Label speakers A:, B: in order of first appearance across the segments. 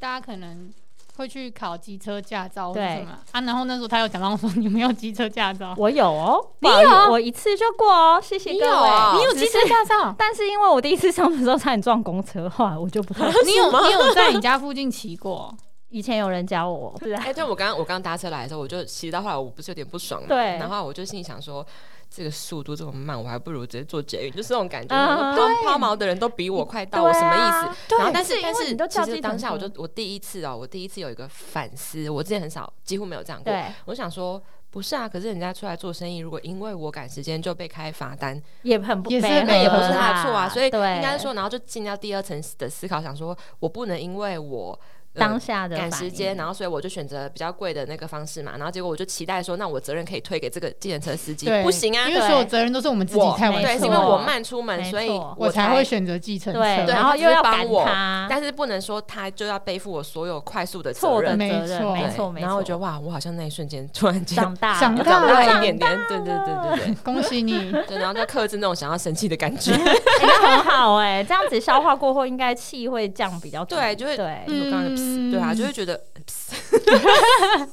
A: 大家可能会去考机车驾照或
B: 对
A: 什么啊。然后那时候他有讲到说，你没有机车驾照，
B: 我有哦，
A: 你
B: 不好意思
A: 有
B: 我一次就过哦，谢谢
A: 你
B: 各
A: 有
B: 位。
A: 啊，你有
B: 只
A: 机车
B: 是
A: 驾照，
B: 但是因为我第一次上的时候差点撞公车，后来我就不太。
A: 你
C: 什
A: 有
C: 么
A: 你有在你家附近骑过？
B: 以前有人教我，不是啊
C: 哎、对我刚刚我刚搭车来的时候，我就骑到后来，我不是有点不爽嘛，
B: 对
C: 然后我就心里想说。这个速度这么慢，我还不如直接坐捷运，就是那种感觉。
B: 嗯啊
C: 然后抛抛锚的人都比我快到，我什么意思？
A: 对
C: 然后但
B: 是
C: 是
B: 因为
C: 但
B: 你
C: 是
B: 都叫
C: 其
B: 计
C: 实
B: 程
C: 当下我就
B: 车
C: 我第一次哦，我第一次有一个反思，我之前很少几乎没有这样过。
B: 对，
C: 我想说不是啊，可是人家出来做生意，如果因为我赶时间就被开罚单，
B: 也很不
A: 也是
B: 配合
C: 那也不是他
B: 啦
C: 的错啊。所以应
B: 对
C: 该是说，然后就进到第二层的思考，想说我不能因为我、呃
B: 当下的
C: 赶
B: 反
C: 时
B: 应
C: 间，然后所以我就选择比较贵的那个方式嘛，然后结果我就期待说，那我责任可以推给这个计程车司机，
A: 对，
C: 不行啊
A: 因，为
B: 对
A: 所有责任都是我们自己
C: 我
A: 才
B: 没
A: 会
C: 对，
B: 错
C: 是
A: 做
C: 因为我慢出门，
B: 没
C: 所以
B: 错
A: 我才
C: 才
A: 会。选择计程车。
B: 对，
C: 对
B: 然后
C: 他只
B: 又
C: 是
B: 要
C: 帮
B: 赶
C: 我
B: 他，
C: 但是不能说他就要背负我所有快速的责
B: 错的责
C: 任，
A: 没
B: 任，
A: 错
B: 没
C: 对
B: 错没错。
C: 然后我觉得哇，我好像那一瞬间突然间
B: 长大了
A: 长
C: 又
A: 大
C: 长
A: 了
C: 大了一点点，对对对对对
A: 恭喜你，
C: 对，然后就克制那种想要生气的感 觉。
B: 哎那很好哎、这样子消化过后，应该气会降比较低
C: 对，就会
B: 对，
C: 就是我刚刚的
A: 嗯
C: 噗对啊，就会觉得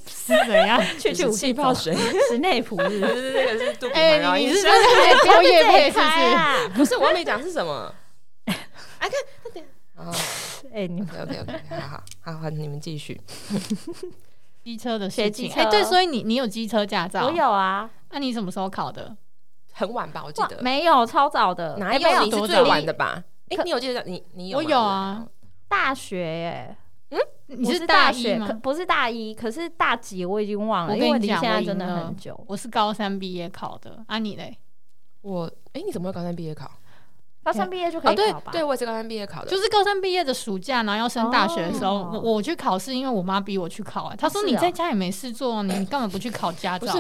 A: 是怎样？
B: 去去
C: 就
B: 武
C: 是气泡水，
B: 室内普 日，
C: 对对对，是 杜甫
A: 哎
C: 环绕，
A: 你
C: 音
A: 你是不是在
B: 不要
A: 抽
B: 在
A: 叶
B: 这里啊
A: 配？是不
B: 开
A: 是？
B: 啦
C: 不是我还没讲是什 么？哎，看快点哦
B: 哎、你们
C: ，OK OK OK，好好好，你们继续。
A: 机车的
B: 学
A: 事
B: 机
A: 情。
B: 车
A: 哎，对，所以你你有机车驾照？
B: 我。有啊，
A: 那你什么时候考的？
C: 很晚吧，我记
B: 哇
C: 得
B: 没有超早的，
C: 哪
B: 哎没
C: 有
B: 有
C: 你
A: 多
C: 是
A: 早
C: 最晚的吧？哎
B: 可，
C: 你有记得你你有
A: 我
C: 吗
A: 有啊。
B: 大学耶、
A: 你
B: 我
A: 是
B: 大
A: 一
B: 学，可
A: 吗？
B: 不是大一，可是大几我已经忘了，
A: 我
B: 因
A: 跟
B: 为
A: 你
B: 离
A: 讲
B: 现
A: 我
B: 在
A: 赢
B: 真的
A: 了
B: 很久。
A: 我是高三毕业考的。啊，你嘞？
C: 我哎，你怎么会高三毕业考？
B: 高三毕业就可以
C: 对
B: 考吧？
C: 对，我也是高三毕业考的。
A: 就是高三毕业的暑假，然后要升大学的时候，
B: 哦
A: 我我去考试，因为我妈逼我去考、啊。她说
B: 是
A: 你
B: 哦
A: 在家也没事做，你干嘛不去考驾照？啊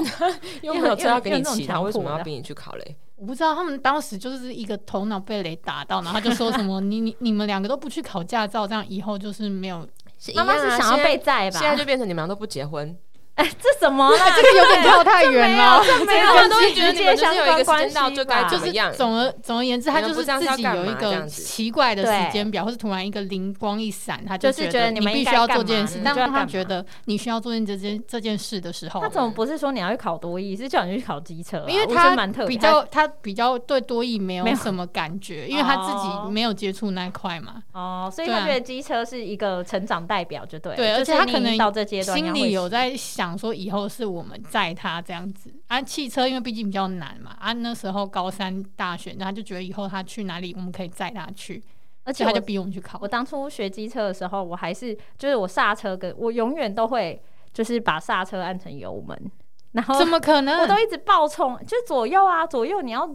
C: 又没有车要给
B: 因为
C: 你
B: 那种
C: 骑，他
B: 强
C: 为什
B: 迫
C: 么
B: 的
C: 要逼你去考嘞？
A: 我不知道，他们当时就是一个头脑被雷打到，然后就说什 么你你你们两个都不去考驾照，这样以后就是没 有。
C: 是一
B: 妈妈
C: 样
B: 是
C: 啊
B: 想要
C: 现在
B: 被载吧？
C: 现在就变成你们俩都不结婚，
B: 哎、 这什么啦？啊
A: 这个有点跳太远了。
B: 这 没有，
C: 他
B: 这
C: 们都会觉得
B: 直
C: 你
B: 接
C: 们就是
B: 相
C: 有一
B: 关
C: 个时
B: 关
C: 间到
B: 系
C: 就
B: 吧
A: 就
C: 该怎么
A: 是
C: 样
A: 总而总而言之，他就
C: 你们
A: 是
C: 不知道
A: 自己有一
C: 要干嘛这
A: 个
C: 样子
A: 奇怪的时间
B: 对
A: 表，或是突然一个灵光一闪，他
B: 就是
A: 觉
B: 觉得
A: 你
B: 你们
A: 必
B: 应
A: 须
B: 该
A: 要
B: 干
A: 做这件
B: 嘛
A: 事
B: 你。
A: 当
B: 就要
A: 他
B: 干
A: 觉
B: 嘛
A: 得你需要做这件这件事的时候，
B: 他怎么不是说你要去考多艺，是叫你去考机车啊、
A: 因为
B: 我觉
A: 他
B: 得蛮特
A: 比
B: 别
A: 较他比较对多益没
B: 没
A: 有
B: 有
A: 什么感觉，因为他自己没有接触那一块嘛，
B: 哦，所以
A: 对啊
B: 他觉得机车是一个成长代表，就对了，
A: 对，而
B: 就是
A: 且他
B: 你
A: 可能
B: 到这阶段
A: 心
B: 要
A: 里
B: 会
A: 有
B: 骑
A: 在想说以后是我们载他这样子啊，汽车因为毕竟比较难嘛，啊那时候高三大学，然后他就觉得以后他去哪里我们可以载他去，
B: 而且
A: 所以他就
B: 我
A: 逼我们去考
B: 我，当初学机车的时候，我还是就是我刹车跟我永远都会就是把刹车按成油门，然后
A: 怎么可能？
B: 我都一直爆冲，就左右啊左右你要，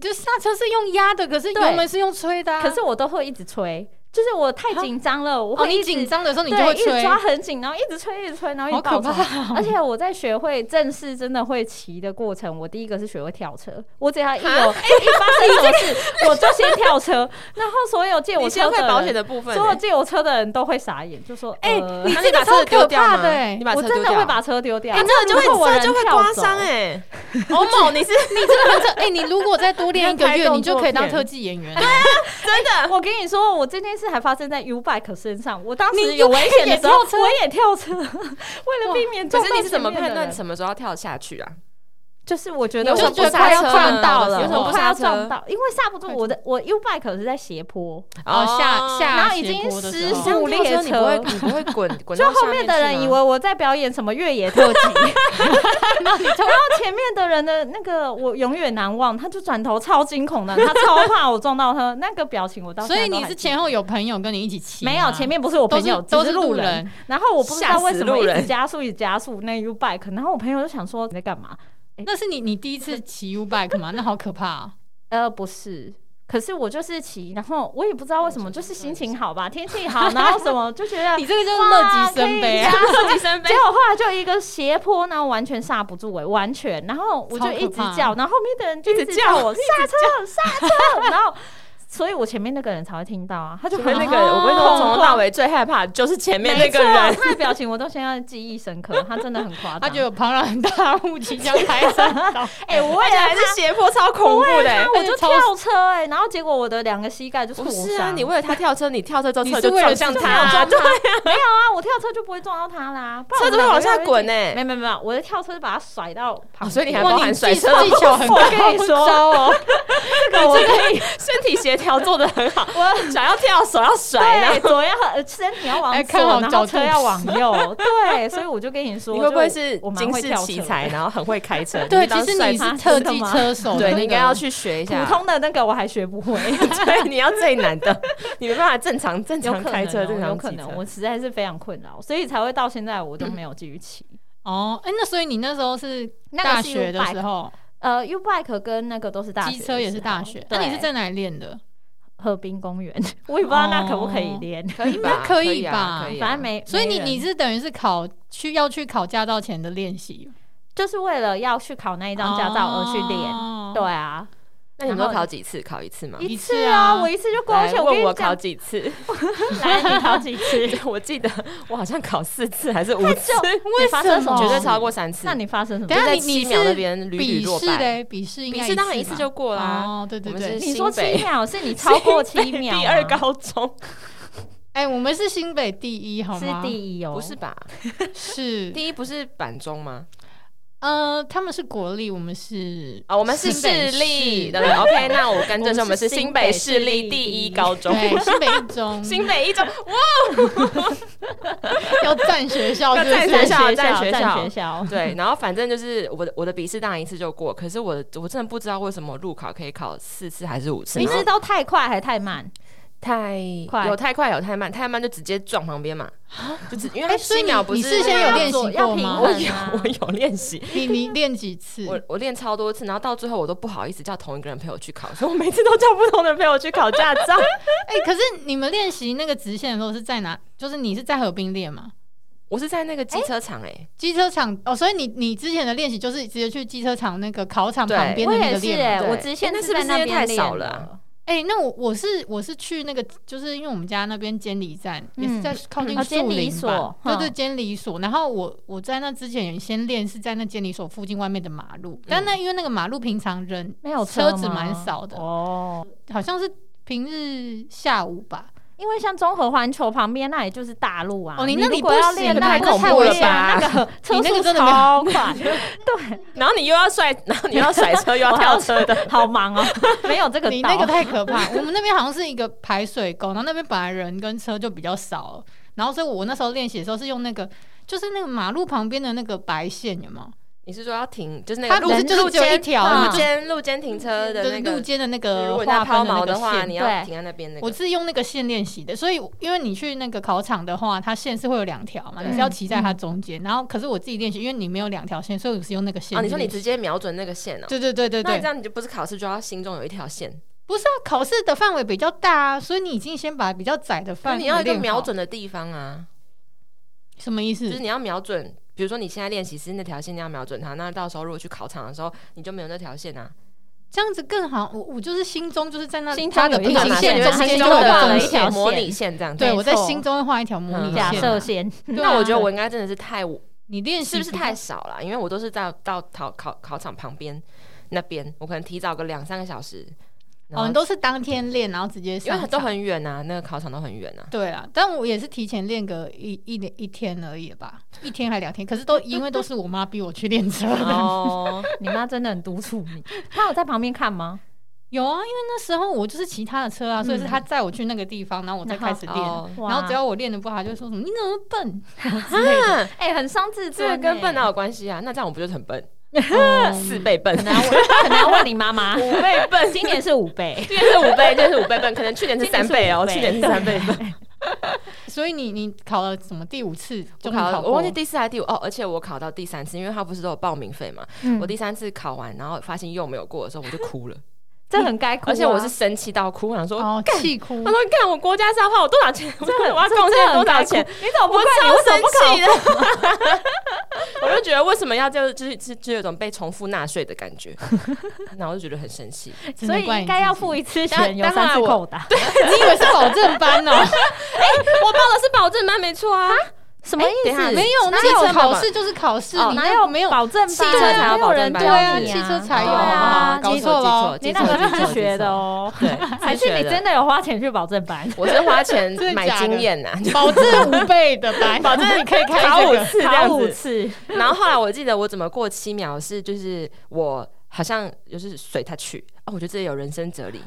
A: 就刹车是用压的，可是
B: 对
A: 油门是用吹的、啊，
B: 可是我都会一直吹，就是我太紧张了，我
A: 哦
B: 会一
A: 你
B: 直
A: 紧张的时候你就
B: 对
A: 会
B: 一直
A: 吹，
B: 抓很紧，然后一直吹，一直吹，然后一直
A: 好可
B: 爆冲。
A: 怕、
B: 而
A: 哦。
B: 且我在学会正式真的会骑的过程，我第一个是学会跳车。我只要一有、一发生什么事，我就先跳车。然后所有借我
C: 你先
B: 车
C: 会
B: 的
C: 保险
B: 人，
C: 的部分
B: 所有
C: 欸，
B: 借我车的人都会傻眼，就说：“
C: 哎
B: 呃
C: 你
A: 这
C: 那你
A: 个
C: 把
A: 超
C: 车子丢
A: 可
C: 掉
A: 怕
C: 吗
A: 的欸
C: 你把
B: 我
C: 车
B: 真
C: 丢
B: 的会
C: 掉。
B: 把车丢掉，
C: 哎，这个就
B: 如果我
C: 会
B: 人
C: 这就会
B: 跳
C: 刮
B: 走
C: 伤。哎，欧某你是
A: 你真的很扯，哎、你如果再多练一个
B: 你要拍
A: 月，
B: 动
A: 你就可以
B: 作
A: 当
B: 片
A: 特技演员了。啊
C: 真的，
B: 哎我跟你说，我这件事还发生在 U Bike 身上。我当时
A: 你
B: 有危险的时候，
A: 你也跳车
B: 我也跳车，为了避免
C: 可
B: 撞
C: 是
B: 到
C: 你是怎么
B: 前面
C: 判
B: 的
C: 断
B: 人
C: 什么时候要跳下去啊？
B: 就是我觉
C: 你
B: 得
C: 为
B: 我
C: 什么
B: 就
C: 不
B: 快要
C: 刹车
B: 撞
C: 呢
B: 到了，
A: 你为什么
B: 我
A: 不
B: 快
C: 刹
B: 要
C: 车
B: 撞到，因为刹不住。我的我 U Bike 是在斜坡，
A: 哦，下下
B: 然后已
A: 斜
B: 经
A: 坡的
B: 失
A: 时候
C: 这样
B: 速
C: 跳
B: 列
C: 车你不
B: 车
C: 会你不会滚 滚
B: 就
C: 到
B: 后
C: 下
B: 面的
C: 去
B: 人
C: 吗
B: 以 为我在表演什么越野特技，然后前面的人的那个我永远难忘，他就转头超惊恐的，他超怕我撞到他，那个表情我到现
A: 所
B: 在
A: 以
B: 都
A: 你
B: 还
A: 是
B: 记
A: 前后有朋友跟你一起骑
C: 啊
A: 吗，
B: 没有前面不是我
A: 都
B: 朋友，
A: 是
B: 只
A: 都是
B: 路人。
A: 人，
B: 然后我不知道为什么一
C: 吓死路
B: 直
C: 人
B: 加速一直加速那 U bike，然后我朋友就想说你在干嘛？
A: 那是你你第一次骑 U bike 吗？那好可怕、 啊！
B: 呃，不是。可是我就是骑，然后我也不知道为什么，就是心情好吧，天气好，然后什么就觉 得
A: 你这个就是乐极生悲、啊，
C: 乐极生
B: 啊结果后来就一个斜坡，然后完全刹不住哎、完全，然后我就一直
A: 超可怕
B: 叫，然后后面的人就
C: 一直
B: 叫
C: 叫
B: 我刹车刹车，然后所以我前面那个人才会听到啊，他就
C: 除非
B: 很
C: 那个人，我跟你说，从头到尾最害怕的就是前面那
B: 没
C: 个
B: 错，
C: 人。
B: 他的表情我到现在记忆深刻，他真的很夸张。
A: 他就有庞然大物即将哦排 山倒
B: 哎、我
C: 而
B: 为
C: 且
B: 了
C: 还是斜坡，超恐怖的、欸。
B: 他我就
A: 而且超
B: 跳车哎、然后结果啊我的两个膝盖就挫
C: 不
B: 伤。
C: 是啊，你为了他跳车，你跳车之后
A: 你
C: 车
A: 是
C: 就
A: 为了
C: 撞向
A: 自己
C: 他
A: 要
C: 啊，
A: 撞
C: 对
A: 他
B: 没有啊，我跳车就不会撞到他啦，不然
C: 车子会往下滚
B: 呢、
C: 欸
B: 没有没有没有，我的跳车是把他甩到 旁边、
C: 哦所以你还
A: 哇
C: 包
A: 你
C: 含
A: 技
C: 甩
A: 技
C: 车的
A: 巧很
B: 我
A: 高
B: 跟你说
A: 招哦，
B: 这 个我可以，
C: 身体协调做的很好，
B: 我
C: 想要跳手要甩，然后
B: 对左要呃身体要
A: 哎
B: 往左，
A: 看好
B: 然
A: 角
B: 后
A: 度
B: 车要往右，对，所以我就跟你说，
C: 你会不会
B: 就是我蛮
C: 惊
B: 会
C: 世
B: 跳
C: 奇
B: 车的
C: 才，然后很会 开车？
A: 对，
C: 就当
A: 其实
C: 帅
A: 你是
C: 哥
A: 特
B: 真的
A: 技
B: 吗
A: 车手，
C: 对，你应该要。去学一下
B: 普。通的那个我还学不会，
C: 对，你要最难的，你没办法正常正
B: 有
C: 常
B: 可
C: 开
B: 能
C: 车，
B: 哦，
C: 正
B: 有
C: 常
B: 可
C: 骑
B: 能，
C: 车。
B: 我实在是非常困扰，所以才会到现在我都没有继续骑。
A: 哦，哎，那所以你那时候是
B: 那个
A: 大
B: 是
A: 学的
B: U-bike
A: 时候，
B: 呃，U bike 跟那个都是大学的
A: 机
B: 时候，
A: 车也是大学，那
B: 对，
A: 你是在哪里练的？
B: 河滨公园，我也不知道那可不可以
A: 哦
B: 练，
C: 可以吧？
A: 可以
C: 以啊
A: 吧
C: 可以啊
B: 反正没。
A: 所以
B: 没
A: 你
B: 人
A: 你是等于是考去要去考驾照前的练习，
B: 就是为了要去考那一张驾照而去练。
A: 哦
B: 对啊，
C: 那你们
B: 然
C: 都
B: 后
C: 考几次？考一次吗？
A: 一
B: 一
A: 次
B: 次
A: 啊
B: 啊，我一次就过，而
C: 来
B: 且我跟
C: 问
B: 你
C: 我考
B: 讲，
C: 几次？
B: 来你考 几次？
C: 我记得我好像考四次还是五次，
A: 为
C: 发生
A: 什
C: 什么
A: 么？
C: 绝对超过三次。
B: 那你发生什
A: 等一
B: 么？
A: 下
C: 在
A: 你你
C: 七秒那
A: 是
C: 边屡屡
A: 笔
C: 落
A: 试
C: 败，
A: 嘞，笔试应
C: 笔
A: 该
C: 试当然一
A: 次
C: 次
A: 吧
C: 就过
B: 啊
C: 啦。
A: 哦，对对
C: 我们
A: 对
C: 是，
B: 你说
C: 新北
B: 七秒是你超过七
C: 新北
B: 秒吗，
C: 第二高中
A: 哎，我们是新北第一，好
B: 是
A: 吗？
B: 第一哦，
C: 不是吧？
A: 是
C: 第一不是板中吗？
A: 呃，他们是国立，我们是
C: 啊，我们是
A: 新北
C: 市立，
A: 市
C: 对不对？OK，那我跟正
B: 我
C: 说，
B: 们
C: 我们
B: 是
C: 是
B: 新
C: 新
B: 北
C: 北
B: 市
C: 市
B: 立嗯
C: 立
B: 第
C: 第
B: 一
C: 一高中，
A: 对新北一中，
C: 新北一中，
A: 要占学校，
C: 要
A: 是不
C: 占
A: 是
C: 学校
B: 占
C: 占
B: 学
C: 学
B: 占
C: 校
B: 学校，
C: 对，然后反正就是我的我的笔试当然一次就过，可是我我真的不知道为什么路考可以考四次还是五次，
B: 你
C: 然后
B: 是都太快还太慢？
C: 太
B: 快
C: 有太快有太慢，太慢就直接撞旁边嘛，就只因为它
A: 哎所以
C: 七秒
A: 你
C: 不
A: 你
C: 是
A: 事先有练习
B: 要左要
A: 过
B: 平
A: 吗
C: 我
B: 衡
C: 有
B: 啊
C: 我有练习，
A: 你你练几次？
C: 我我练超多次，然后到最后我都不好意思叫同一个人陪我去考，所以我每次都叫不同的人陪我去考驾 照。
A: 哎、可是你们练习那个直线的时候是在哪？就是你是在河滨练吗？
C: 我是在那个机车场哎、
A: 机车场哦，所以你你之前的练习就是直接去机车场那个考场
C: 对
A: 旁边
B: 我
A: 的那
B: 也
A: 个
B: 是
A: 练吗。
B: 哎，
C: 对
B: 我直线
C: 哎那
B: 是
C: 是不
B: 在
C: 是
B: 那
C: 因为太
B: 边练
C: 少了
B: 的
C: 啊。
A: 哎、那我我是我是去那个，就是因为我们家那边监理站、
B: 嗯
A: 也是在靠近
B: 哦监
A: 树
B: 理
A: 林吧
B: 所，
A: 对对，
B: 嗯
A: 监理所。然后我我在那之前也先练是在那监理所附近外面的马路，但那因为那个马路平常人
B: 嗯没有
A: 车子
B: 吗
A: 蛮少的，
B: 哦，
A: 好像是平日下午吧。
B: 因为像综合环球旁边那里就是大陆啊。
A: 哦你那
B: 那
A: 里不
B: 要
A: 行
B: 练，
A: 那
B: 那
A: 太
B: 不是
A: 恐怖了
B: 练
C: 吧
B: 那个车
A: 你那个
B: 速
A: 真的没有
B: 超快，
C: 然后你又要甩， 然后你又要甩车，又要跳车 的，
B: 好忙哦，没有这个
A: 你
B: 道
A: 那个太可怕。我们那边好像是一个排水沟，然后那边本来人跟车就比较少了，然后所以我那时候练习的时候是用那个，就是那个马路旁边的那个白线，有没有？
C: 你是说要停，就是那
A: 它
C: 个路
A: 不是就是
C: 路
A: 只有
C: 肩
A: 一条
B: 的吗
C: 路肩路肩停车的
A: 就是
C: 那
A: 路
C: 个。
A: 肩的那
C: 就是如
A: 个
C: 果你在
A: 划
C: 抛
A: 分的那
C: 锚
A: 个
C: 的话，
A: 线。
B: 对
C: 你要停在那边那
A: 我
C: 个。
A: 是用那个线练习的，所以因为你去那个考场的话，它线是会有两条嘛，
C: 对嗯
A: 你是要骑在它中间。然后可是我自己练习，因为你没有两条线，所以我是用那个线
C: 哦，
A: 练
C: 你
A: 习。
C: 说你直接瞄准那个线哦。
A: 对对对对
C: 那你这
A: 对，
C: 样你就不是考试就要心中有一条线，
A: 不是啊，考试的范围比较大啊，所以你已经先把比较窄的
C: 那
A: 范围
C: 你要一个
A: 练好
C: 瞄，准的地方啊，
A: 什么意思？
C: 就是你要瞄准。比如说你现在练习是那条线，你要瞄准它，那到时候如果去考场的时候，你就没有那条线啊。
A: 这样子更好。我我就是心中就是在那里，
B: 心
A: 他
B: 中
A: 的
B: 有一
A: 平
B: 条
A: 行
B: 线
A: 线
B: 就
A: 中
B: 是
A: 间
C: 心
A: 就
C: 中
A: 会有
C: 画了
A: 中
C: 一条
A: 线，
C: 模拟线这样子。
A: 对
B: 没
A: 我在
B: 错
A: 心中会画一条模拟
C: 嗯
A: 线啊。
B: 假设先，
A: 对啊，
C: 那我觉得我应该真的是太，是
A: 你练习
C: 不是太少了？因为我都是到到考考考场旁边那边，我可能提早个两三个小时。然
A: 哦？
C: 后
A: 你都是当天练，然后直接
C: 因
A: 上
C: 为
A: 场
C: 都很远啊，那个考场都很远啊。
A: 对啦，但我也是提前练个一一一天而已吧，一天还两天，可是都因为都是我妈逼我去练车的。
C: 哦，
B: 你妈真的很督促你。她有在旁边看吗？
A: 有啊，因为那时候我就是骑她的车啊，所以是她载我去那个地方，然后我再开始练。
C: 嗯哦
A: 然后只
B: 哇
A: 要我练的不好，她就说什么你怎么 笨？
C: 啊，
B: 哎，很伤自
C: 这
B: 尊
C: 个
B: 哎，
C: 跟笨哪有关系啊？那这样我不就是很笨？
A: 嗯
C: 四倍笨，
B: 可能要问，可能要问你妈妈。
C: 五倍笨，
B: 今年是五倍，
C: 今天是五倍，今天是五倍笨，可能去年是三倍哦，去
B: 今年
C: 年是
B: 是
C: 三倍笨。
A: 所以你你考了什么第五次
C: 我
A: 就没
C: 考
A: 考
C: 了，
A: 过？
C: 我忘记第四还是第五哦，而且我考到第三次，因为他不是都有报名费嘛。
B: 嗯
C: 我第三次考完，然后发现又没有过的时候，我就哭了，
B: 这很该哭啊。
C: 而且我是生气到哭，我想说。
A: 哦，气哭
C: 他。说：“干，我国家是要花我多 少钱？我
B: 这很
C: 要
B: 这
C: 贡
B: 这
C: 献
B: 很
C: 多少
B: 该哭
C: 钱？
B: 你怎么不
C: 我
B: 怪你？
C: 超
B: 为什么不考
C: 生气的。 我就觉得为什么要就就是就就有种被重复纳税的感觉，然后我就觉得很生气。
A: 只
B: 所
A: 能
B: 以
A: 怪你
B: 应该要
A: 自己
B: 付一次
C: 当
B: 钱，有
C: 当然
B: 三次
C: 我
B: 扣打。
A: 你以为是保证班哦？
C: 我报的是保证班，没错啊。
B: 什么意
C: 哎等一下
B: 思？
A: 没有，
C: 哪
A: 汽
C: 有
A: 车
C: 这么
A: 考试就是考试，
C: 哦
A: 你
B: 哪
A: 那
B: 有
A: 没有？
B: 保证班？
C: 汽车才
B: 没
C: 有
B: 有
C: 保
B: 人
C: 证班
B: 教
A: 对啊
B: 你
A: 汽车才
C: 有
B: 对
C: 啊
B: 啊，
A: 搞
C: 记
A: 错了
C: 错记错，
B: 你
C: 记
B: 那
C: 错
B: 个
C: 记错
B: 是
C: 记
B: 学的
C: 错
B: 哦，
C: 对，
B: 还是你真
C: 的？
B: 的有花钱去保证班？
C: 我是花钱
A: 真的
C: 买
A: 假的
C: 经验啊呐、
A: 保证五倍的班，保证你可以开
C: 考
A: 这
C: 五
A: 个
C: 次这
B: 考
C: 样
B: 五
C: 子。
B: 次，
C: 然后后来我记得我怎么过七秒是就是我好像就是随他去哦，我觉得这有人生哲理。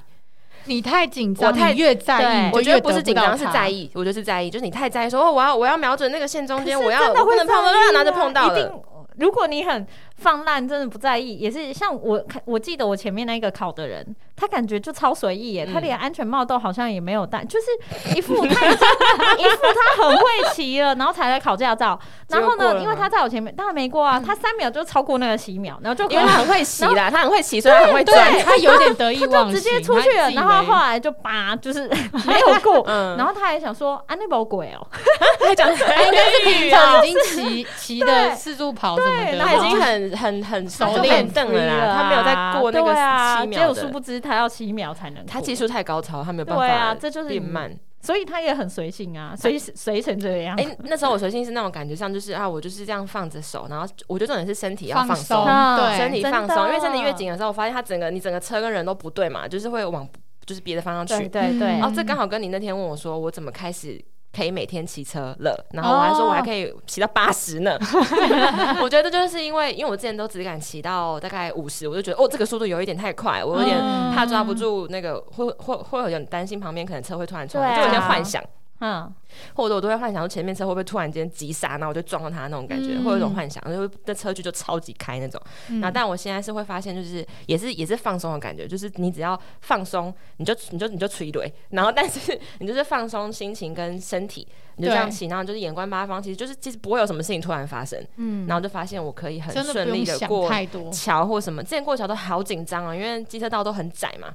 A: 你太紧张，
C: 我太
A: 你越在意，
B: 对
A: 你
C: 我
A: 就
C: 觉
A: 越
C: 得不是紧张，是在
A: 意。
C: 意。我觉得是在意，就是你太在意说哦，我要我要瞄准那个线中间，我要
B: 真的
C: 我不
B: 会
C: 能碰到，
B: 在意啊
C: 让拿着碰到
B: 一
C: 了。
B: 定。如果你很放烂，真的不在意，也是像我看，我记得我前面那个考的人，他感觉就超随意耶，
C: 嗯
B: 他连安全帽都好像也没有戴，就是一副他已经 一副他很会骑了，然后才来考驾照。
C: 结果
B: 然后
C: 过了
B: 呢，
C: 吗
B: 因为他在我前面，当然没过啊，他三秒就超过那个十秒，然后就
C: 因为他很会洗啦，他很会洗，所以他很会转。
A: 对他有点得意
B: 他
A: 忘
B: 就
A: 形，
B: 直接出去了，
A: 他自以为
B: 然后后来就叭，就是 没有过。
C: 嗯
B: 然后他还想说啊，那包鬼哦，
C: 他讲
A: 他
C: 他
A: 应
C: 应
A: 该
C: 该
A: 是
C: 是
A: 平
C: 平
A: 常
C: 常
A: 已经骑骑的四处跑什么
B: 对
A: 的，
B: 然
C: 他
B: 后
C: 已经很很很
A: 熟
C: 熟
A: 练
C: 练凳了啦，他没有再过那
B: 啊对
C: 个
B: 啊，
C: 七
B: 结
C: 秒
B: 果殊
C: 的
B: 不。知他要七秒才能过，
C: 他技术太高超，他没有办法。
B: 对啊，这就是
C: 变
B: 你
C: 慢。
B: 所以他也很随性啊，随随成这样
C: 哎、。那时候我随性是那种感觉上，就是啊，我就是这样放着手，然后我觉得重点是身体要
A: 放
C: 放
A: 松，
C: 松，
B: 嗯
A: 对，
C: 身体放松，
B: 真的
C: 因为身体越紧哦的时候，我发现他整个你整个车跟人都不对嘛，就是会往就是别的方向去。
A: 嗯
B: 对对
C: 哦
A: 嗯，
C: 这刚好跟你那天问我说我怎么开始可以每天骑车了，然后我还说我还可以骑到八十呢。我觉得就是因为因为我之前都只敢骑到大概五十，我就觉得哦这个速度有一点太快，我有点
A: 嗯
C: 怕抓不住那个，会会会有点担心旁边可能车会突然冲，
B: 对啊
C: 就有点幻想，
B: 嗯，
C: 或者我都会幻想说前面车会不会突然间急刹，然后我就撞到他那种感觉，
A: 嗯
C: 会有一种幻想，就是那车距就超级开那种。
A: 嗯
C: 那、但我现在是会发现，就是也是也是放松的感觉，就是你只要放松，你就你就你就吹对，然后但是你就是放松心情跟身体，你就这样骑，然后就是眼观八方，其实就是其实不会有什么事情突然发生，
A: 嗯
C: 然后就发现我可以很
A: 真的
C: 顺
A: 不
C: 利
A: 用
C: 的
A: 想
C: 过
A: 太多，
C: 桥或什么，之前过桥都好紧张啊，因为机车道都很窄嘛。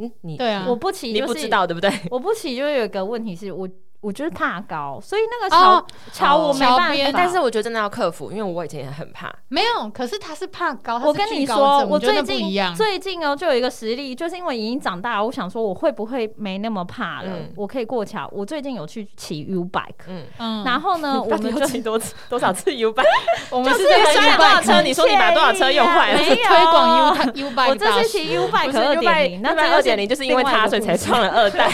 C: 嗯，你
A: 对啊，
B: 我不骑
C: 你
B: 就是
C: 不知，道对不对？
B: 我不骑就有一个问题是我我就是怕高，所以那个
A: 哦
B: 桥桥我没
A: 桥
B: 办
A: 边
B: 法。
C: 但是我觉得真的要克服，因为我以前也很怕。
A: 没有，可是他是怕高，
B: 我
A: 他
B: 跟
A: 是
B: 你
A: 惧高
B: 说，
A: 症
B: 我
A: 觉得
B: 最
A: 不一
B: 近
A: 样，
B: 最近哦，就有一个实例，就是因为已经长大了，我想说我会不会没那么怕了
C: 嗯，
B: 我可以过桥。我最近有去骑 U bike，
C: 嗯，
A: 嗯
B: 然后呢，我
C: 到底
B: 们
C: 要
B: 就
C: 骑多次多少 次 U 拜？
A: 我们
B: 就是是
A: 在
C: 摔了
A: 推
C: 多少
A: 广
C: 车你说你把多少车用坏了
B: 没有啊
A: 推广 U U 拜
B: 我
A: 大
B: 这次
A: 师，
B: 骑 U
C: 不
B: bike
C: 是
B: 二
C: U 拜
B: 点零，那这
C: 哎二点零就是因为他，所以才
B: 撞。
C: 上了二代。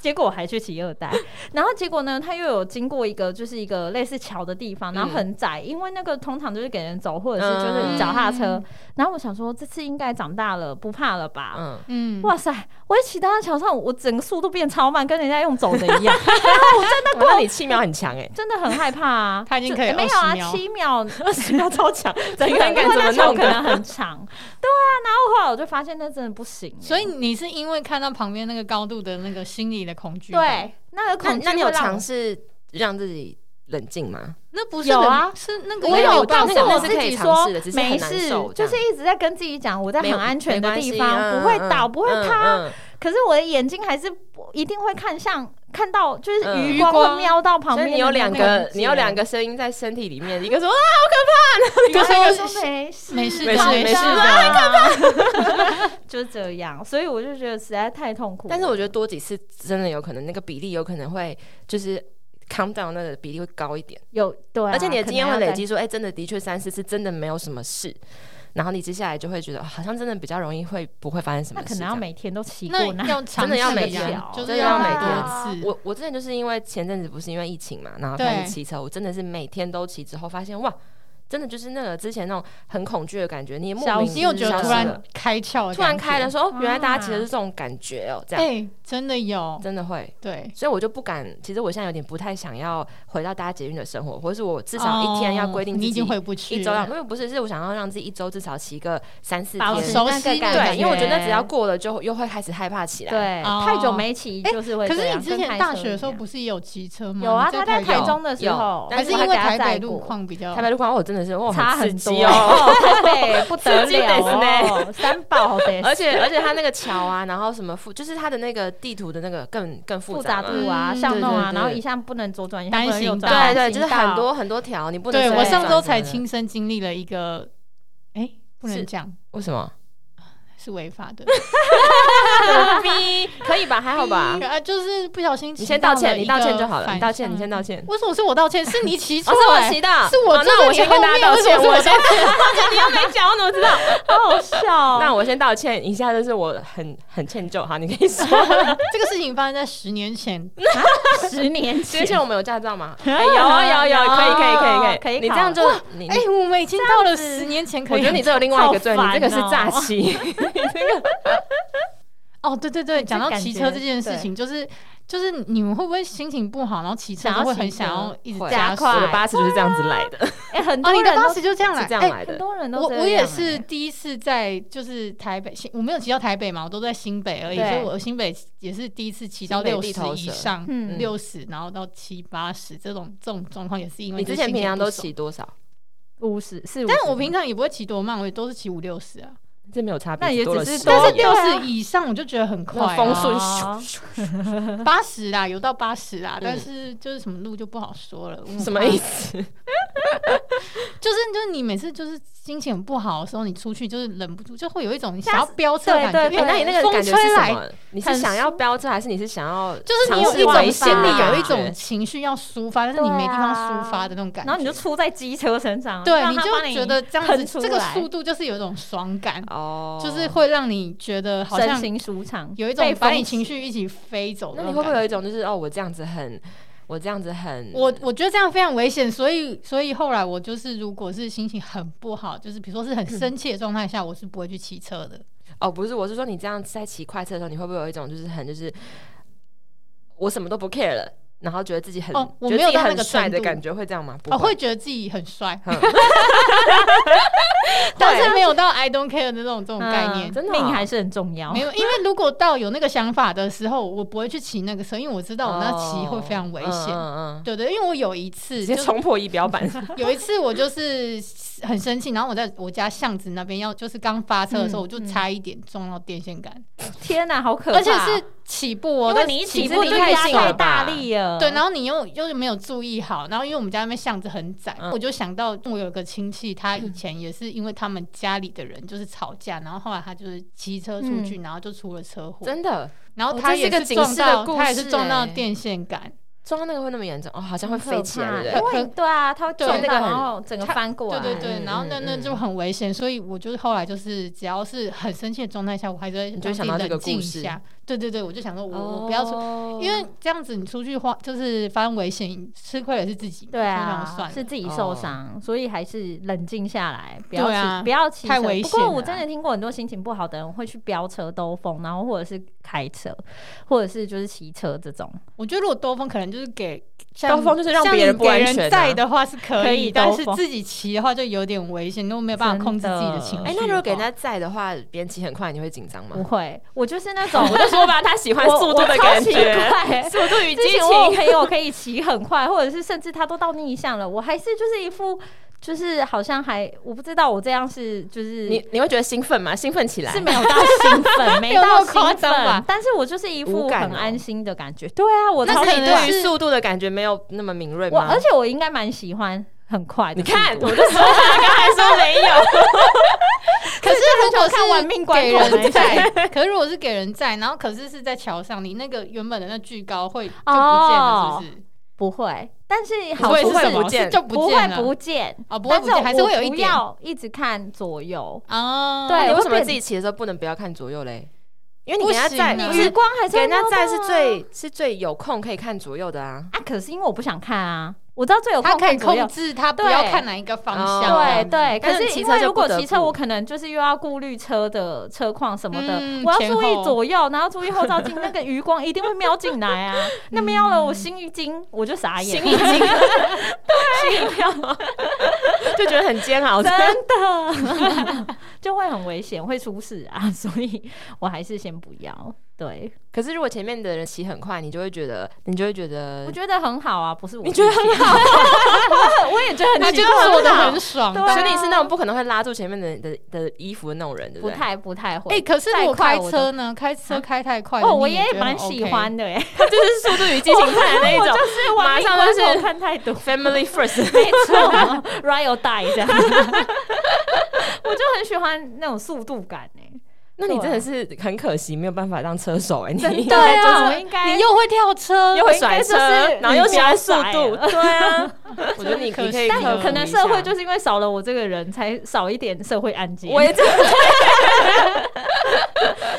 B: 结果我还去骑二代，然后结果呢，他又有经过一个就是一个类似桥的地方，然后很窄，因为那个通常就是给人走或者是
C: 嗯
B: 就是脚踏车。
A: 嗯
B: 然后我想说，这次应该长大了，不怕了 吧？
C: 嗯，
A: 嗯，
B: 哇塞！我一骑到那桥上，我整个速度变超慢，跟人家用走的一 样。
C: 啊
B: 然后我真的
C: 哇那你七秒很强哎，
B: 真的很欸害怕啊！
A: 他已经可以
B: 就没有啊，
A: 20秒
B: 七秒
C: 二十秒超强， 整个人
B: 因为
C: 敢怎么
B: 那桥
C: 弄
B: 可能
C: 的？
B: 很长。对啊，然后后来我就发现那真的不行。
A: 所以你是因为看到旁边那个高度的那个心理的恐惧，，
B: 对那个
C: 那
B: 恐惧
C: 那你有
B: 会让我
C: 尝试让自己冷静吗？
A: 那不是
B: 有
A: 人
B: 啊
A: 是那个
B: 我
C: 有
B: 有
C: 我
B: 告
C: 告
B: 诉
C: 诉
B: 我
C: 我
B: 自
C: 自
B: 己
C: 己
B: 说
C: 说
B: 没
C: 没
B: 事
C: 事，
B: 就是一直在跟自己讲我在很
C: 没有
B: 安全的地
C: 没
B: 方，
C: 关系
B: 不会倒，
C: 嗯
B: 不会塌。
C: 嗯嗯
B: 可是我的眼睛还是不一定会看向，看到就是
C: 嗯
B: 余
A: 余
B: 光
A: 光
B: 会瞄到旁
C: 所
B: 边的
C: 以你有
B: 那
C: 两
B: 个
C: 个
B: 位，置
C: 你有两，个声音在身体里面，一个说啊，
A: 一个
B: 然后
A: 说
B: 我说没事啊
A: 没事
C: 没
A: 的
C: 事没事
A: 的
B: 就是这样，所以我就觉得实在太痛苦了。
C: 但是我觉得多几次真的有可能，那个比例有可能会就是。calm down 那个比例会高一点，
B: 有对啊，
C: 而且你的
B: 可能
C: 经验会
B: 要再
C: 累积，说，哎、真的的确三四次真的没有什么事，然后你接下来就会觉得哦好像真的比较容易会不会发生什
B: 那
C: 么
B: 可
C: 事。
B: 能要每天都骑过
A: 那要尝
C: 真的要
A: 试
C: 每哦
A: 一下
B: 天
A: 就
C: 真
A: 是
C: 的
A: 要
C: 要每
A: 多
B: 天
A: 次。
C: 我我之前就是因为前阵子不是因为疫情嘛，然后开始骑车，我真的是每天都骑，之后发现哇，真的就是那个之前那种很恐惧的感觉，你也莫
B: 消
C: 名
B: 失
A: 你有觉得
C: 消
A: 突
C: 失了
A: 然开窍的感觉，
C: 突然开了说，哦，原来大家
B: 哇
C: 骑车是这种感觉哦，这样、
A: 哎，真的有，
C: 真的会。
A: 对，
C: 所以我就不敢，其实我现在有点不太想要回到大家捷运的生活，或者是我至少一天要规定
A: 哦你
C: 自
A: 已
C: 己
A: 经回不去
C: 一周要，因
A: 了，
C: 为不是是我想要让自己一周至少骑个三四
B: 保
A: 持
B: 持
C: 天，
A: 熟
B: 那
A: 悉
B: 个
A: 那
B: 感
A: 个
C: 对，因为我觉得
B: 觉
C: 只要过了就又会开始害怕起来。
B: 对
A: 哦
B: 太久没骑就是会
A: 可
B: 这
A: 是
B: 样。
A: 你之前
B: 跟开
A: 大
B: 车
A: 学的时候
B: 一样
A: 不是也有骑车吗？
B: 有啊，
A: 你
B: 他
A: 在
B: 在台
A: 有
B: 中的时
C: 有
B: 候，
A: 还是
B: 我
A: 因为
B: 给他
A: 台
B: 载
A: 北路
B: 过
A: 况比较
C: 哦台北路况我真真的是哇，
B: 差
C: 很
B: 很
C: 刺
B: 多，
C: 激 哦。
B: 哦台北不得
C: 刺激得
B: 了
C: 死呢
B: 哦，三宝得死，
C: 而且而且它那个桥啊，然后什么复，就是它的那个地图的那个更更复
B: 复
C: 杂
B: 杂
C: 嘛。
B: 度啊、
A: 嗯
B: 巷弄啊，
C: 对对对
B: 然后一下不能左转，一下
A: 单
B: 不能右
A: 行道
B: 转，
C: 对对， 就是
B: 单行道
C: 很多很多条，你不能
A: 对
C: 随
A: 我
C: 便
A: 上周
C: 转
A: 才
C: 的，
A: 亲身经历了一个，哎、不能讲
C: 为什么？
A: 是违法 的，
C: 逼可以吧？还好吧？
A: 啊，就是不小心
C: 你
A: 骑
C: 先
A: 到
C: 道
A: 了
C: 歉，你
A: 一
C: 道歉
A: 个
C: 就好了，
A: 反
C: 你道歉，你
A: 向
C: 先道歉。
A: 为什么是我道歉？是你骑
C: 哦，
A: 错、
C: 是我
A: 哎
C: 骑的，是
A: 是我
C: 那
A: 坐在
C: 我
A: 你
C: 先跟
A: 后
C: 大
A: 面
C: 家道
A: 为什
C: 歉，
A: 么是我
C: 我先， 你又没讲，我怎么知道？
B: 好好笑。哦
C: 那我先道歉，以下就是我很很歉疚，好，你可以说。
A: 这个事情发生在十年前，
B: 十年
C: 之
B: 前，
C: 前我们有驾照吗？哎有啊有啊有啊，可以可以可以可以，
B: 可以考
C: 你这样就你
A: 哎、。我们已经到了十年前，可
C: 我
A: 以
C: 觉得你这有另外一个罪，
B: 好
C: 你
B: 烦
C: 这个是
B: 哦
C: 诈欺，你这个
A: 哦，对对对，
B: 这
A: 讲到
B: 感
A: 骑车
B: 觉
A: 这件事
B: 对
A: 情，就是就是你们会不会心情不好，然后骑车
B: 想
A: 就
B: 要
A: 会
B: 骑
A: 很
B: 车
A: 想要一直
C: 会
A: 加
B: 加
A: 速
B: 快
C: 我的八十就是这样子来的，
B: 哎，很
A: 哦，
B: 多
A: 你的
B: 人
A: 八
B: 都
A: 十就这样来，
C: 是这样
A: 哎
C: 来
B: 很
C: 的。
B: 多人都
A: 我
B: 这样
A: 我也
B: 哎
A: 是第一次在就是台北，新我没有骑到台北嘛，我都在新北而已，
B: 对
A: 所以我新北也是第一次骑到
C: 新北
A: 六十
C: 地头
A: 以
C: 蛇
A: 上，
B: 嗯
A: 六十然后到七八十这种这种状况也是因为
C: 你
A: 就是
C: 之前
A: 心
C: 平
A: 情
C: 常
A: 不
C: 都
A: 爽，
C: 骑多少？
B: 五十四，
A: 但我平常也不会骑多慢，我也都是骑五六十啊，
C: 这没有差别，
B: 那也
C: 多了
B: 只是
C: 10
B: 多
A: 但是
C: 而已
A: 六
B: 对啊
A: 十以上我就觉得很
C: 那
A: 快、
C: 风
A: 啊，
C: 速
B: 啊
A: 八十啦，有到八十啦，但
C: 嗯
A: 是就是什么路就不好说了，
C: 什么意
A: 思？
C: 思？
A: 就是就是你每次就是心情很不好的时候，你出去就是忍不住就会有一种想要
B: 是
A: 飙车的感觉，
B: 对对
A: 因为
C: 哎那你那个
A: 风
C: 感觉是
A: 吹
C: 什
A: 来
C: 么？你是想要飙车，还是你是想要
A: 就是你
C: 尝
A: 有
C: 试
A: 一
C: 危
A: 种
C: 险
A: 心
C: 的
A: 里有一
C: 感
A: 种
C: 觉
A: 情绪要抒发，但是你没地方抒发的那种感觉。
B: 然后你就出在机车身上，
A: 对，
B: 让
A: 你
B: 它帮
A: 就觉得这样
B: 喷
A: 子
B: 出
A: 这个
B: 来
A: 速度就是有一种爽感，
C: 哦，
A: 就是会让你觉得好
B: 身
A: 像
B: 心舒畅，
A: 有一种
B: 被
A: 把
B: 风
A: 你情绪一起飞走的
C: 那
A: 那
C: 你
A: 种
C: 会
A: 感觉。
C: 不会有一种就是哦，我这样子很，我这样子很，
A: 我我觉得这样非常危险，所以所以后来我就是，如果是心情很不好，就是比如说是很生气的状态下，我是不会去骑车的。
C: 哦不是，我是说你这样在骑快车的时候，你会不会有一种就是很就是我什么都不 care 了，然后觉得自己很
A: 哦我
C: 觉得
A: 没有
C: 自己
A: 到那
C: 很
A: 个
C: 帅的
A: 程度
C: 感觉，会这样吗？不
A: 哦，会觉得自己很 帅，
C: 嗯
A: 但是没有到 I don't care 的那种这种概念。
C: 真的哦
B: 命还是很重要
A: 没。有，因为如果到有那个想法的时候，我不会去骑那个车，因为我知道我那骑会非常危险。
C: 哦嗯嗯嗯
A: 对对，因为我有一次
C: 直
A: 就
C: 接冲破仪表板，
A: 有一次我就是很生气，然后我在我家巷子那边要就是刚发车的时候，
B: 嗯
A: 我就差一点撞到电线杆，
B: 天哪，好可怕！
A: 而且是起步哦，
B: 因为
A: 但
B: 你一
A: 起
B: 起
A: 步
B: 步
A: 就
B: 就
A: 压
B: 压
C: 太
B: 太
C: 了吧
B: 大力了，
A: 对，然后你又又没有注意好，然后因为我们家那边巷子很窄，
C: 嗯
A: 我就想到我有个亲戚，他以前也是因为他们家里的人就是吵架，然后后来他就是骑车出
B: 嗯
A: 去，然后就出了车祸，
C: 真的
A: 然后
C: 哦
A: 他
C: 这是
A: 也
C: 个警
A: 撞
C: 示的
A: 到，
C: 故
A: 他也是
C: 事
A: 撞到
C: 欸
A: 电线杆，
C: 撞到那个会那么严重哦，好像会
B: 很
C: 飞起来，对
B: 因
C: 不对？
B: 为对啊，它会
A: 对
B: 撞
C: 那
B: 到，
C: 个很
B: 然后整个翻过
A: 对
B: 来，
A: 对对，
C: 嗯
A: 然后那
C: 嗯
A: 那就
C: 嗯
A: 很危险，所以我就是后来就是只要是很生气的状态下，我还是会
C: 你
A: 让
C: 就
A: 自
C: 想
A: 己
C: 到这个
A: 冷静
C: 故
A: 一
C: 事哦
A: 下，对对对，我就想说我我不要出，
C: 说
A: 因为这样子你出去花就是发生危险，吃亏的是自己嘛，
B: 对
A: 那
B: 啊
A: 就算，了哦
B: 是自己受伤，所以还是冷静下来，不要
A: 对
B: 骑，
A: 啊
B: 不要骑车。
A: 太危
B: 不
A: 险
B: 过我
A: 了
B: 真
A: 啊
B: 的听过很多心情不好的人会去飙车兜风，然后或者是开车，或者是就是骑车这种。
A: 我觉得如果兜风，可能就是给
C: 兜风就是让
A: 像
C: 别人
A: 你
C: 不
A: 给
C: 安全啊
A: 在的话是可
B: 可
A: 以，
B: 以兜
A: 但是
B: 风
A: 自己骑的话就有点危险，如果没有办
B: 真
A: 法控制自己的
B: 的
A: 情绪。
C: 哎，那如果给人，家载的话，别人骑很快，你会紧张吗
B: 不？会，我就是那 种
C: 我就说吧，他喜欢
B: 我
C: 速度的
B: 我超
C: 感
B: 奇
C: 觉，
B: 怪
A: 欸
C: 速度与
B: 之
C: 激
B: 前我有
C: 情。
B: 朋友可以骑很快， 或者是甚至他都到逆向了，我还是就是一副就是好像还我不知道我这样是就是
C: 你你会觉得兴奋吗？兴奋起来
B: 是没有到兴奋，没
A: 没有那
B: 到
A: 么夸
B: 兴
A: 张吧
B: 奋，但是我就是一
C: 无
B: 副
C: 感
B: 很
C: 哦
B: 安心的感觉。对啊，我
C: 那
B: 超
C: 可
A: 可
C: 能
A: 能
C: 对于
A: 是
C: 速度的感觉没有那么敏锐
B: 我
C: 吗？
B: 而且我应该蛮喜欢很快的
C: 你
B: 速度。
C: 看，我就说他刚才说没有，
A: 可是如果
B: 就看玩命
A: 是
B: 关
A: 给
B: 头那
A: 人
B: 一
A: 在，可是如果是给人在，然后可是是在桥上，你那个原本的那巨高会就不见了，
B: 哦
A: 是不是？
B: 不会，但是
C: 不
B: 好
C: 会
B: 处
C: 是
B: 是
C: 什么不见啊
A: 就
B: 不
A: 见
B: 会
A: 了，
B: 不见，
A: 哦不会
B: 但
A: 不见，还是
B: 我
A: 会有一
B: 不
A: 点
B: 要一直看左右，
A: 哦。
B: 对
C: 你为
B: 会
C: 什么
B: 变
C: 自己骑的时候不能不要看左右嘞？因为你
A: 不
C: 给人家
A: 行
C: 载，
A: 啊
C: 不
A: 因
B: 余
C: 是
B: 光还是
C: 给
B: 会
C: 人家
B: 瞄
C: 载
B: 到
C: 是
B: 啊
C: 最是最有空可以看左右的啊。
B: 啊，可是因为我不想看啊，我知道最有
A: 他
B: 空
A: 可以
B: 看左右
A: 控制他不要看哪一个方向
C: 哦
A: 啊。
B: 对对，
C: 但
B: 可
C: 是
B: 是
C: 骑
B: 因
C: 车
B: 为
C: 就
B: 如
C: 不
B: 果
C: 得
B: 骑车，
C: 不
B: 我可能就是又要顾虑车的车况什么的，
A: 嗯
B: 我要
A: 前
B: 注意
A: 后
B: 左右，然后注意后照镜，那个余光一定会瞄进来啊。那瞄了我心一惊，我就傻眼
C: 心，一惊，心一跳，就觉得很煎熬。
B: 真的 就会很危险，会出事啊， 所以我还是先不要。对，
C: 可是如果前面的人骑很快，你就会觉得，你就会觉得
B: 我，觉得很好啊，不是我
C: 你觉得
B: 很
C: 很好，
B: 好， 我也觉得
A: 他
B: 很
A: 就
B: 奇
A: 是
B: 怪，
A: 说的
B: 很好
A: 很爽。
B: 对啊
C: 所以你是那种不可能会拉住前面的人的的衣服的那种人，对
B: 不
C: 对？
B: 太不太会。
A: 哎，可是
B: 再
A: 我
B: 快
A: 开
B: 我
A: 车呢，开车开太快了
B: 哦，
A: 你
B: 我
A: 也
B: 也
A: 觉得
B: 蛮
A: 很
B: 喜
A: OK
B: 欢的哎，
C: 他就是速度与激情派的 那一
B: 我
C: 种
B: 就是玩命
C: 马上就是
B: 关头看太多，
C: ，Family First。
B: 没啊错，ride or die 这样， 我就很喜欢那种速度感哎。
C: 那你真的是很可惜，没有办法当车手哎、你
A: 对啊，
B: 我应该
A: 你又会跳车，
C: 又会甩车，
B: 哦就是
C: 然后又喜欢速
B: 你
C: 度
B: 不，要甩
C: 对啊，我觉得你你
A: 可惜
C: 可以
A: 但
C: 克服
B: 可能社会
C: 一
B: 就是因为少了我这个人，才少一点社会案件。
C: 下，我也这，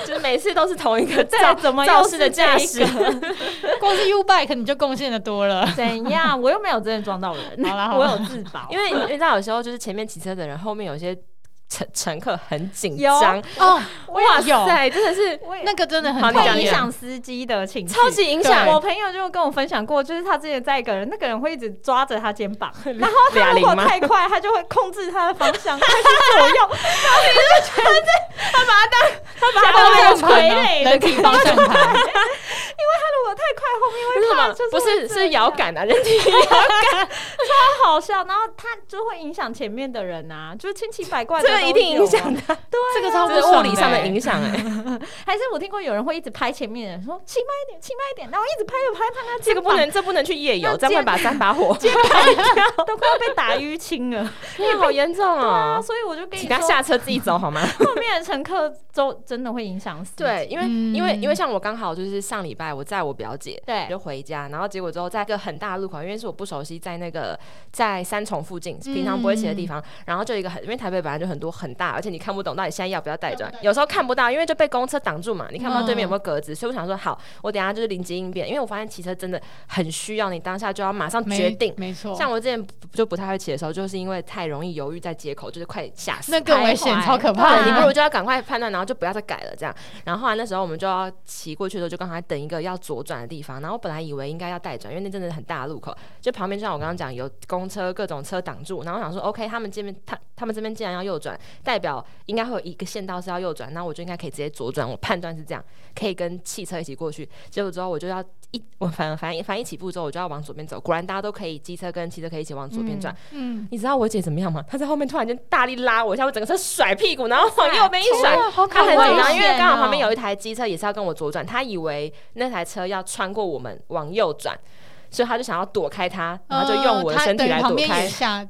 C: 就是每次都是同一个
B: 再
C: 造
B: 怎么
C: 肇
B: 又
C: 事的驾
B: 是
C: 驶
B: 这，个
A: 光是 U bike 你就贡献的多了。
B: 怎样？我又没有真的撞到人，
A: 好啦好
B: 我
A: 啦
B: 有自保。
C: 因为你知道有时候就是前面骑车的人，后面有些乘乘客很紧
B: 有
C: 张，
A: 哦，
B: 我
C: 哇
A: 有
C: 塞，真的是
B: 我也
A: 那个真的很
C: 好你
A: 讨
C: 讲
B: 会
A: 厌
B: 影响司机的情绪，
C: 超级影
A: 对
C: 响
B: 我朋友就跟我分享过，就是他之前在一个人，那个人会一直抓着他肩 膀，然后他
C: 哑
B: 如
C: 铃
B: 果
C: 吗
B: 太快，他就会控制他的方向，他去左 右，然后
A: 方
B: 你
A: 向
B: 就觉得他把他当他把他当
A: 盘
B: 成
A: 啊
B: 傀儡
A: 人
B: 的。
A: 体方向盘，
B: 他如果太快，后面
C: 不是
B: 会
C: 什
B: 怕，
C: 么
B: 就是，
C: 不是
B: 会这样
C: 是遥，感啊，人体
B: 他好笑，然后他就会影响前面的人啊，就是千奇百怪的
C: 这
B: 都有啊，啊
C: 个一定影响他，
A: 这个超
C: 这是
A: 不
C: 物
A: 爽
C: 理上的
A: 欸
C: 影响哎，
B: 还是我听过有人会一直拍前面的人，说骑慢一点，骑慢一点，然后一直拍又拍他那
C: 这个不能这不能去夜游，这样会把三 把火，
B: 肩膀都快要被打淤青了
C: 天啊好严重
B: 啊！
C: 哦，
B: 所以我就跟你
C: 请他
B: 说，
C: 下车自己走好吗？
B: 后面的乘客都真的会影响死。
C: 对，因为、
A: 嗯
C: 因为因为像我刚好就是上礼拜我载我表姐，哎
B: 对
C: 就回家，然后结果之后在一个很大的路口，因为是我不熟悉，在那个在三重附近，
A: 嗯
C: 平常不会骑的地方，然后就有一个很，因为台北本来就很多很大，而且你看不懂到底现在要不要带转，有时候看不到，因为就被公车挡住
A: 嗯
C: 嘛，你看不到对面有没有格子，所以我想说好，我等一下就是临机应变，因为我发现骑车真的很需要你当下就要马上
A: 没
C: 决定。
A: 没错，
C: 像我之前不就不太会骑的时候，就是因为太容易犹豫在街口，就是快吓死。
A: 那更危险，超可怕
B: 啊
C: 对，你不
A: 的。
C: 如就要赶快判断，然后就不要再改了这样。然后后来那时候我们就要骑过去的时候，就刚好在等一个要左转的地方。然后我本来以为应该要带转，因为那真的很大的路口，就旁边就像我刚刚讲有公车各种车挡住。然后我想说，OK，他们这边他他们这边既然要右转，代表应该会有一个线道是要右转，那我就应该可以直接左转。我判断是这样，可以跟汽车一起过去。结果之后我就要一我反正反正反正一起步之后，我就要往左边走。果然大家都可以，机车跟汽车可以一起往左边转。
A: 嗯，
C: 你知道我姐怎么样吗？她在后面突然间大力拉我一下，我整个车甩屁股，然后往右边一甩，
A: 哇好可
C: 她很
A: 怕
C: 紧
A: 哦。
C: 张，因为刚好旁边
B: 哦
C: 有一台机车也是要跟我左转，她以为那台车要穿过我们往右转，所以她就想要躲开它，然后就用
A: 哦
C: 我的身体来
A: 呃他
C: 躲
A: 等于旁边
C: 开
A: 也。吓
C: 她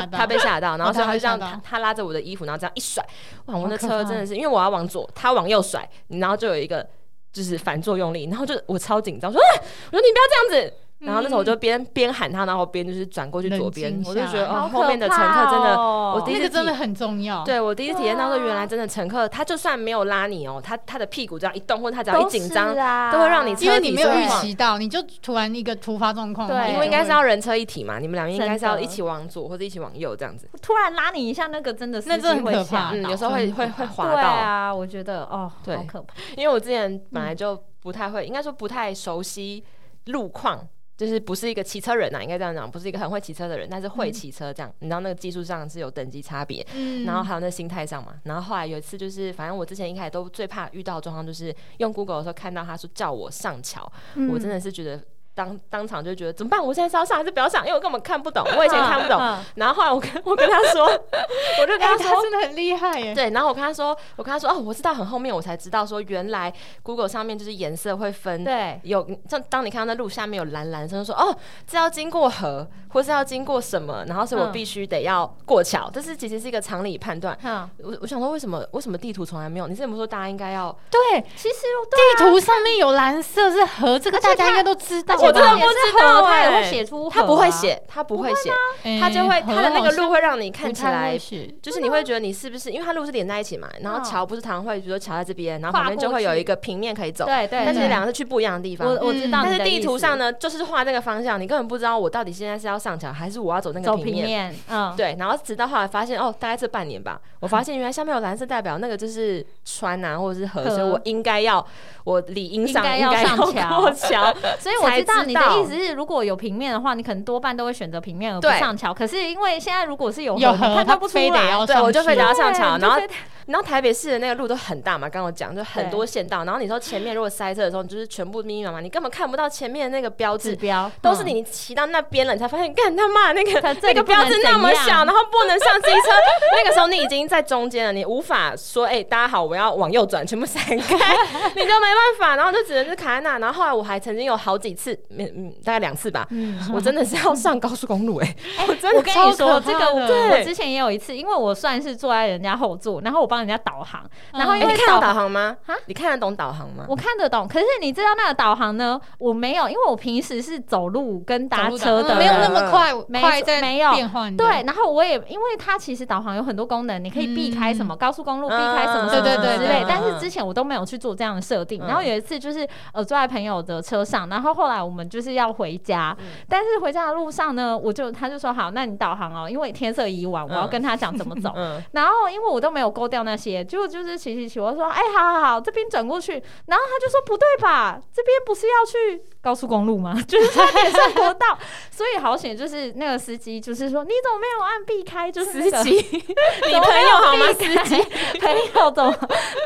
A: 吓到，
C: 她被吓到，然后
A: 哦
C: 所以
A: 她
C: 她
A: 被
C: 就这
A: 吓
C: 样，
A: 到
C: 她她拉着我的衣服，然后这样一甩，哇！我
B: 好
C: 那
B: 可
C: 车
B: 怕
C: 真的是，因为我要往左，她往右甩，然后就有一个就是反作用力，然后就我超紧张，我说、啊、我说你不要这样子。
B: 嗯
C: 然后那时候我就边边喊她，然后边就是转过去左边
A: 冷，静
C: 我就
A: 下
C: 觉得
A: 来
C: 哦，
B: 好可怕哦，
C: 后面的乘客真的我第一
A: 那
C: 次
A: 个真的
C: 体
A: 很重要。
C: 对我第一次体验到说，
B: 对啊
C: 原来真的乘客他就算没有拉你哦，他他的屁股只要一动，或者他只要一
B: 都
C: 紧张
B: 是，啊，
C: 都会让你
A: 因为你没有
C: 车体
A: 预
C: 是晃
A: 期到，你就突然一个突发状况，
B: 啊对
A: 然后
C: 因
A: 就
C: 为应该
A: 会
C: 是要人车一体嘛，你们两个应该是要
B: 真的
C: 一起往左或者一起往右这样子。
B: 突然拉你一下，那个真的是
A: 那真的很可怕
C: 嗯，
A: 倒
C: 有时候会
A: 真的
C: 会
A: 很
C: 会
A: 可
C: 滑
B: 对
C: 到，
B: 啊，我觉得哦，
C: 对
B: 好可怕，
C: 因为我之前本来就不太会，应该说不太熟悉路况。就是不是一个骑车人呐、啊，应该这样讲，不是一个很会骑车的人，但是会骑车这样，你知道那个技术上是有等级差别。
A: 嗯，
C: 然后还有那心态上嘛，然后后来有一次就是，反正我之前一开始都最怕遇到的状况，就是用 Google 的时候看到他说叫我上桥，我真的是觉得当当场就觉得怎么办？我现在是要上还是不要上？因为我根本看不懂，我
B: 我
C: 以前看不
B: 啊
C: 懂。
B: 嗯
C: 然后后来我跟我跟他说，我就跟
A: 哎，
C: 他
A: 他
C: 说。
A: 真的很厉害耶。
C: 对，然后我跟他说，我跟他说，哦，我知道很后面，我才知道说，原来 Google 上面就是颜色会分，
B: 对，
C: 有像当你看到那路下面有蓝蓝，他就说哦，这要经过河，或是要经过什么，然后所以我
B: 嗯
C: 必须得要过桥，这是其实是一个常理判断。
B: 嗯，
C: 我我想说，为什么为什么地图从来没有？你之前不是说大家应该要？
A: 对，
B: 其实
C: 啊
B: 对
A: 地图上面有蓝色是河，这个大家应该都知道吧。
C: 我真的
B: 也是
C: 不知道
B: 河他也
C: 哎
B: 会写出，
C: 他不会，写，他不会写，
A: 哎
C: 他就会他的那个
A: 河
C: 路，
A: 好像
C: 会让你看
A: 不
C: 起
A: 太
C: 来
A: 会写
C: 就是你会觉得你是不是，因为它路是连在一起嘛，然后
B: 嗯
C: 桥不是常常会，比如说桥在这边，然后旁边
B: 跨
C: 就
B: 过
C: 会有
B: 去
C: 一个平面可以走，
B: 对对，
C: 但是
B: 对
C: 两个是去不一样的地方。
B: 我我知道，
C: 但是地图上。呢，就是画那个方向，你根本不知道我到底现在是要上桥还是我要走那个
B: 走
C: 平
B: 平
C: 面。
B: 面，嗯，
C: 对，然后直到后来发现，哦，大概这半年吧，我发现原来下面有蓝色代表那个就是川啊，或者是河，
B: 河
C: 所以我应该要，我理应上
B: 应该要
C: 该
B: 上
C: 要
B: 桥
C: 过桥，
B: 所以我知道道你的
C: 道
B: 意思是，如果有平面的话，你可能多半都会选择平面而不
C: 对
B: 上桥。可是因为现在如果是有
A: 有
B: 你看
A: 他
B: 看不出
A: 非得
B: 来，
A: 要
C: 对
A: 上
C: 我就
A: 去
C: 非得要上桥，
B: 对
C: 然后
B: 就非得
C: 然后台北市的那个路都很大嘛，刚刚我讲就很
B: 对
C: 多县道，然后你说前面如果塞车的时候，你就是全部密密麻麻，你根本看不到前面那个标
B: 指
C: 志。
B: 标嗯
C: 都是你，你骑到那边了，你才发现，干他妈那个
B: 它这
C: 那
B: 里
C: 个
B: 不能
C: 标志那么
B: 怎
C: 小，
B: 样
C: 然后不能上机车。 那个时候你已经在中间了，你无法说，哎、大家好，我要往右转，全部闪开，你就没办法，然后就只能是卡在那。然后后来我还曾经有好几次，嗯嗯，大概两次吧，
B: 嗯
C: 我真的是要上高速公路、哎、我真的
B: 我跟你
A: 超
B: 说，
A: 可
B: 这
A: 怕
B: 个
A: 的
B: 我
C: 对
B: 我之前也有一次，因为我算是坐在人家后座，然后我帮人家导航，
A: 嗯
B: 然后
A: 哎
B: 因
C: 哎
B: 为
C: 你看得
B: 导
C: 导航吗
B: 啊？
C: 你看得懂导航吗？
B: 我看得懂，可是你知道那个导航呢？我没有，因为我平时是走路跟搭
A: 嗯
B: 车的人，
A: 没有那么快，
B: 没
A: 快
B: 错
A: 在
B: 没有
A: 变换的。
B: 对，然后我也因为它其实导航有很多功能，你可以避开什么、高速公路，避开什么
C: 嗯
B: 什么
A: 对对对
B: 之类
A: 嗯。
B: 但是之前我都没有去做这样的设定。
C: 嗯
B: 然后有一次就是呃坐在朋友的车上，然后后来我们就是要回家，
A: 嗯
B: 但是回家的路上呢，我就他就说好，那你导航哦，因为天色已晚，我要
C: 嗯
B: 跟他讲怎么走。
C: 嗯，
B: 然后因为我都没有勾掉那些，结果就是骑骑骑，我说哎、好好好，这边转过去，然后他就说不对吧，这边不是要去高速公路吗？ 就是差点上国道，所以好险就是那个司机就是说你怎么没有按避开， 就是那
C: 司
B: 个
C: 机， 你朋友好吗？司机，
B: 机 朋友怎么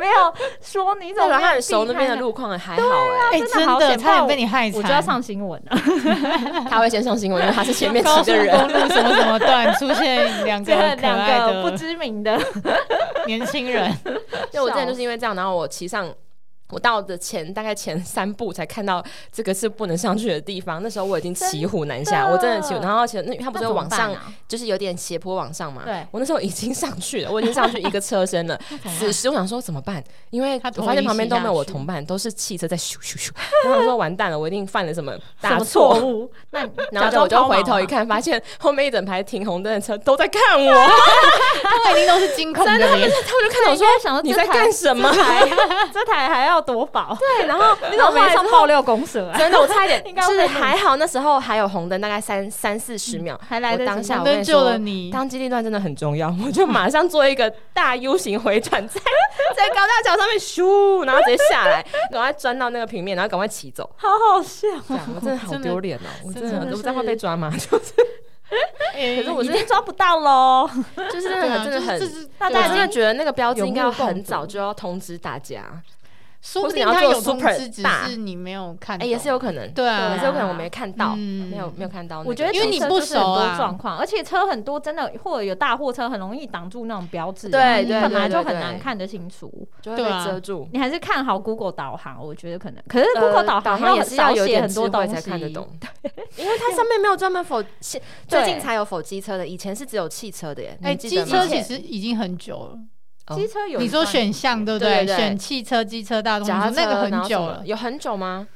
B: 没有说你怎么
C: 代表
B: 没有
C: 他很熟
B: 避
C: 那
B: 开啊
C: 边的
B: 呢？
C: 路况，还好
A: 哎，
C: 哎、
B: 真的
A: 真
B: 好
A: 的
B: 险
A: 差
B: 不
A: 点
B: 然
A: 被你害惨。
B: 我就要上新闻了，
C: 他会先上新闻，因为他是前面
A: 高
C: 骑
A: 速
C: 的
A: 公
C: 人。
A: 路什么什么段出现 两
B: 这
A: 个可爱
B: 两个不
A: 的
B: 知名的，
A: 年轻人，
C: 对，我之前就是因为这样，然后我骑上。我到的前大概前三步才看到这个是不能上去的地方，那时候我已经骑虎难下，
B: 真的
C: 我真的骑虎。然后其实那它
B: 他
C: 不是有往上，啊就是有点斜坡往上嘛。
B: 啊对
C: 我那时候已经上去了，我已经上去一个车身了。此时我想说怎么办？因为
A: 他
C: 我发现旁边都没有我
A: 同一起下去
C: 同伴，都是汽车在咻咻咻。然后我说完蛋了，我一定犯 了什么
B: 什
C: 大
B: 么
C: 错
B: 错误？那你
C: 然后
B: 假
C: 就我
B: 装啊抛
C: 就
B: 锚
C: 回头
B: 嘛啊
C: 一看，发现后面一整排停红灯的车都在看我，
A: 他们一定都是惊恐的脸。
C: 他们就看着我说
B: 应该想说：“
C: 你
B: 这
C: 在
B: 台
C: 干什么
B: 这台这台还要多保？对， 然后你怎么
C: 啊后来
B: 没上
C: 之后
B: 爆料公社啊？
C: 真的，我差一点，
B: 应该
C: 就是
B: 会
C: 还好那时候还有红灯，大概三三四十秒，
B: 还来得
C: 我
B: 及
C: 当下
B: 吗
C: 我跟你
A: 灯救
C: 说
A: 了你
C: 当机立断真的很重要，我就马上做一个大 U 型回转，在 在高架桥上面咻，然后直接下来，赶快钻到那个平面，然后赶快骑走。
B: 好好笑哦！
C: 这样我真的好
A: 真的
C: 丢脸哦，我真
A: 真
C: 的
A: 的
C: 我
B: 是
C: 这样会被抓 吗？就是
A: 可
C: 可是我
B: 已
C: 是
B: 经抓不到喽。
C: 啊就是
A: 哎真
C: 真
A: 的
C: 的真的很。
A: 就是
B: 大
C: 我
B: 家
C: 真
A: 对
C: 的
A: 啊
C: 觉得那个标志
B: 有
C: 应该要
B: 目共
C: 很
B: 睹
C: 早就要通知大家，
A: 说不
C: 或者
A: 定
C: 你要
A: 他
C: 做
A: 有通
C: super
A: 知，只
C: 大
A: 是你没有看
C: 哎、
A: 懂。
C: 也是有可能，
A: 对啊，
C: 也是有可能我没看到，
A: 嗯
C: 没有没有看到那个、
B: 我觉得
A: 因为你
B: 骑车
A: 不
B: 就是很
A: 熟
B: 多
A: 啊
B: 状况，而且车很多，真的或者有大货车很容易挡住那种标志啊，
C: 对对
B: 本
C: 对
B: 来就
C: 对
B: 很
C: 对
B: 难看得清楚。
C: 就会被
A: 对啊
C: 遮住。
B: 你还是看好 Google 导航，我觉得可能，可是
C: 呃
B: Google 导航要
C: 也是要
B: 少
C: 有
B: 写
C: 点
B: 很多
C: 智慧
B: 东西
C: 才看得 懂，因为它上面没有专门否，现最近才有否机车的，以前是只有汽车的耶。
A: 哎，
C: 你记得
A: 机
C: 吗
A: 车其实已经很久了。
C: 哦
B: 机车有
A: 你
B: 一
A: 说
B: 段
A: 选项对不
C: 对
A: 对？
C: 对对
A: 选汽车、机车、大众
C: 脚踏
A: 运输
C: 车
A: 那个
C: 然后
A: 很
C: 什
A: 久
C: 么
A: 了，
C: 有很久吗？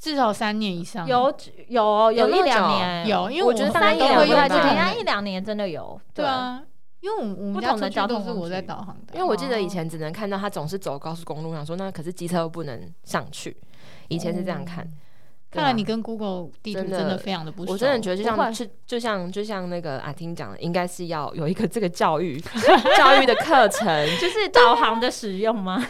A: 至少三年以上。
B: 有有
C: 有
B: 有
C: 那
B: 一
C: 么
B: 两
C: 久
B: 年
A: 有，因为
C: 我
A: 我
C: 觉得
A: 们
C: 大
B: 三
C: 概
A: 都
B: 年
A: 会
B: 有
A: 用
B: 吧，
A: 这
B: 就
A: 个
B: 人
C: 两
B: 家一两年真的有，
A: 对啊，因为我们我
B: 不
A: 们
B: 同的
A: 家
B: 交
A: 出去
B: 通
A: 都是
B: 工
A: 我在
B: 具
A: 导航的
C: 因为。我记得以前只能看到他总是走高速公路，想说那可是机车又不能上去，以前是这样看。对
A: 哦看
C: 啊
A: 来你跟 Google 地图
C: 真
A: 真
C: 的
A: 的非常的不熟。
C: 我真的觉得就
B: 不
C: 像
B: 会
C: 就就像就像那个阿听讲的，应该是要有一个这个教育 教育的课 程，
B: 就是导航的使用吗？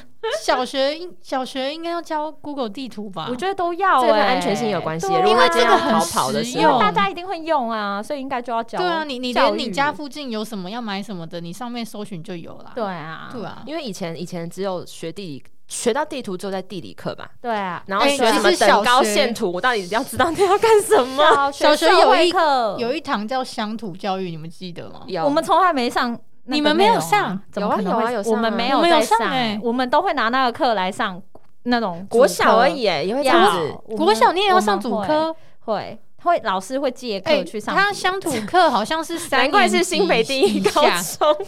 A: 小学应小学应该要教 Google 地图吧？
B: 我觉得都要、欸，
C: 这个跟安全性有关系
B: 对啊
C: 如
A: 因
C: 果
A: 为
C: 他今
A: 这
C: 天
A: 个
C: 要
A: 很
C: 逃
A: 实
C: 跑的时
B: 因
A: 用
B: 为
C: 候，
B: 大家一定会用啊，所以应该就要教。
A: 对啊，你你
B: 教
A: 连你
B: 育
A: 家附近有什么要买什么的，你上面搜寻就有啦。
B: 对啊，
A: 对啊，
C: 因为以前以前只有学地理，学到地图只有在地理课吧，
B: 对啊。
C: 然后
A: 哎
C: 学什么
A: 其实
C: 等
A: 小
C: 高
A: 学
C: 线图，我到底要知道你要干 什么？
A: 小
B: 小
A: 学有一
B: 课，
A: 有一堂叫乡土教育，你们记得吗？
C: 有
B: 我们从来没上
A: 你
B: 那个内容啊。
A: 们没有上
B: 怎么可能会？
C: 有啊有啊有上啊
B: 我们没
A: 我们有
B: 在
A: 上
B: 欸
A: 欸
B: 我们都会拿那个课来上那种
C: 国
B: 主
C: 小
B: 课
C: 而已，耶，也会这
B: 要
C: 样子。
B: 我
A: 国
B: 们
A: 小你也要上主
B: 我们
A: 科？
B: 会会老师会借
A: 哎、
B: 课去上主科。
A: 他乡土课好像是三
C: 难怪是
A: 年级
C: 新北第一
A: 以
C: 高
A: 下
C: 中的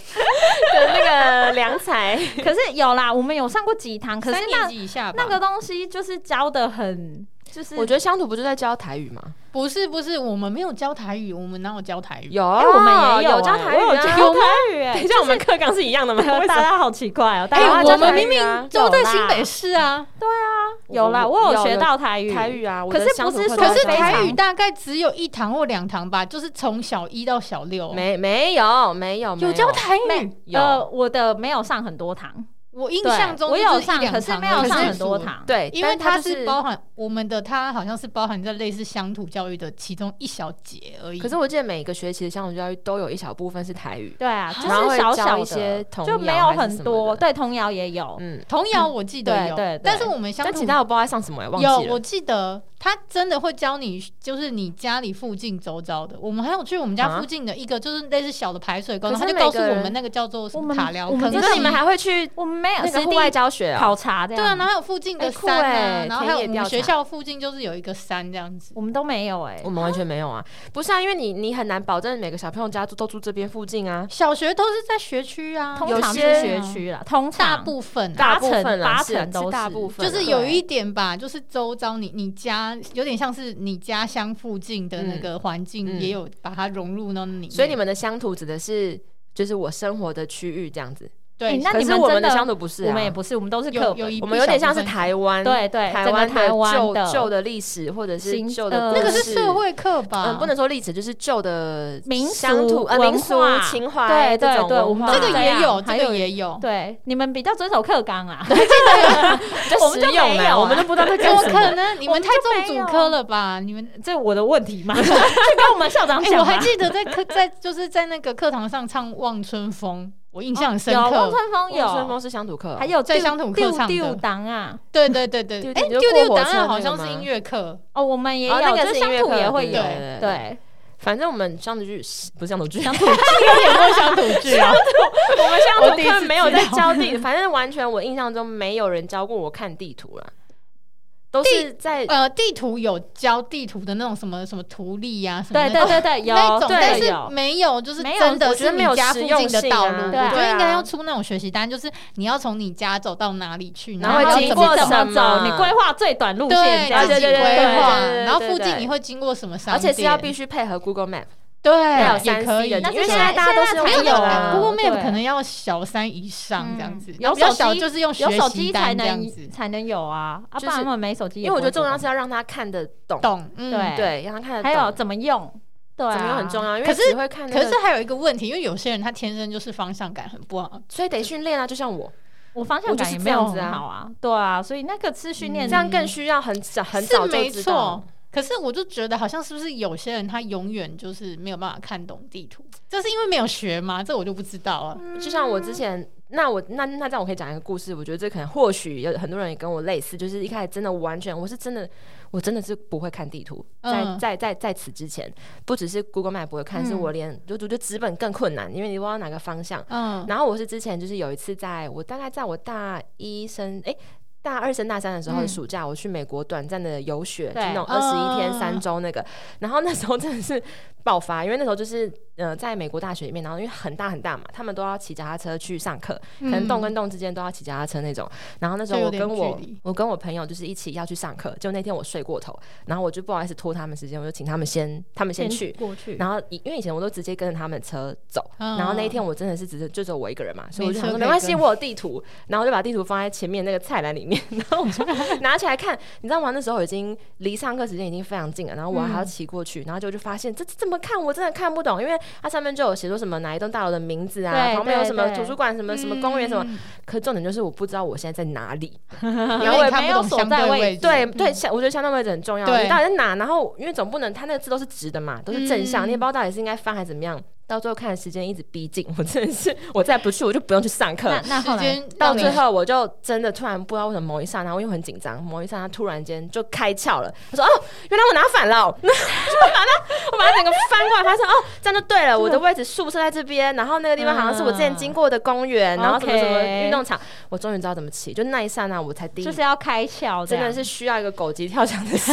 C: 那个良才，
B: 可是有啦，我们有上过几堂，可是
A: 三年
B: 那
A: 级以下吧。
B: 那个东西就是教的很，就是
C: 我觉得乡土不就在教台语吗？
A: 不是不是，我们没有教台语，我们哪有教台语？
C: 有，
B: 哎我们也
C: 有
B: 有
C: 教
B: 哎
C: 台语
B: 我有
C: 啊，
B: 教
C: 吗？
B: 台语
C: 等
B: 哎
C: 一下，我们课纲是一样的吗？为什
B: 大
C: 么？
B: 家好奇怪哦！大
A: 哎、
B: 家
C: 有
A: 我
C: 教台
A: 们
C: 语
A: 明
C: 啊
A: 明都在
B: 有啦
A: 新北市啊，
B: 有啦，我有学到台语，
C: 台语啊，我
B: 可
C: 的
B: 是
C: 乡
B: 不
C: 土
B: 是
C: 课
B: 说
A: 可是
C: 非常
A: 台语大概只有一堂或两堂吧，就是从小一到小六，
C: 没没有没有没
A: 有教台
B: 没
A: 语。
C: 嗯有
B: 呃，我的没有上很多堂，
A: 我印象中
B: 我
A: 就
B: 有
A: 是一
B: 上，
A: 两
B: 可是
A: 堂
B: 没有
A: 而已
B: 上很多，堂。
C: 对，
A: 因
C: 但
A: 为
C: 是它
A: 它
C: 就是
A: 包含我们的，它好像是包含在类似乡土教育的其中一小节而已。
C: 可是我记得每个学期的乡土教育都有一小部分是台语，
B: 对啊，就
C: 然后
B: 是
C: 会
B: 小
C: 教
B: 小
C: 一些
B: 的，
C: 童
B: 就没
C: 谣
B: 有
C: 还是
B: 很
C: 什么
B: 多。
C: 的
B: 对，童谣也有，
C: 嗯，
A: 童谣我记得
B: 对
A: 有，
B: 对对
A: 但是我们乡
C: 但
A: 土
C: 其他我不知道在上什么呀，忘
A: 有，
C: 记
A: 我
C: 了。
A: 记得他真的会教你，就是你家里附近周遭的。我们还有去我们家
C: 啊
A: 附近的一个，就是类似小的排水沟，
C: 可
A: 然后他
C: 是
A: 就告诉
C: 每个
A: 我
C: 人
A: 们那个叫做什
B: 我
A: 么
B: 们
A: 塔疗
B: 我
A: 坑
B: 们
A: 啊。
C: 你
B: 真
C: 说
B: 的
C: 你们还会去
B: 我们没有
C: 那个
B: 实
C: 户
B: 地
C: 外教学啊？
B: 考察这
A: 对啊，
B: 样，
A: 然后还有附近
C: 哎
A: 的
C: 酷
A: 山啊，
C: 欸
A: 然后
C: 田
A: 还有
C: 野
A: 我
C: 调
A: 们学
C: 查
A: 校附近就是有一个山这样子。
B: 我们都没有哎
C: 我。们完全没有啊， 不是啊，因为你你很难保证每个小朋友家住都住这边附近啊。
A: 小学都是在学区啊，
B: 通
C: 有
B: 常是
C: 些
B: 学区啦，通
A: 大
B: 常
A: 部分、啊。
C: 大
B: 八
C: 部
B: 成
C: 分啦
B: 八
C: 是
B: 成都
C: 是大
B: 是
C: 部分
A: 就
C: 啦，
A: 是有一点吧，就是周遭你你家有点像是你家乡附近的那
C: 嗯
A: 个环境，
C: 嗯
A: 也有把它融入到你。
C: 所以你们的乡土指的是就是我生活的区域这样子，
A: 对
B: 诶那
C: 可
B: 你
C: 是
B: 们
C: 我
B: 真
C: 们的
B: 的
C: 乡土不是、啊，
B: 我们也不是，我们都是课
A: 有有
B: 本。
A: 一
C: 我们有点像
A: 一小
C: 是
A: 部分
C: 台湾，
B: 对对，整
C: 台
B: 个
C: 湾
B: 台湾
C: 旧
B: 的
C: 旧的历史或者是
B: 新
C: 旧的
B: 呃
C: 故
A: 那个是
C: 事
A: 社。会课吧，
C: 嗯，不能说历史，就是旧的
B: 民俗
C: 乡土呃
B: 文
C: 民俗
B: 化
C: 情怀，
B: 对对
C: 这种
B: 对
C: 文
B: 我们
C: 化
A: 这个也有，
B: 还
A: 这
B: 有
A: 个也有。
B: 对，你们比较遵守课纲啊，
C: 比 较
B: 我们
C: 实
B: 就
C: 用
B: 没
C: 啊
B: 有
C: 我们
B: 啊
C: 都不知道在
A: 怎
C: 干
A: 么
C: 什么。
A: 可能？你们太重主科了吧？你们，
B: 这我的问题嘛， 去跟我们校长
A: 哎、
B: 讲
A: 我
B: 啊。
A: 还记得在课 在就是在那个课堂上唱《望春风》，我印象很深
B: 有
A: 刻。
B: 汪春风
C: 哦啊望春
B: 有，
C: 风是乡土课哦，
B: 还有
A: 在
B: 丢
A: 乡土课
B: 丢
A: 唱的
B: 丢档啊，
A: 对对对对，
C: 丢
A: 哎，丢
C: 丢就
A: 丢
C: 过火
A: 档
C: 车
A: 案
C: 那
A: 好
C: 个
A: 像是
C: 吗
A: 音乐 课，
B: 哦，我们也
C: 哦那
B: 有，
C: 个
B: 就是乡
C: 音乐
B: 土
C: 课
B: 也会
C: 对
B: 有
C: 对对，
B: 对，
C: 反正我们乡土剧 是不是乡土剧，
B: 乡土
A: 有点像土剧 啊。
C: 我们乡
A: 我
C: 土
A: 第一
C: 课
A: 次
C: 没有
A: 知
C: 在
A: 道
C: 教地， 反正完全我印象中没有人教过我看地图啦，都是在
A: 呃，地图有教地图的那种什么什么图例呀、什么
B: 对
A: 那哦
B: 对对对，有
A: 那种，但
B: 对
A: 是
B: 有。
A: 没有，就是
B: 没有
A: 真的
C: 我觉得
A: 是你
C: 没有
A: 家
C: 实
A: 附
C: 用
A: 近的
C: 性
A: 道
C: 啊
A: 路，
B: 对
A: 我觉得应该
C: 啊
A: 要出那种学习单，就是你要从你家走到哪里去，
C: 然后
A: 要
B: 后经
C: 经
A: 怎
B: 过
A: 么
C: 过
A: 走
B: 什么
C: 什么
B: 走，你规划最短路线，
A: 对
B: 这样
C: 对
A: 自己
C: 对对
A: 规划
C: 对对，对
A: 然后附
C: 对
A: 近你会经过什么商
C: 而
A: 店，
C: 且是要必须配合 Google Map，还有
A: 对，
C: 三
A: 也
C: C
A: 可以，
C: 的，因为
B: 那
C: 现在大家都是
B: 现在
C: 用
B: 才
A: 没有
B: 有
A: 啊
B: 啦
A: ，Google
B: 对
A: Map 可能要小三以上这样子，
C: 嗯
B: 有
A: 比较
B: 手
A: 小
B: 机
A: 就是用
B: 有
A: 学
B: 手
A: 习
B: 机
A: 单
B: 才
A: 这样子
B: 能，才能有啊，啊，
C: 就
B: 不
C: 是
B: 然他们没手机
C: 因
B: 也
C: 为
B: 不
C: 我
B: 会
C: 觉
B: 做
C: 得
B: 到，
C: 重要是要让他看得懂，
A: 懂，嗯
B: 对
C: 对，让他看得
B: 还
C: 懂，
B: 有怎么用，对啊，
C: 怎么样很重要，因为
A: 可是
C: 只会看那
A: 可
C: 个，
A: 是还有一个问题，因为有些人他天生就是方向感很不好，
C: 所以得训练啊，就像我
B: 我方向感也没有很好啊，对啊，所以那个是训练
C: 嗯这样更需要很早很
A: 嗯是
C: 早就
A: 没
C: 知道
A: 错。。可是我就觉得，好像是不是有些人他永远就是没有办法看懂地图，这是因为没有学吗？这我就不知道了。
C: 就像我之前，那我那那这样我可以讲一个故事，我觉得这可能或许有很多人也跟我类似，就是一开始真的完全我是真的我真的是不会看地图，
A: 嗯
C: 在在在在此之前，不只是 Google Map 不会看，是我连就我觉得纸本更困难，因为你不知道哪个方向。
A: 嗯，
C: 然后我是之前就是有一次在我大概在我大一升诶大二升大三的时候的
B: 嗯
C: 暑假，我去美国短暂的游学，就
B: 对
C: 那种二十一天
A: 嗯
C: 三周那个。然后那时候真的是爆发，因为那时候就是呃在美国大学里面，然后因为很大很大嘛，他们都要骑脚踏车去上课，可能洞跟洞之间都要骑脚踏车那种。然后那时候
A: 嗯就有
C: 我跟
A: 点
C: 我
A: 距离
C: 我跟我朋友就是一起要去上课，就那天我睡过头，然后我就不好意思拖他们时间，我就请他们先他们先去，
B: 过去，
C: 然后以因为以前我都直接跟着他们车走，
A: 嗯
C: 然后那一天我真的是只是就只有我一个人嘛，所以我就想说
A: 没车
C: 没关
A: 可
C: 系，
A: 以跟
C: 我有地图，然后我就把地图放在前面那个菜篮里面， 然后我就拿起来看，你知道吗？那时候已经离上课时间已经非常近了，然后我还要骑过去，然后就就发现这这怎么看我真的看不懂，因为它上面就有写说什么哪一栋大楼的名字啊，
B: 对
C: 旁边有
B: 对
C: 什么
B: 对
C: 图书馆什么什么公园什么，
A: 嗯，
C: 可重点就是我不知道我现在在哪里，
A: 因
C: 然
A: 为
C: 后我也
A: 你嗯看
B: 没
A: 不
B: 有
A: 懂
B: 所
A: 相
B: 在位
A: 位置，
C: 对对，相我觉得相对位置很重要。
A: 嗯对
C: 你到底在哪？然后因为总不能它那个字都是直的嘛，都是正
A: 嗯
C: 向，你也不知道到底是应该翻还是怎么样。到最后看时间一直逼近，我真的是我再不去我就不用去上课
B: 那。那后
A: 时
B: 来
A: 间
C: 到
A: 让你
C: 最后，我就真的突然不知道为什么某一刹那，我又很紧张，某一刹那突然间就开窍了。他说：“哦，原来我拿反了哦！” 我就把它，我把它整个翻过来，发现哦，这样就对了。我的位置宿舍在这边，然后那个地方好像是我之前经过的公园，
B: 嗯
C: 然后什么什么
B: OK
C: 运动场，我终于知道怎么骑。就那一刹那，我才第一
B: 就是要开窍，
C: 真的是需要一个狗急跳墙的事，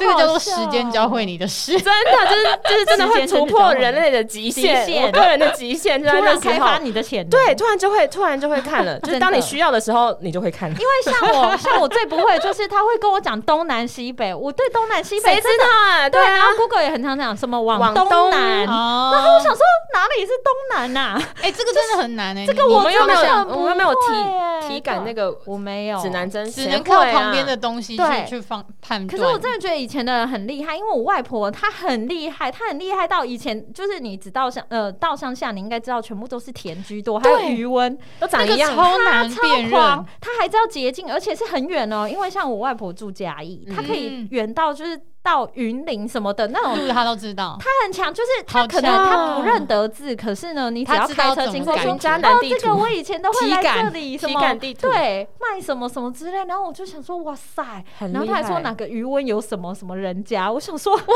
A: 这个叫做时
B: 哦
A: 间教会你的事。
C: 真的就是就是 真的 会突破人类的极限，
B: 极限
C: 我个人的极限就
B: 突
C: 在那
B: 然
C: 时
B: 开
C: 候
B: 发。你的潜能，
C: 对，突然就会突然就会看 了，就是当你
B: 真的
C: 需要的时候，你就会看了。
B: 因为像我，像我最不会就是他会跟我讲东南西北，我对东南西北
C: 谁知
B: 真的
C: 道啊？
B: 对，
C: 对
B: 然
C: 啊
B: 后，Google 也很常讲什么
C: 往
B: 往
C: 东
B: 东南，
A: 哦，
B: 然后 我想说哪里是东南呐？
A: 哎，这个真的很难哎，这
B: 个我
C: 们又没有
B: 真的不
C: 我们又没有
B: 会
C: 体
B: 耶
C: 体感那个
B: 我没有
C: 指南针，
A: 只
C: 谁
A: 能靠
C: 会啊
A: 旁边的。东西去
B: 对
A: 去放判断。
B: 可是我真的觉得以前的人很厉害，因为我外婆她很厉害，她很厉害到以前就是你只到向呃到向下，你应该知道全部都是田居多，还有
A: 对
B: 余温，
C: 都长一样
A: 那个，超难
B: 超
A: 辨认
B: 狂，，它还知道捷径，而且是很远哦。因为像我外婆住嘉义，她可以
A: 嗯
B: 远到就是到云林什么的那种
A: 路他都知道。
B: 他很强，就是他
A: 好
B: 可能他
C: 强
B: 不认得字，可是呢，你只
A: 他
B: 要
A: 知
B: 开
A: 道
B: 车
A: 怎
B: 经
A: 么
B: 过
A: 改
B: 说，
A: 进
C: 加
B: 哦
C: 南地
B: 这
C: 图
B: 个我以前都会
C: 体
B: 来这
C: 感
B: 里
C: 体
B: 什么
C: 感地图
B: 对卖什么什么之类，然后我就想说哇塞，
C: 很
B: 然后
C: 厉
B: 他还说
C: 害
B: 哪个余温有什么什么人家，我想 说 都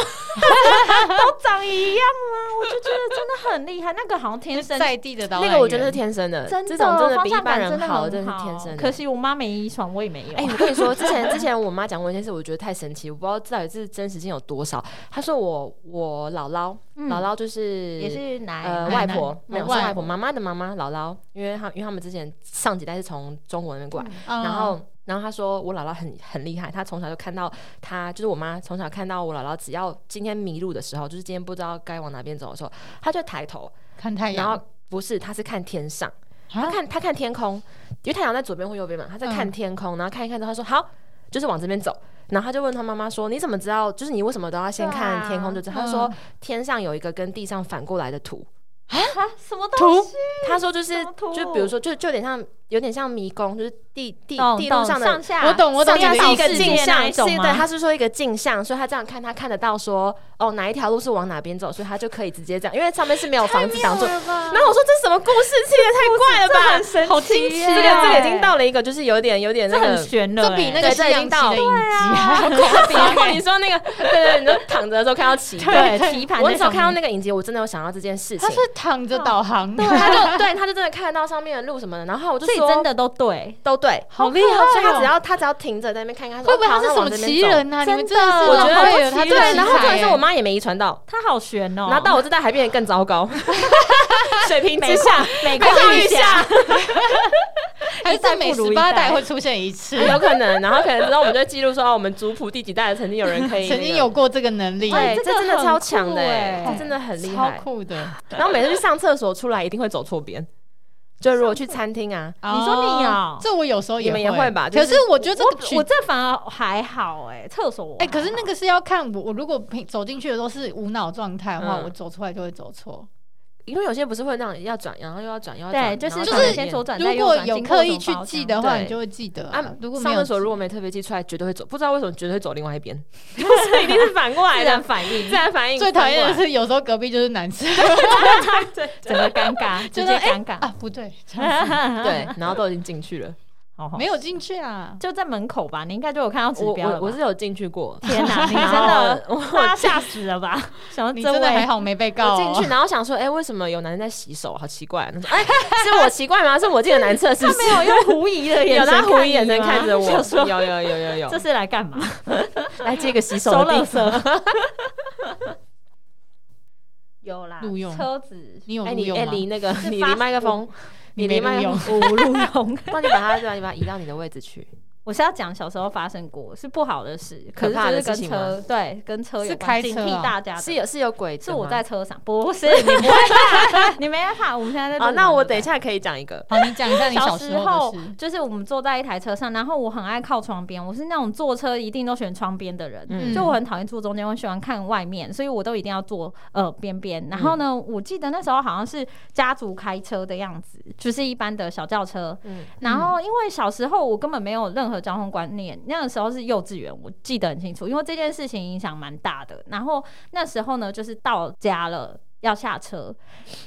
B: 长一样啊，我就觉得真的很厉害，那个好像天生。
A: 在地的导览
C: 那
A: 员，
C: 个我觉得是天生的，
B: 真
C: 这
B: 的，
C: 种真的
B: 方
C: 比一
B: 向
C: 般
B: 感真
C: 人
B: 的
C: 好，
B: 很
C: 真的是
B: 好
C: 天生的。
B: 可惜我妈没遗传，我也没有。
C: 哎、我跟你说，之前之 前我妈讲过一件事，我觉得太神奇，我不知道到底是真实性有多少。她说我我姥姥、
B: 嗯
C: 姥姥就是
B: 也是奶
C: 呃
A: 奶
C: 外
A: 奶
C: 婆，没有是
A: 外
C: 外婆
A: 婆
C: 妈妈的妈妈姥姥，因为她因为他们之前上几代是从中国那边过来，
A: 嗯，
C: 然后。然后她说我姥姥很很厉害，她从小就看到她，就是我妈从小看到我姥姥，只要今天迷路的时候，就是今天不知道该往哪边走的时候，她就抬头，
A: 看太
C: 然
A: 阳，
C: 后不是，她是看天上。他
A: 啊
C: 看他看天空，因为太阳在左边或右边嘛，他在看
A: 嗯
C: 天空，然后看一看之后，他说好，就是往这边走。然后他就问他妈妈说：“你怎么知道？就是你为什么都要先
B: 对啊
C: 看天空？”就知道。他说
A: 嗯：“
C: 天上有一个跟地上反过来的图。
B: 啊什么
A: 图
B: 东西？”
C: 他说：“就是
B: 什么图
C: 就比如说，就就有点像，有点像迷宫，就是地地
B: 懂
C: 地
B: 懂
C: 路上的
B: 上下，
A: 我懂我懂
B: 上
A: 你
B: 下
A: 的意
C: 是一
A: 思
C: 个
B: 世界
C: 镜
B: 那
C: 像，
B: 一
C: 是
B: 种
C: 一
B: 吗
C: 对，他是说一个镜像，所以他这样看，他看得到说哦哪一条路是往哪边走，所以他就可以直接这样，因为上面是没有房子挡住。然后我说这什么故事，这也太怪了吧，
B: 这很神
C: 好惊
B: 奇
C: 奇！
B: 耶
C: 这个这个已经到了一个就是有点有点那
B: 这很
C: 个。
B: 悬了欸，
A: 这比那
C: 对
A: 个西
C: 这已
A: 洋棋
C: 经到啊
A: 的影集还
C: 恐怖，然后你说那个，对对，你就躺着的时候看到棋，
B: 对棋盘
C: 我
B: 在
C: 那时候
B: 上
C: 看到
B: 面
C: 那个影集，我真的有想到这件事情
A: 他。是躺着导航，
C: 对， 他就对，他就真的看得到上面的路什么的，然后我就
B: 所以
C: 说
B: 真的都对，
C: 都对，
A: 好厉害
C: 所以他
A: 哦
C: 只要他只要停着在那边看看，
A: 会不会他
C: 他
A: 是什么奇？人啊呐？你们真的欸是
B: 真的
C: 我觉得
A: 老会了他
C: 对，然后
A: 这个
C: 重点
A: 题
C: 是
A: 材
C: 我妈也没遗传到，
B: 它好悬哦、
C: 然后到我这代还变得更 糟糕，水平 之下，
B: 每
C: 还
B: 况
C: 况
B: 愈
C: 愈
B: 下
C: 下，
A: 还是每十八代会出现一次，
C: 有可能。然后可能之后我们就记录说，哦我们族谱第几代曾经有人可以那
A: 曾
C: 个
A: 经有，过这个能力，
C: 对，
B: 这
C: 这
B: 个
C: 真的
B: 很
C: 超
B: 酷
C: 强的
B: 欸
C: 欸，这真的很厉
A: 超
C: 害。
A: 酷 的。
C: 然后每次去上厕所出来一定会走错边，就如果去餐厅啊，
B: 你说你
A: 哦
B: 哦
A: 这我有时候
C: 你们也会吧就
A: 可
C: 是
A: 是我觉得这个
B: 我我
A: 取
B: 这反而还好哎、厕所我
A: 哎，
B: 还
A: 可是那
B: 好
A: 个是要看我，我如果平走进去的都是无脑状态的话，
C: 嗯
A: 我走出来就会走错。
C: 因为有些不是会那种要转，然后又要转，又要
B: 对，
C: 转，
B: 就是
A: 就
B: 可
A: 是
B: 能先左转，再
A: 如
B: 右
A: 果
B: 转
A: 有
B: 经过
A: 刻
B: 什
A: 意
B: 么
A: 去
B: 包
A: 记
B: 厢
A: 的话，
C: 对
A: 你就会记得啊。
C: 啊，
A: 如果没
C: 上
A: 有
C: 厕所如果没特别记出来，绝对会走，不知道为什么绝对会走另外一边，就是一定是反过来
B: 自然
C: 的，
B: 反应，
C: 自然反应。
A: 最讨厌的
C: 反过来，
A: 是有时候隔壁就是男生，
B: 整个尴尬，直
A: 就
B: 接
A: 是哎
B: 尴尬，
A: 啊，不对，这样子
C: 对，然后都已经进去了。
B: 好好
A: 没有进去啊。
B: 就在门口吧，你应该就有看到指
C: 我
B: 标了
C: 我
B: 吧
C: 我是有进去过，
B: 天 哪，你真
C: 然
B: 的
C: 后我
B: 大家吓死了吧？想
A: 你
B: 要
A: 真的还
B: 位
A: 好没被告
C: 啊我
A: 哦
C: 进去，然后想说，哎、为什么有男人在洗手？好奇怪、他说，哎、是我奇怪吗？是我进了男厕是不
B: 他
C: 是？
B: 没有用狐疑的眼
C: 有
B: 神看
C: 他
B: 你吗，
C: 狐疑眼神看着 我，
B: 想说
C: 有有有有有
B: 这，是来干嘛？
C: 来接个洗手
B: 收
C: 的
B: 垃
C: 地方。
B: 圾。 有啦，
A: 录用
B: 车子
A: 你有
C: 哎、
A: 录
C: 你
A: 用
C: 哎、
A: 吗？
C: 离那个
B: 是
C: 你
B: 发
C: 离麦克风，你
A: 没
C: 离
A: 录
C: 麦克
A: 用
C: 风，
B: 无路用。
C: 帮你把它，对，你把它移到你的位置去。
B: 我是要讲小时候发生过是不好的事，
C: 可
B: 可是
C: 怕
B: 就是
C: 的
B: 跟
C: 事情
B: 车对跟车有
A: 是
B: 关，
A: 开
B: 警
A: 车
B: 惕
A: 啊
B: 大家的
C: 是有是有鬼的
B: 是
C: 吗，
B: 我在车上，不 是你不会怕， 你没在怕。我们现在在录
C: 啊，
B: 嘛
C: 那我等一。
B: 对不对
C: 下可以讲一个，
A: 好，你讲一下你
B: 小
A: 小
B: 时
A: 候
B: 候
A: 的事。
B: 就是我们坐在一台车上，然后我很爱靠窗边，我是那种坐车一定都选窗边的人，
C: 嗯
B: 就我很讨厌坐中间，我喜欢看外面，所以我都一定要坐呃边边。然后呢，我记得那时候好像是家族开车的样子，就是一般的小轿车，
C: 嗯，
B: 然后，因为小时候我根本没有任何交通观念，那个时候是幼稚园，我记得很清楚，因为这件事情影响蛮大的。然后那时候呢，就是到家了要下车，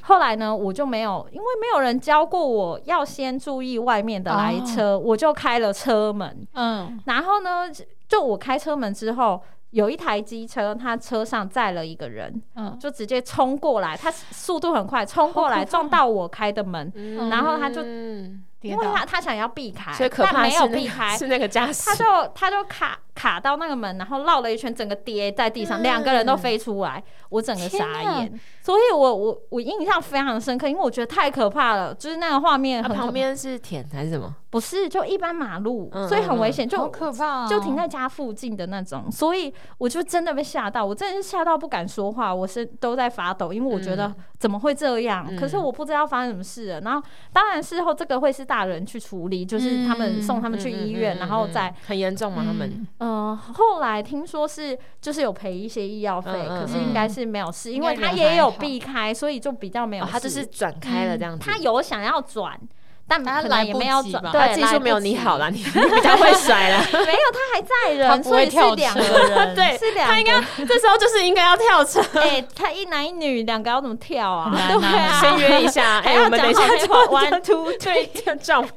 B: 后来呢，我就没有，因为没有人教过我要先注意外面的来
A: 哦
B: 车，我就开了车门。
A: 嗯，
B: 然后呢，就我开车门之后，有一台机车，它车上载了一个人，
A: 嗯，
B: 就直接冲过来，他速度很快，冲过来
A: 好可怕
B: 撞到我开的门。
C: 嗯
B: 然后他就
C: 嗯
A: 跌
B: 因为
A: 倒
B: 他他想要避开，
C: 所以可
B: 但
C: 怕
B: 没有
C: 是
B: 避
C: 那
B: 开
C: 个， 是那个驾驶
B: 他，就他就卡卡到那个门，然后绕了一圈，整个跌在地上，
C: 嗯
B: 两、个人都飞出来，我整个傻
A: 天哪
B: 眼。所以我我我印象非常深刻，因为我觉得太可怕了，就是那个画面
C: 啊
B: 很可怕、
C: 旁边是田还是什么？
B: 不是就一般马路，
C: 嗯
B: 所以很危险，
A: 好
B: 就
A: 可怕、哦，
B: 就停在家附近的那种，所以我就真的被吓到，我真的是吓到不敢说话，我是都在发抖，因为我觉得
C: 嗯
B: 怎么会这样？
C: 嗯
B: 可是我不知道发生什么事了。然后当然事后这个会是大人去处理，就是他们
A: 嗯
B: 送他们
C: 嗯
B: 去
C: 嗯
B: 医院，
C: 嗯
B: 然后
C: 嗯
B: 再
C: 很严重吗？他们
B: 呃，后来听说是就是有赔一些医药费，
C: 嗯嗯
B: 可是应该是没有事，因
A: 该
B: 为他
A: 人
B: 也
A: 还
B: 有
A: 好
B: 避开，所以就比较没有
C: 哦
B: 事。
C: 他就是转开了这样子，
B: 他有想要转，但
A: 他
B: 可
A: 来
B: 能也
A: 不
B: 没有
A: 及
B: 转，
A: 吧
B: 对，
C: 他技
B: 来
C: 术
B: 不
C: 没有你
B: 及
C: 好啦， 你比较会甩啦。
B: 没有，他还在
A: 他
B: 人，
A: 不
B: 所
A: 会
B: 以是
A: 跳
B: 两
A: 车
B: 个人，
C: 对
B: 是两个。
C: 这时候就是应该要跳车，
B: 哎、他一男一女，两个要怎么跳啊？
A: 很难
B: 对啊，
A: 啊
C: 先约一 下。
B: 还
C: 哎，
B: 要
C: 我们等一
B: 讲
C: 下
B: 好
C: 就
B: one
C: two three 就 jump。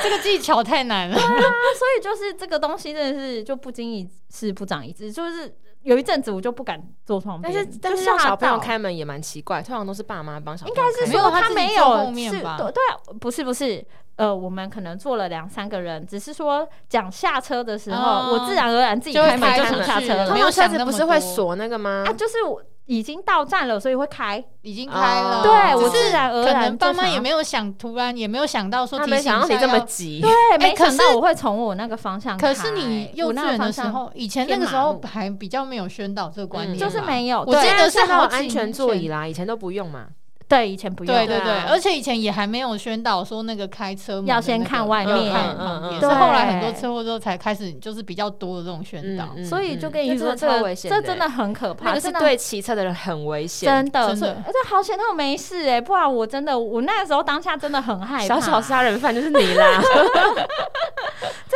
A: 这个技巧太难了。
B: 那所以就是这个东西真的是就不经一事不长一智，就是有一阵子我就不敢坐窗
C: 但
B: 边，
C: 是但是
B: 吓
C: 让小朋友
B: 到
C: 开门也蛮奇怪，通常都是爸妈帮小朋
B: 应
C: 友
B: 该
C: 开门。
B: 是
A: 没有
B: 说
A: 他自己
B: 没
A: 坐
B: 有
A: 后面
B: 是
A: 吧
B: 对对啊，不是不是，呃，我们可能坐了两三个人，只是说讲下车的时候，
A: 哦
B: 我自然而然自己
A: 就会
B: 开门
A: 开
B: 就
A: 出
B: 能下
A: 去
B: 车
A: 了
B: 了
A: 没
C: 没
A: 有
C: 有
A: 想
C: 下
A: 那
C: 次
A: 么
C: 不
A: 多
C: 是会锁那个吗
B: 啊，？就是我已经到站了，所以会开，
A: 已经开了，
C: 哦
B: 对我
A: 只
B: 自
A: 是
B: 然而
A: 可
B: 然
A: 能
B: 就
A: 爸妈
B: 想
A: 也没有想，突然也没有想到说
C: 他
A: 提
C: 没
A: 醒
C: 想到
A: 一
C: 你
A: 下
C: 这么
A: 要
C: 急，
B: 对，没
A: 可
B: 想到
A: 是
B: 我会从我那个方向开，
A: 可是你幼
B: 我
A: 稚
B: 那个
A: 园
B: 方
A: 的时
B: 向
A: 候，以前那
C: 偏
A: 个时候
C: 马路
A: 还比较没有宣导这个观
C: 嗯
A: 念吧，
B: 就是没有，
A: 我
B: 对
A: 记得是
C: 现在有
A: 好几
C: 安全
A: 年
C: 座
A: 前
C: 椅啦，以前都不用嘛。
B: 对以前不用，
A: 对对
C: 对
A: 对
C: 啊，
A: 而且以前也还没有宣导说那个开车门的
B: 要先
A: 那个
B: 看外
A: 要
B: 面
A: 看旁边
C: 嗯嗯嗯
A: 是
B: 对
A: 后来很多车祸之后才开始，就是比较多的这种宣导。
C: 嗯
B: 所以就跟
C: 嗯
B: 你
C: 这
B: 说，
C: 真的
B: 这
C: 超危险
B: 这
C: 的
B: 真的很可
C: 那
B: 怕，
C: 个是
B: 真的
C: 对骑车的人很危险。
B: 真的，
A: 真
B: 所以
A: 的
B: 而且好险他没事哎、不然我真的我那个时候当下真的很害怕，
C: 小小杀人犯就是 你啦，
B: 怕
C: 那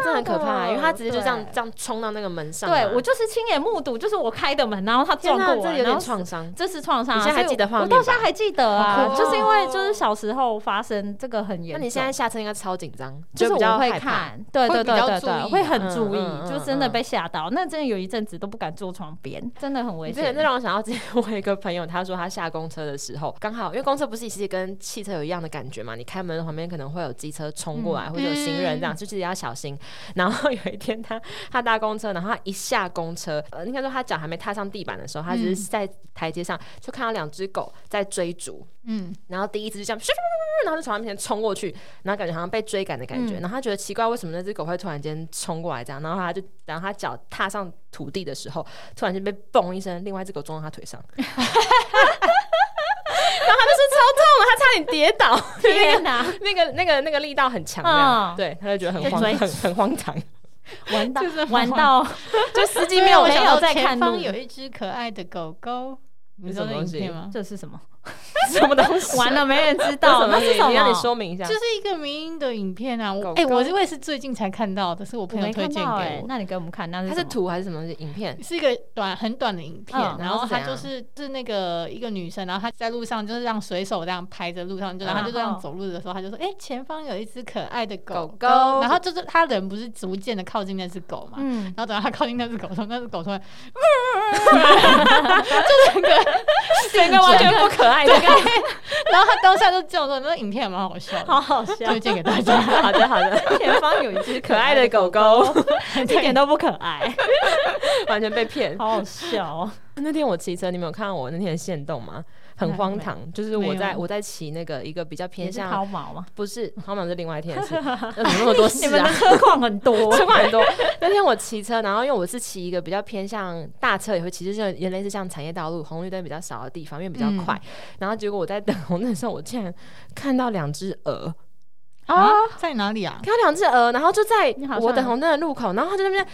C: 真的很可怕，欸
B: 的
C: 因为他直接就这样
B: 对
C: 这样冲到那个门上啊。
B: 对我就是亲眼目睹，就是我开的门，然后他
C: 天
B: 撞
C: 哪，
B: 过
C: 这
B: 我，
C: 有
B: 然
C: 点
B: 后
C: 创伤。
B: 这是创伤啊，
C: 你现在还
B: 所以
C: 记得画面
B: 我到现在
C: 吧
B: 还记得啊
A: 好，酷哦
B: 就是因为就是小时候发生这个很严
C: 那
B: 重，
C: 你现在下车应该超紧张，
B: 就是
C: 比较
B: 我会
C: 害怕。
B: 看，对对
A: 会比
B: 对
A: 较
B: 对
A: 注
B: 对，
A: 意
B: 会很
C: 嗯
B: 注意
C: 嗯，嗯
B: 就真的
C: 嗯
B: 被吓到，那真的有一阵子都不敢坐床边，真的很危
C: 你这个
B: 险
C: 这。让我想到之前我有一个朋友，他说他下公车的时候，刚好因为公车不是其实跟汽车有一样的感觉嘛，你开门旁边可能会有机车冲过
B: 嗯
C: 来，或者有行人这样，就其实要小心。然后有一天他他搭公车，然后他一下公车，呃，应该说他脚还没踏上地板的时候，他
B: 嗯
C: 只是在台阶上就看到两只狗在追逐，
A: 嗯，
C: 然后第一只就这样，咻咻咻咻咻然后就从他面前冲过去，然后感觉好像被追赶的感觉，然后他觉得奇怪，为什么那只狗会突然间冲过来这样？然后他就，然后他脚踏上土地的时候，突然间被嘣一声，另外一只狗撞到他腿上，然后他就说超痛了，他差点跌倒，
B: 天哪，
C: 那个那个那个力道很强这样，
B: 嗯
C: 对，他就觉得很
B: 就
C: 荒
B: 追
C: 很很荒 唐，
B: 玩 到
A: 就是
B: 玩
A: 很
B: 到
C: 就司机
B: 因为
C: 没有
B: 我
C: 啊想
B: 没
C: 到
B: 有在看
A: 前
B: 路
A: 方有一只可爱的狗狗，你
C: 是
A: 知道
C: 什
A: 那
C: 么东
A: 影
C: 西
A: 片吗？
B: 这是什 么？
C: 什么东西，
B: 完了，没人知
C: 这是
B: 道
C: 什么
B: 那
C: 东西
B: 是什么？
C: 你让你说明一下，
A: 就是一个民音的影片啊，我
C: 狗
A: 哎、
C: 狗
A: 我是我也是最近才看到的，是我
B: 我
A: 朋友
B: 没
A: 推
B: 看
A: 荐
B: 到哎、
A: 给我。
B: 那你给我们看，那是
C: 它
B: 什
C: 是
B: 么
C: 图还是什么东西？影片？
A: 是一个短很短的影片，
B: 嗯
A: 然后
C: 然
A: 她
C: 后
A: 就是是是那个一个女生，然后她在路上就是让随手这样拍着路上，就
C: 嗯
A: 然后她就这
B: 然
A: 样
B: 后
A: 走路的时候，她就说：“哎、前方有一只可爱的狗狗。
C: 狗狗
A: 然后就是她人不是逐渐的靠近那只狗嘛，
B: 嗯，
A: 然后等到她靠近那只狗的时候，那只狗突然，就整个
B: 整
A: 个完全
C: 不可爱的
A: 整个，然后她当下就叫说：“那个影片也蛮好笑的，
B: 好好笑
A: 推。荐给 大 家。
C: 好的好的，
B: 前方有一只
C: 可爱的 狗狗。
B: 狗，一点都不可爱，
C: 完全被骗。
B: 好好笑 哦。
C: 那天我骑车，你们有看到我那天的线动吗？很荒唐，就是我在我在骑那个一个比较
B: 也
C: 偏
B: 是抛
C: 向，
B: 锚吗？
C: 不是好像是另外一天的事，那怎么那么多
B: 你
C: 事
B: 们的
C: 啊？
B: 车况很 多，
C: 车况很多。那天我骑车，然后因为我是骑一个比较偏向大车，也会骑，就是原类似像产业道路，红绿灯比较少的地方，因为比较
A: 嗯
C: 快。然后结果我在等红灯的时候，我竟然看到两只鹅，”
A: 啊，在哪里啊？
C: 看到两只鹅，然后就在
B: 你好像
C: 我等红灯的路口，然后它就在那边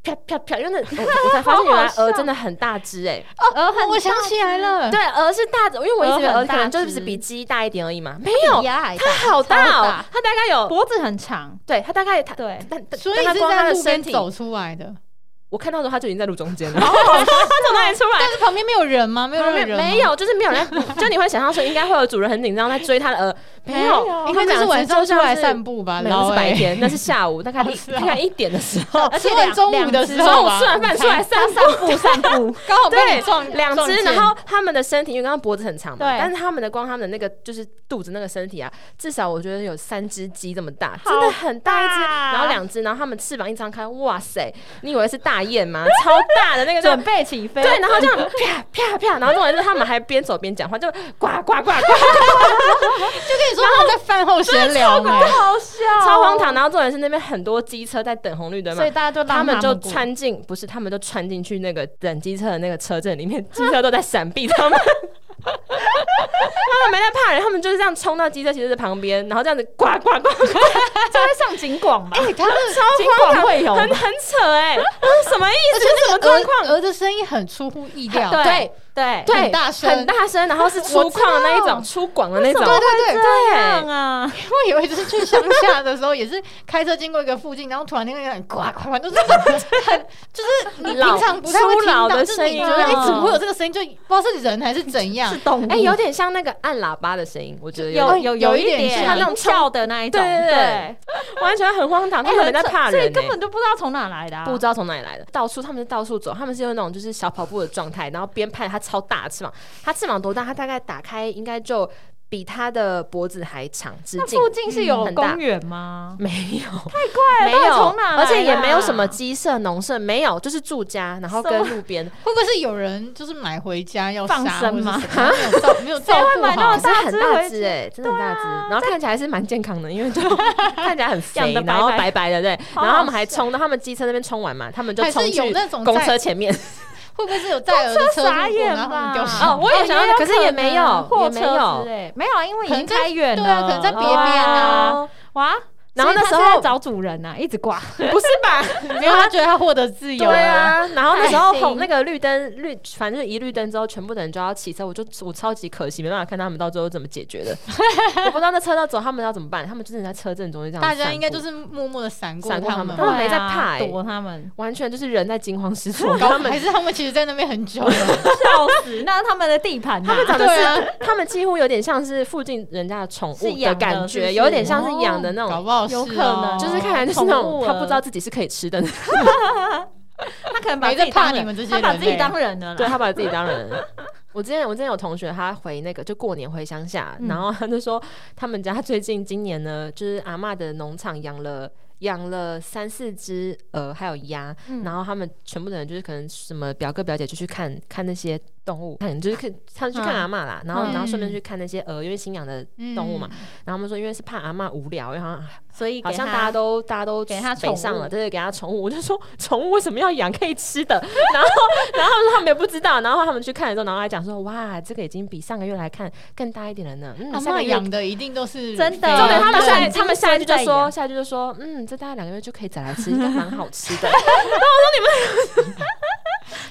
C: 啪啪啪，因 为那哦我我才发现原来
B: 好好笑
C: 鹅真的很大只哎、
B: 鹅很
A: 哦我想起来了，
C: 对，鹅是大只，因为我一直以为
B: 鹅
C: 鹅
B: 很大
C: 可能就
B: 只
C: 是比鸡大一点而已嘛，没
B: 大
C: 有
B: 比，鸭还
C: 它好大
B: 超
C: 哦，它大概有，
B: 脖子很长，
C: 对，它大概它，
B: 对，
C: 但但
A: 所以
C: 但它
A: 是
C: 光它
A: 在
C: 的
A: 路边
C: 身体，
A: 走出来的，
C: 我看到的时候它就已经在路中 间了，它从哪里出来
A: 哦但？是旁边没有人吗？没有
C: 没
A: 任何
C: 有
A: 人吗，
C: 没有，就是没有人在，就你会想象说应该会有主人很紧张在追它的鹅，没有，
A: 应该哎就是晚上出来散步吧，
C: 没有，那
A: 老
C: 是白
A: 欸。
C: 天，哦那是下午，大概
A: 哦
C: 一
A: 是哦
C: 大概一点的时候，
B: 而且
A: 吃完
B: 两
A: 中午的时候
C: 中午
A: 吧，
C: 吃完饭出来
A: 午餐
C: 散步。
B: 散步散步，
A: 刚好被
C: 对
A: 你撞
C: 两
A: 撞
C: 只，
A: 见
C: 然后他们的身体，因为刚刚脖子很长嘛，
B: 对
C: 但是他们的光他们的那个就是肚子那个身体啊，至少我觉得有三只鸡这么大，
B: 好
C: 真的很大一只，
B: 大
C: 然后两只，然后他们翅膀一张开，哇塞，你以为是大雁吗？超大的那 个
B: 准。备起飞，
C: 对，然后这样啪啪啪，然后重点是他们还边走边讲话，就呱呱呱呱，
A: 就跟你说他们在饭后闲聊嘛，
B: 好笑，
C: 超荒唐。。然后重点是那边很多机车在等红绿灯嘛
B: 所以，大家就让
C: 他们就
B: 过
C: 穿进，不是他们就穿进去那个 等机车的那个车阵里面，机车都在闪避他们，他们没在怕大人他们就是这样冲到机车骑士旁边，然后这样子呱呱呱呱，
B: 这会上警广吧？
A: 哎、他们
B: 警广会有
C: 很很扯哎、我说什么意
A: 而
C: 思？
A: 且
C: 这什
A: 那
C: 么
A: 个
C: 状
A: 鹅
C: 况？
A: 鹅的声音很出乎意料，
B: 对对
C: 对，
A: 很大声
C: 很大声，然后是粗犷的那一种，粗犷的那种
A: 对。对对，
B: 这样啊，
A: 我以为就是去乡下的时候，也是开车经过一个附近，然后突然听到有人呱呱呱，都是很 很就是你平常不太会听
C: 老粗
A: 到，
C: 老的啊
A: 就是你觉得
B: 声
A: 哎、
B: 音
A: 怎么会有这个声音？就不知道是人还是怎样
B: 是。动物，
C: 哎、有点像那个按喇叭的声音，我觉得有
B: 有哎
C: 点
B: 有
A: 有
B: 一
A: 一点
B: 点
A: 像
B: 那种叫的那一种，
C: 对对对
B: 对，
C: 完全很荒唐，他
B: 哎
C: 们在
B: 很
C: 怕
B: 所
C: 人、
B: 以
C: 欸，
B: 根本就不知道从哪来的啊，
C: 不知道从哪里来的，到处他们是到处走，他们是用那种就是小跑步的状态，然后边拍他超大的翅膀，他翅膀多大？他大概打开应该就比他的脖子还长，直
B: 那
C: 径
B: 附近是有
C: 嗯很大
B: 公园吗？
C: 没有，
B: 太
C: 没
B: 到底
C: 有
B: 从哪来，的啊
C: 而且也没有什么鸡舍、农舍，没有，就是住家，然后跟路边，
A: 会不会是有人就是买回家要
B: 放
A: 杀
B: 生
A: 或者
B: 吗
A: 是什么没有照没有照
B: 谁会
A: 顾
B: 买那
A: 好
B: 么
C: 可
B: 大
C: 是
B: 只
C: 很大
B: 回去
C: 只哎，真的很大只，
A: 啊
C: 然后看起来是蛮健康的，因 为就看起来很
B: 养
C: 肥，
B: 得白白
C: 然后白白的对，
B: 好好
C: 然后他们还冲到他们机车那边冲完嘛，他们就
A: 还
C: 冲
A: 是有
C: 去
A: 那种在
C: 公车前面，
A: 会不会是有带儿的车路
B: 傻
A: 过，
B: 眼
A: 然后他
B: 吧
A: 们掉下来
C: 哦我也想要
B: 有
C: 可是也没有
B: 可能货
C: 也
B: 车
C: 没有
B: 之类没有啊，因为已
A: 可能
B: 经
A: 在
B: 开远了，
A: 对啊可能在别 边
B: 哇
A: 啊
C: 哦，
B: 哇，
C: 然
B: 所
C: 后
B: 以
C: 那
B: 他
C: 时
B: 是在
C: 候
B: 找主人啊呐，一直挂，
C: 不是 吧？
A: 没有，他觉得他获得自由
C: 对
A: 了。
C: 啊，然后那时候
B: 开心
C: 红那个绿灯绿，反正一绿灯之后，全部的人就要骑车，我就我超级可惜，没办法看他们到最后怎么解 决的。我不知道那车道走他们要怎么办，他们就是在车阵中就这样散步，
A: 大家应该就是默默的闪过
C: 闪过他
A: 他们
C: 们他，们没在
B: 对啊
C: 怕欸，
B: 躲他们
C: 完全就是人在惊慌 失措。
A: 搞
C: 他们
A: 还是他们其实在那边很久了。
B: 笑死，那是他们的地盘呐，
C: 他们长得
A: 对啊
C: 是，他们几乎有点像是附近人家的宠
B: 是
C: 物
B: 养的
C: 的感
B: 是不
C: 觉，
B: 是
C: 有点 像是养的那
A: 哦搞
C: 种，
A: 不好
B: 有
A: 是
B: 可
A: 哦
B: 能
C: 就是看起来就是那
B: 宠
C: 种
B: 物
C: 他不知道自己是可以吃的，
B: 他可能把
A: 没
B: 自
A: 在
B: 己
A: 怕
B: 当
A: 你
B: 人
A: 们这些
B: 他把
A: 人
B: 自己
A: 类
B: 当人了啦，
C: 欸对他把自己当人。 我之前我之前有同学，他回那个就过年回乡下，
B: 嗯
C: 然后他就说他们家最近今年呢，就是阿嬷的农场养了。养了三四只鹅，还有鸭，
B: 嗯
C: 然后他们全部的人就是可能什么表哥表姐就去看看那些动物，看就是看他们去看
B: 嗯
C: 阿嬷啦，然后然后顺便
A: 嗯
C: 去看那些鹅，因为新养的
A: 嗯
C: 动物嘛。然后他们说因为是怕阿嬷无聊，然后
B: 所以
C: 好
B: 给
C: 像
B: 他
C: 大家都大家都
B: 给他宠
C: 北上
B: 物
C: 了，对对，给他宠物。我就说 宠物为什么要养可以吃的？ 然后然后他们也不知道，然后他们去看的时候，然后还讲说哇，这个已经比上个月来看更大一点了呢。嗯，
A: 阿
C: 上个
A: 嬷
C: 月
A: 养。的一定都是
B: 真的
A: 肥
C: 重点，他们
B: 是
C: 下他们下一句就
B: 真的养
C: 说，下一句就说，嗯，这大概两个月就可以再来吃，应该蛮好 吃的。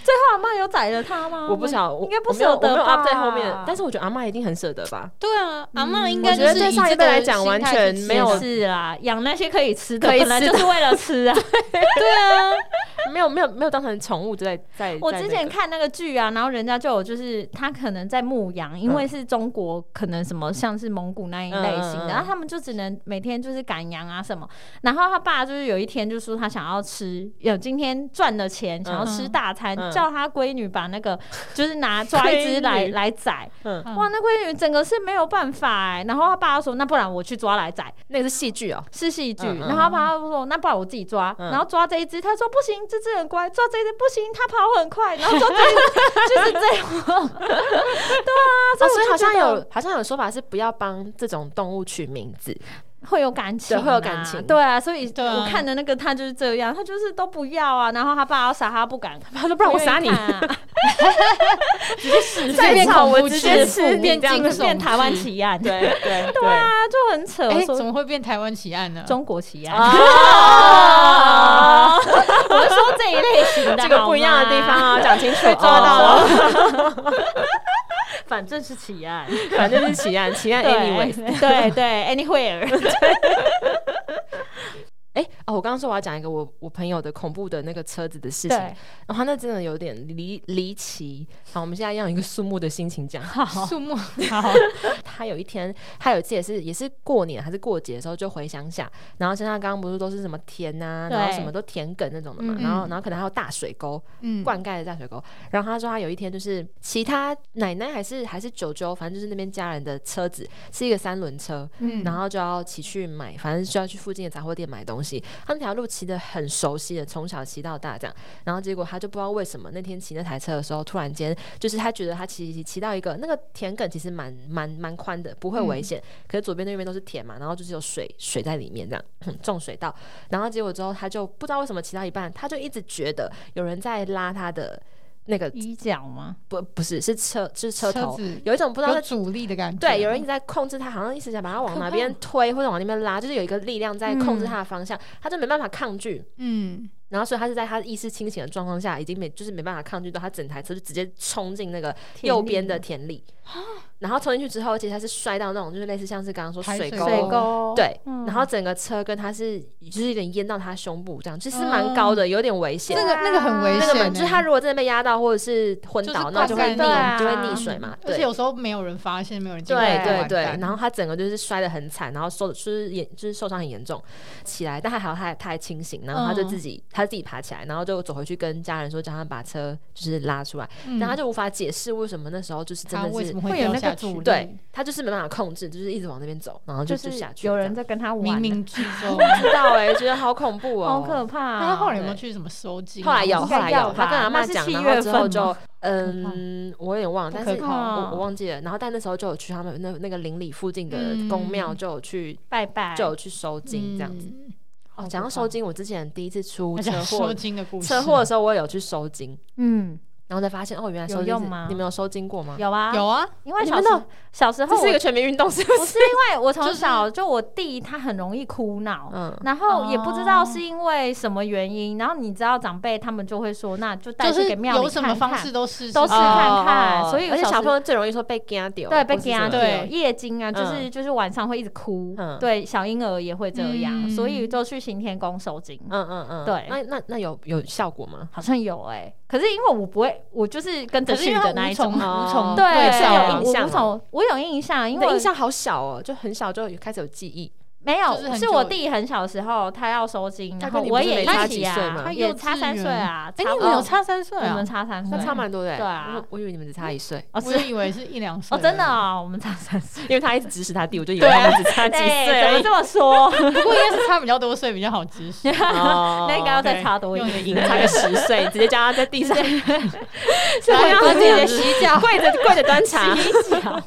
B: 最后阿妈有宰了他吗？
C: 我不晓，我
B: 应该不
C: 我没有
B: 舍得
C: 我没有 up
B: 吧
C: 在后面，但是我觉得阿妈一定很舍得吧。
A: 对啊，阿嬷应
C: 嗯我
A: 该
C: 觉
A: 就
C: 得
A: 是
C: 对
A: 以
C: 上一
A: 这
C: 辈
A: 个
C: 来讲
A: 心
C: 完
A: 态去
C: 全
A: 吃
C: 没有
A: 饭
B: 是啦，养那些可以吃的，
C: 可以
B: 本来
C: 吃
B: 就是为了吃啊。
C: 没有没有没有当成宠物在在。
B: 我
C: 在
B: 之
C: 那
B: 前
C: 个
B: 看那个剧啊，然后人家就有就是他可能在牧羊，因为是中国可能什么像是蒙古那一类型
C: 嗯嗯嗯
B: 的，
C: 嗯
B: 然后他们就只能每天就是赶羊啊什么。然后他爸就是有一天就说他想要吃，有今天赚了钱想要吃大餐，
C: 嗯嗯
B: 叫他闺女把那个就是 拿抓一只来
C: 闺女
B: 来宰。
C: 嗯，
A: 嗯
B: 哇，那闺女整个是没有办法哎、然后他爸就说那不然我去抓来宰。
C: 那个是戏剧哦，
B: 是戏剧，
C: 嗯嗯
B: 然后他爸爸说：“那不然我自己抓。
C: 嗯
B: 然后抓这一只，他说：“不行，这只很乖。”抓这一只不行，它跑很快。然后抓 这一只就是这样。
C: 啊，所以好像
B: 觉得
C: 有好像有说法是不要帮这种动物取名 字，
B: 会有感情、啊，
C: 对会有感情
B: 对啊，所以
A: 对啊
B: 我看的那个他就是这样，他就是都不要啊，然后他爸要杀他不敢，
C: 他说不然我杀你
B: 不，
A: 再
B: 愿意看啊
A: 变
C: 变恐
A: 恐
C: 怖
A: 怖
C: 直
A: 直
C: 接
A: 接
C: 吃
A: 吃
C: 变
A: 变
C: 惊
A: 惊
C: 悚，
B: 变台湾奇案，
C: 对 对
B: 对啊，就很扯，
A: 哎，
B: 说
A: 怎么会变台湾奇案呢？
B: 中国奇案。
C: 啊，
B: 我是说这一类型的，
C: 这个不一样的地方
B: 好吗，
C: 啊，讲清楚
B: 被抓到
C: 哦，
B: 了， 反正是奇 案。
C: 反正就是奇案，奇 案 anyway。
B: 对对，anywhere，
C: 哎，哦，我刚刚说我要讲一个我我朋友的恐怖的那个车子的事情，然后他那真的有点离离奇。好，我们现在用一个肃穆的心情讲，
A: 树木，
B: 好，
C: 他有一天，他有一次也是也是过年还是过节的时候就回乡下，然后乡下刚刚不是都是什么田啊，
B: 对
C: 然后什么都田埂那种的嘛，
B: 嗯
C: 然后
A: 嗯
C: 然后可能还有大水沟，
A: 嗯，
C: 灌溉的大水沟。然后他说他有一天就是骑他奶奶还是还是舅舅，反正就是那边家人的车子是一个三轮车，
A: 嗯
C: 然后就要骑去买，反正就要去附近的杂货店买东西。他那条路骑得很熟悉的，从小骑到大这样。然后结果他就不知道为什么那天骑那台车的时候，突然间就是他觉得他骑骑骑到一个那个田埂其实蛮蛮蛮宽的，不会
A: 嗯
C: 危险。可是左边那边都是田嘛，然后就是有水水在里面这样， 种水稻。然后结果之后他就不知道为什么骑到一半，他就一直觉得有人在拉他的。那个
B: 衣角吗？
C: 不不是是车是车头，
A: 子
C: 有一种不知道
A: 有
C: 在
A: 阻力的感觉，
C: 对，有人一直在控制它，好像一直想把它往哪边推或者往那边拉，就是有一个力量在控制它的方向，它就没办法抗拒。
A: 嗯，
C: 然后，所以它是在它意识清醒的状况下，已经没就是没办法抗拒到，它整台车就直接冲进那个右边的田里，
A: 啊
C: 然后冲进去之后，其实它是摔到那种就是类似像是刚刚说
A: 排
C: 水
A: 水
C: 沟，
B: 水
A: 沟
B: 沟，
C: 对，
B: 嗯
C: 然后整个车跟它是就是有点淹到它胸部这样，其实蛮高的，有点危险
A: 那。个那个很危
C: 那个
A: 险欸，
C: 蛮就是它如果真的被压到或者是昏倒，
A: 就是
C: 那就会溺
A: 灌
B: 溉
C: 就会
B: 啊
C: 溺水嘛，
A: 嗯而
C: 对
A: 且。有时候没有人发现，没有人经过
C: 对
A: 就
C: 对
A: 完
C: 对，
A: 蛋
C: 然后他整个就是摔得很惨，然后受就是严就是受伤很严重，起来，但还好他还他还清醒，然后他就自己、他自己爬起来，然后就走回去跟家人说，叫他把车就是拉出来，
A: 嗯
C: 但他就无法解释为什么那时候就是真
A: 他
C: 的
A: 为
C: 是
A: 什么
B: 会有
A: 掉
B: 那
A: 下
B: 个阻
A: 去？
B: 力
C: 对他就是没办法控制，就是一直往那边走，然后
B: 就
C: 就是下去这
B: 有
C: 样。
B: 人在跟他
A: 冥
B: 玩，
A: 冥之 中。
C: 知道哎、觉得好恐怖哦，
B: 好可怕哦。
A: 那他后来有没有去什么收金啊？
C: 后来有，
B: 应
C: 后
B: 该
C: 来
B: 要
C: 有，
B: 吧
C: 他跟阿
B: 那
C: 妈
B: 是
C: 讲，
B: 七
C: 然
B: 月
C: 后之后
B: 份
C: 就
B: 吗，
C: 嗯，我有点忘了，但
A: 不可
C: 是
A: 靠
C: 我
B: 哦
C: 我忘记了。然后但那时候就有去他们那那个邻里附近的公庙，
A: 嗯
C: 就有去
B: 拜拜，
C: 就有去收金这样子。
A: 嗯
C: 哦，讲到收金，我之前第一次出
A: 他
C: 车
A: 讲
C: 祸
A: 收，金的故事，
C: 车祸的时候我有去收金，
B: 嗯，
C: 然后才发现哦，原来收
B: 有
C: 金
B: 用
C: 是
B: 吗
C: 你们有收金过吗？
B: 有啊，
A: 有啊，
B: 因为
C: 你
B: 小
C: 们
B: 时
C: 那
B: 小时候
C: 这是一
B: 我
C: 个全民运动，是不
B: 不
C: 是？
B: 是因为我从
A: 就是
B: 小就我弟他很容易哭闹，
C: 嗯，
B: 然后也不知道
A: 哦
B: 是因为什么原因，然后你知道长辈他们就会说，那就带
A: 就
B: 去
A: 是
B: 给庙里
A: 有什么
B: 看
A: 方
B: 看
A: 式都试试
B: 都试
A: 看
B: 看看
C: 哦哦哦
B: 所以
C: 而且
B: 小
C: 小
B: 时
C: 朋友最容易说被惊掉，
B: 对，被
C: 或是什
B: 压
C: 么
A: 掉
B: 对
A: 对
B: 夜惊啊，就是
C: 嗯
B: 就是晚上会一直哭，
C: 嗯
B: 对，小婴儿也会这样，
A: 嗯
B: 所以就去行天宫收惊，
C: 嗯嗯嗯，
B: 对
C: 那那那有有效果吗？
B: 好像有哎、可是因为我不会，我就是跟着
A: 可是
B: 去
A: 因为他
B: 的那一
A: 无
B: 种
A: 从，
C: 哦
A: 无从
B: 对，
C: 对
A: 照
C: 有
A: 啊
B: 我
C: 印
B: 无
C: 象哦
B: 从，我有印象，因
C: 你
B: 为
C: 的
B: 我
C: 印象好小哦，就很小就有开始有记忆。
B: 没有，
A: 就是很
B: 是
A: 久
B: 我
A: 以
B: 弟很小的时候，他要收金，
C: 他
B: 然
C: 跟
B: 后
C: 你
B: 我
C: 不是
B: 也
C: 没
B: 一
C: 差
B: 起
C: 几岁
B: 啊，
C: 吗
A: 他
B: 也
A: 幼
B: 差
A: 稚
B: 三
A: 园
B: 岁啊，
A: 哎，
B: 差
A: 你
B: 不
A: 们有
B: 多
A: 差三岁
B: 我
A: 啊
B: 们？差三岁，
C: 那差蛮多的欸，
B: 对啊
C: 我我以为你们只差一 岁，
B: 哦
A: 我
B: 是
A: 以为是一两岁
B: 哦真的啊，我们差三岁，
C: 因为他一直指使他弟，我就以为
B: 啊
C: 他们只 差几岁
B: 怎
C: 而
B: 么
C: 已。
B: 这么说？
A: 不过应该是差比较多岁比较好知识。
C: 那
B: 那应该啊要再差多一
A: 用
B: 点，
A: 你
C: 赢差个十岁，直接叫他在地 上
B: 是我要
A: 来
B: 自己的
A: 这
B: 洗
A: 样子
B: 脚，
C: 跪着跪着端茶。
B: 洗脚，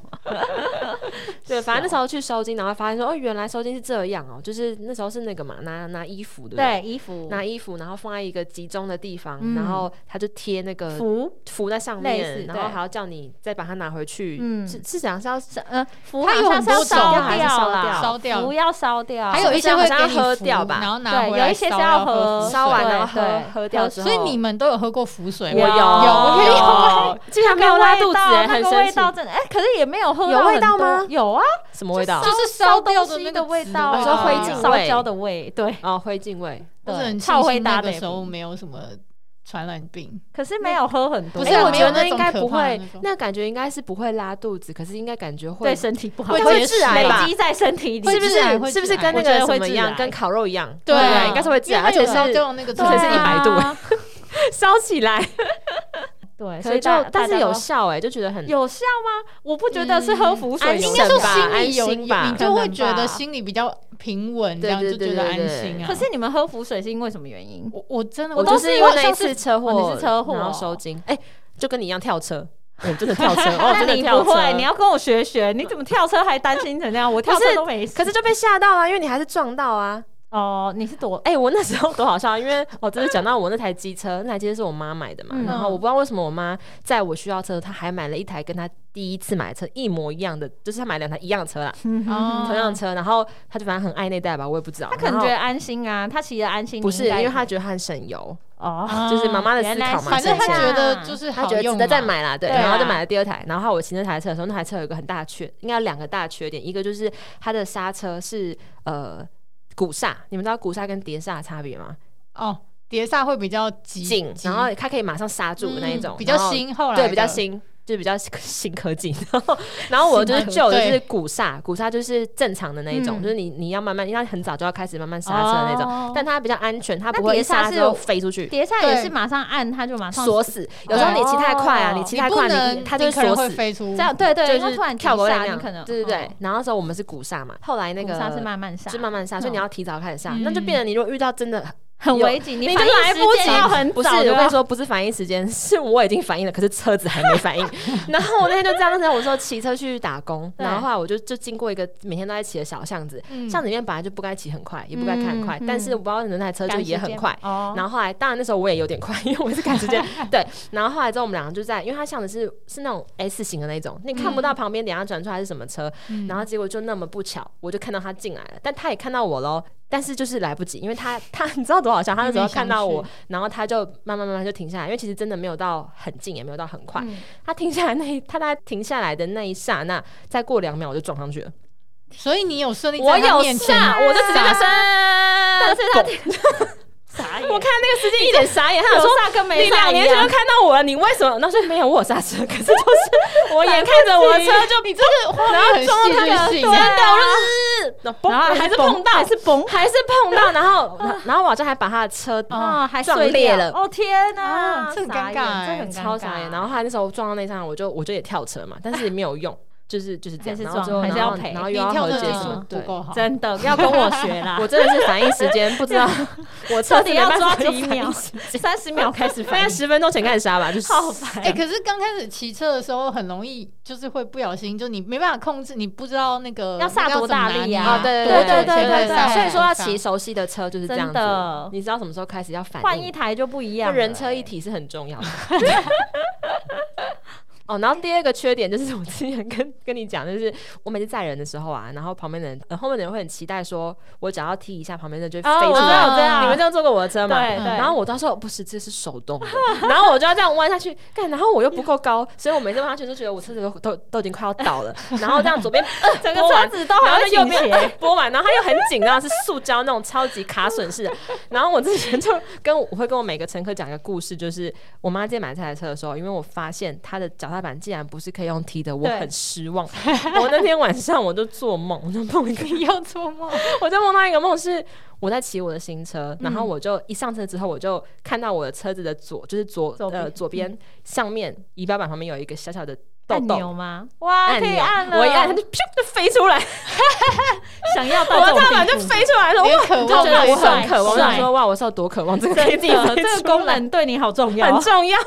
C: 对，反正那时候去收金，然后发现说，哦，原来收金是这样哦，就是那时候是那个嘛，拿拿衣服的，
B: 对衣服
C: 拿衣服，然后放在一个集中的地方，
B: 嗯
C: 然后他就贴那个
B: 服
C: 符在上
B: 类
C: 面，
B: 似
C: 然后
B: 对
C: 还要叫你再把它拿回去，
B: 嗯
C: 是是想是要
B: 是呃，符
A: 它
B: 好
A: 有
B: 像
A: 很
B: 是要
A: 多种
B: 烧
C: 还是
B: 掉
C: 烧
B: 啦，
C: 掉
A: 烧掉
B: 符要烧掉，
A: 还有一些会
C: 好像
A: 给
C: 要
A: 你
C: 喝
A: 服
C: 掉吧
A: 然后拿
B: 对，
A: 回
B: 有
A: 来
B: 一些是
A: 烧
B: 要
A: 喝
B: 喝
A: 符
C: 烧完
B: 对
C: 然后喝
B: 对
C: 喝掉之
A: 水
C: 后
A: 所以你们都有喝过符水吗？
C: 我有
A: 有
B: 有
C: 有，竟然没有拉肚子欸，
B: 那
C: 很
B: 个
C: 生
B: 味
C: 气。
B: 道真的哎，可是也没有喝
C: 有
B: 到
C: 味
B: 很
C: 道
B: 多
C: 吗
B: 有啊，
C: 什么味道？
A: 就是
B: 烧
A: 烧掉
B: 东
A: 的
B: 西
A: 那
B: 的
A: 个
B: 味
A: 纸的
B: 道啊，
C: 味道
A: 啊
C: 就灰烬
B: 烧
C: 味
B: 焦的味，对
C: 哦，灰烬味。
A: 我是
B: 对，
A: 很
B: 超
A: 庆
B: 会
A: 幸
B: 搭
A: 那
B: 的
A: 个
B: 也
A: 时候
B: 不
A: 没有什么传染病，
B: 可是没有喝很多，
A: 不
C: 哎
A: 是啊
C: 我
A: 没
C: 觉
A: 有
C: 得
A: 那
C: 应
A: 种
C: 该
A: 可
C: 不
A: 怕的
C: 会
A: 那，种
C: 那感觉应该是不会拉肚子，可是应该感觉
B: 对
C: 会
B: 身体不好
C: 会，
A: 会
C: 致癌
B: 累
C: 吧？
B: 积在身体里，
A: 会
C: 是不
A: 致癌会
C: 是？是不是
A: 致
C: 跟
A: 癌
C: 那
B: 我觉
C: 个
B: 得会
C: 什么
B: 致
C: 一样？
B: 癌
C: 跟烤肉一样，
A: 对
C: 不
A: 啊
C: 应该是会致癌，
A: 因为
C: 而
A: 它有
C: 且
A: 烧
C: 是
A: 掉那个
B: 对
A: 东
C: 而
A: 西，
C: 且是100度
B: 啊，
C: 烧起 来。
B: 对，啊
C: 可
B: 所以
C: 是就
B: 大
C: 但
B: 大
C: 是
B: 家
C: 有
B: 都
C: 效哎，就觉得很
B: 有效吗？我不觉得是喝符水
C: 安
B: 有
C: 心
A: 应
B: 效
A: 该说
C: 吧
A: 心
C: 安
A: 里有
C: 心吧
A: 你就会
B: 可能
A: 觉
B: 吧
A: 得心里比较平稳，这
C: 对
A: 样
C: 对
A: 就觉
C: 对
A: 得
C: 对
A: 安
C: 对
A: 心啊。
B: 可是你们喝符水是因为什么原因？
A: 我我真的
C: 我
A: 都
C: 就是因为那一
A: 上
C: 次车祸，
B: 哦你是车祸
C: 然后收金，哎，就跟你一样跳 车，我真的跳 车，哦，
B: 那
C: 真的
B: 你
C: 跳
B: 不会，你
C: 车。
B: 要跟我学学，你怎么跳车还担心成那样？我跳
C: 不
B: 车
C: 是
B: 都没事。
C: 可是就被吓到啊，因为你还是撞到啊！
B: 哦，你是 躲
C: 哎、我那时候多好笑，因为我真的讲到我那台机车， 那台机车是我妈买的嘛，
B: 嗯
C: 然后我不知道为什么我妈在我需要车的时候，她还买了一台跟她第一次买的车一模一样的，就是她买两台一样的车啦，
A: 哦
C: 同样的车，然后她就反正很爱那代吧，我也不知道。
B: 他可
C: 然
B: 能
C: 后
B: 觉得安心啊，他其实安心
C: 不是，
B: 你应
C: 因
B: 该
C: 为她觉得她很省油，
B: 哦，
A: 啊
C: 就是妈妈的思
B: 原来
C: 考
B: 是
C: 嘛，
A: 反正
C: 省
A: 他
C: 钱
B: 啊
A: 觉得就是
C: 她
A: 好
C: 觉得值
A: 用
C: 得再
A: 嘛
C: 买啦，对，
B: 对啊
C: 然后就买了第二台。然后我骑那台车的时候，那台车有一个很大的缺，应该有两个大缺点，一个就是它的刹车是呃鼓刹，你们知道鼓刹跟碟刹的差别吗？
A: 哦，碟刹会比较紧
C: 紧，然后它可以马上刹住的那一种，
A: 嗯比较
C: 然后，
A: 新，后来
C: 对，比较
A: 的，
C: 新。 就是比较新科技，然后然后我就是
A: 新科技
C: 旧的就是
A: 对
C: 鼓刹，鼓刹就是正常的那一种，
B: 嗯
C: 就是你你要慢慢，因为它很早就要开始慢慢 刹车的那种，
B: 哦
C: 但它比较安全，它不
B: 那
C: 会
B: 碟
C: 一
B: 刹
C: 刹
B: 是
C: 之后飞出去，
B: 碟刹也是马上按，他就马上
C: 锁死。有时候你骑太快啊，
B: 哦
C: 你骑
A: 你
C: 太
A: 不
C: 快，
A: 能
C: 你它就
A: 你
C: 会
A: 可能
C: 锁
A: 会
C: 死。
A: 飞出
B: 这样，对对，因
C: 就
B: 为
C: 是
B: 突然
C: 跳
B: 急
C: 楼
B: 刹
C: 那样，
B: 你可能
C: 对对对
B: 嗯。
C: 然后那时候哦我们是鼓刹嘛，后来那嗯
B: 那
C: 个
B: 个刹是慢慢刹，
C: 就慢慢刹，所以你要提早开始刹，
A: 嗯
C: 那就变成你如果遇到真的
B: 很危急，
C: 你
B: 你
C: 就
B: 反应
C: 来不
B: 时
C: 及，
B: 间要很
C: 不是，
B: 早就
C: 我
B: 要。
C: 跟你说，不是反应时间， 是我已经反应了，可是车子还没反 应。然后我那天就这样子，我说骑车去打工，
B: 对
C: 然后后来我就就经过一个每天都在骑的小巷子，
A: 嗯
C: 巷子里面本来就不该骑很快，也不该开很快，
B: 嗯
C: 但是我不知道那台车就也很快。
B: 哦，
C: 然后后来，当然那时候我也有点快， 因为我是赶时间。对，然后后来之后我们两个就在，因为它巷子是是那种 S 型的那种，你看不到旁边等一下转出来是什么车。
A: 嗯
C: 然后结果就那么不巧，我就看到他进来了，但他也看到我喽，但是就是来不及，因为他他你知道多好笑，他那时候看到
A: 面
C: 我
A: 面，
C: 然后他就慢慢慢慢就停下来，因为其实真的没有到很近，也没有到很快。
B: 嗯
C: 他停下来那一他大概停下来的那一刹那，再过两秒我就撞上去了，
A: 所以你有顺利
C: 我
A: 在他
C: 有
A: 面前
C: 下，我就直接 就
A: 撒
C: 刹，但是啊 他停。
B: 傻
C: 我看那个司机一脸傻眼，他想
B: 有
C: 说
B: 煞跟没
C: 你两
B: 煞一
C: 年前就
B: 样。
C: 看到我了，你为什么？那说没有，我有刹车，可是就是我眼看着我的车就
A: 你这个画面很
C: 然后撞到
A: 戏剧性
C: 真
B: 对
A: 啊，
B: 啊
C: 的，我就是，
B: 然后
C: 还是碰到，
B: 还是崩
C: 还是碰到，然 后然后我好像还把他的车
B: 啊，还
C: 撞
B: 碎
C: 裂
B: 掉
C: 了
B: 哦天哪，
A: 啊这很
B: 傻
A: 尴
B: 眼
A: 尬
B: 这
A: 欸
B: 很
C: 超傻眼，然后他那时候撞到那上，我就我就也跳车嘛，但是也没有用，就是就是这
B: 还
C: 样，
B: 是
C: 然后
B: 撞
C: 之后
B: 还是
C: 然后
B: 要赔
C: 然后
A: 你
C: 又要
A: 跳
C: 和
A: 的
C: 解
A: 技
C: 什
A: 术
C: 么，
A: 不
C: 对。
A: 够好，
B: 真的要跟我学啦
C: 我，真的是反应时间不知道，我车
B: 到
C: 子
B: 底
C: 没
B: 要
C: 办
B: 抓
C: 法有
B: 几
C: 反应
B: 秒？
C: 时 间
B: 三十秒开始
C: 大概
B: 翻，
C: 十分钟前开始杀吧，就是
B: 好烦
A: 哎、。可是刚开始骑车的时候，很容易就是会不小心，就你没办法控制，你不知道那个
B: 要刹多大力啊
A: 那
C: 啊，
A: 个要怎么拿捏
B: 对
C: 对对
B: 对对对
C: 所以说要骑
A: 骑手，
C: 熟悉的车就是这样
B: 真的
C: 子，你知道什么时候开始要反
B: 换一
C: 应，
B: 台就不一样
C: 就
B: 了，
C: 人车一体是很重要的。 哦，然后第二个缺点就是我之前跟跟你讲，就是我每次载人的时候啊，然后旁边的人、呃、后面的人会很期待说，我只要踢一下旁边的人就会
B: 哦，
C: 飞
B: 我知
C: 出
B: 道，
C: 来。
B: 我知道，
C: 你们这样坐过我的车吗？
B: 对对
C: 然后我到时候不是，这是手动的，然后我就要这样弯下去，干，然后我又不够高，所以我每次弯下去都觉得我车子都都都已经快要倒了，然后这样左边呃
B: 整个
C: 播
B: 车
C: 完
B: 子都
C: 然
B: 好像
C: 后在右
B: 哦倾
C: 边
B: 斜，
C: 拨完，然后它又很紧，然啊后是塑胶那种超级卡榫式的。然后我之前就跟我我会跟我每个乘客讲一个故事，就是我妈今天买这台车的时候，因为我发现它的脚踏板竟然不是可以用踢的，我
B: 对
C: 很失望。我那天晚上我就做梦，我就梦一个，
A: 你要做 梦，
C: 我就梦到一个梦是。我在骑我的新车，然
B: 嗯
C: 后我就一上车之后，我就看到我的车子的左，就是左
B: 左
C: 呃
B: 边嗯
C: 左边上面仪表板旁边有一个小小的痘
B: 按
C: 痘
B: 钮，吗？哇，可以
C: 钮
B: 按了，
C: 我一啊按它就咻 就飞出来，
B: 想要
C: 我
B: 到
C: 的
B: 这种
C: 踏板
B: 地
C: 就
B: 步
C: 飞出来了，
A: 连
C: 哇！
A: 渴
C: 你知道
A: 望
B: 就
A: 都
C: 吗
B: 是
A: 没有
C: 我很渴望，我
B: 帅
C: 想说哇，我是有多渴望这个可以
B: 真
C: 自己
B: 的，这
C: 飞
B: 个
C: 出
B: 功
C: 来
B: 能对你好重要
C: 很。重要。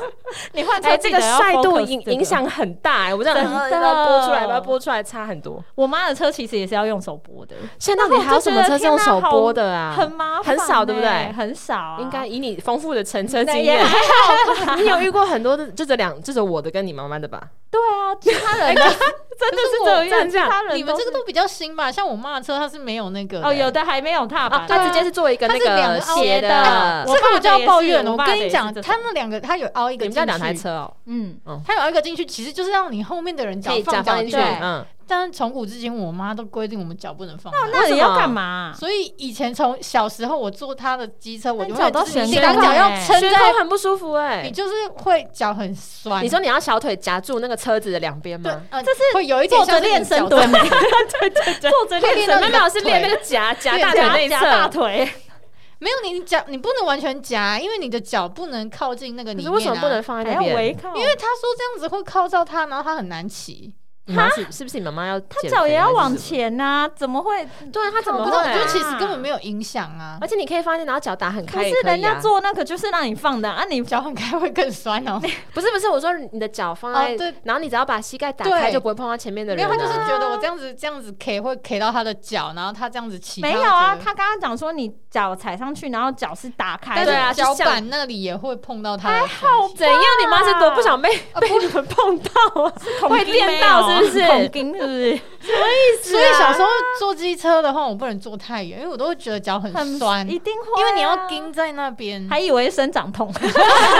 B: 你换车
C: 哎，这
B: 记
C: 个
B: 得要
C: 帅度
B: focus
C: 影
B: 这个
C: 影。响很大哎，我这样
B: 真的
C: 要不要播出来，要不要播出来差很多。
B: 我妈的车其实也是要用手拨的，
C: 现在到底还有什么车是用手播的啊？
B: 很麻烦
C: 很
B: 欸，
C: 少，对不对？
B: 很少啊，
C: 应该以你丰富的乘车经
B: 对也
C: 验
B: 还，好吧。
C: 你有遇过很多的，就这两，就这我的跟你妈妈的吧？
B: 对啊，其他人的真的是这样，
C: 这样
B: 其他人都
A: 你们这个都比较新吧？像我妈的车，它是没有那个的
B: 哦，有的还没有踏
C: 啊，
B: 板，
C: 他直接是做一个那
A: 它是两
C: 个
A: 个
C: 斜
B: 凹的
C: 的，
A: 这个我就要抱怨了。
B: 我
A: 我
B: 爸的
A: 跟
B: 也
A: 你
B: 是
A: 讲，
B: 这种
A: 它那两个，它有凹一
C: 你
A: 个，
C: 们家两台，车哦，
B: 嗯，
A: 它有凹一个进去，其实就是让你后面的人脚
C: 可以
A: 放
C: 加
A: 脚
C: 放
A: 进
C: 进
A: 去
C: 去，。嗯，
A: 但是从古至今，我妈都规定我们脚不能放那
B: 那
C: 为
B: 你
C: 什么
B: 要干嘛？
A: 所以以前从小时候我坐他的机车，我就会
B: 但脚都
A: 就是你
B: 悬
A: 两
B: 空
A: 脚要
B: 欸
A: 撑
C: 悬
A: 在
C: 空，很不舒服哎
A: 你。就是会脚很酸。
C: 你说你要小腿夹住那个车子的两边
A: 对
C: 吗？，
A: 呃
B: 这是
A: 会有一点
B: 坐
A: 像
B: 着
A: 是
B: 练
A: 你脚
B: 深蹲，
A: 在
B: 对对对，坐着
A: 会
B: 练
A: 练到
B: 深
C: 没
B: 蹲
C: 有，没有，是练那个夹夹大腿那一
B: 夹大
C: 侧。
B: 腿，
A: 没有你脚，你不能完全夹，因为你的脚不能靠近那个
C: 可
A: 里
C: 是
A: 面、啊。
C: 为什么不能？放
B: 还
C: 在那
B: 要哎围
C: 边？
B: 靠，
A: 因为他说这样子会靠到他，然后他很难骑。
C: 你妈是是不是你妈妈要？他
B: 他脚也要往。前呐、怎么会？
C: 对啊，她怎
A: 我
C: 么
A: 不
C: 会
A: 知道，我觉得其实
B: 啊
A: 根本没有影响啊
C: 而，且你可以放进，然后脚打很
B: 可
C: 开也
B: 是
C: 可以啊。
B: 人家做那个就是让你放的啊，你
A: 脚很开会更酸哦。
C: 不是不是，我说你的脚放
A: 哦
C: 在
A: 对，
C: 然后你只要把膝盖打开，
A: 对
C: 就不会碰到前面 的
A: 没
C: 人
A: 有，
C: 啊。
A: 他就是觉得我这样子这样子 K 会 K 到他的脚，然后他这样子骑。
B: 没有
A: 会
B: 啊？
A: 觉得
B: 他刚刚讲说你脚踩上去，然后脚是打开
A: 但
C: 对啊
B: 的，
A: 是
C: 就像
A: 脚板那里也会碰到他的东西。还
C: 怎样？你妈是多啊不 想被被你们碰到 啊？会电到是不是？
B: 恐惊啊是不是？ 啊
A: 所以小时候坐机车的话，我不能坐太远，因为我都会觉得脚很
B: 很
A: 酸，
B: 一定会
A: 因
B: 啊、
A: 为你要盯在那边。
B: 还以为生长痛，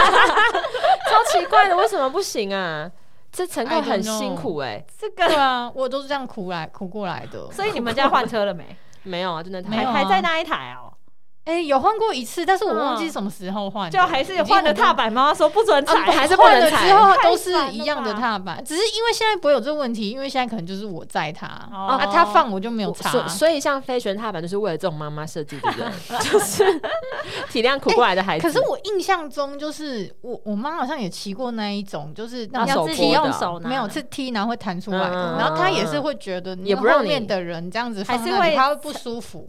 C: 超奇怪的，为什么不行啊？这乘客
A: I don't
C: 很辛苦哎，
B: 这
A: 对
B: 个，
A: 啊，我都是这样苦来苦过来的。
B: 所以你们家换车了没？
C: 没有啊，真的
A: 没有
B: 还
A: 啊
B: 还在那一台哦、
A: 哎、有换过一次，但是我忘记
B: 嗯
A: 什么时候换的、嗯
B: 就还是换了踏板，妈妈说不准踩，
C: 啊还是不
A: 换了
C: 能踩
A: 之后
B: 太
A: 都
B: 烦
A: 是
B: 了
A: 一样的
B: 吧
A: 踏板，只是因为现在不会有这个问题，因为现在可能就是我载他、
B: 哦
A: 啊，他放我就没有差。
C: 所所以像飞旋踏板就是为了这种妈妈设计，对不对？ 就是体谅苦过来的孩
B: 哎
C: 子。
A: 可是我印象中，就是我我妈好像也骑过那一种，就是那
C: 要
A: 种
C: 手
B: 自
C: 拨
B: 己
C: 的
B: 用
C: 啊
B: 手拿，
A: 没有是踢，然后会弹出来的。
C: 嗯
A: 然后她也是会觉得，
C: 也不让
A: 后
C: 你
A: 面的人这样子放
B: 还是
A: 那里
B: 会
A: 她会不舒服。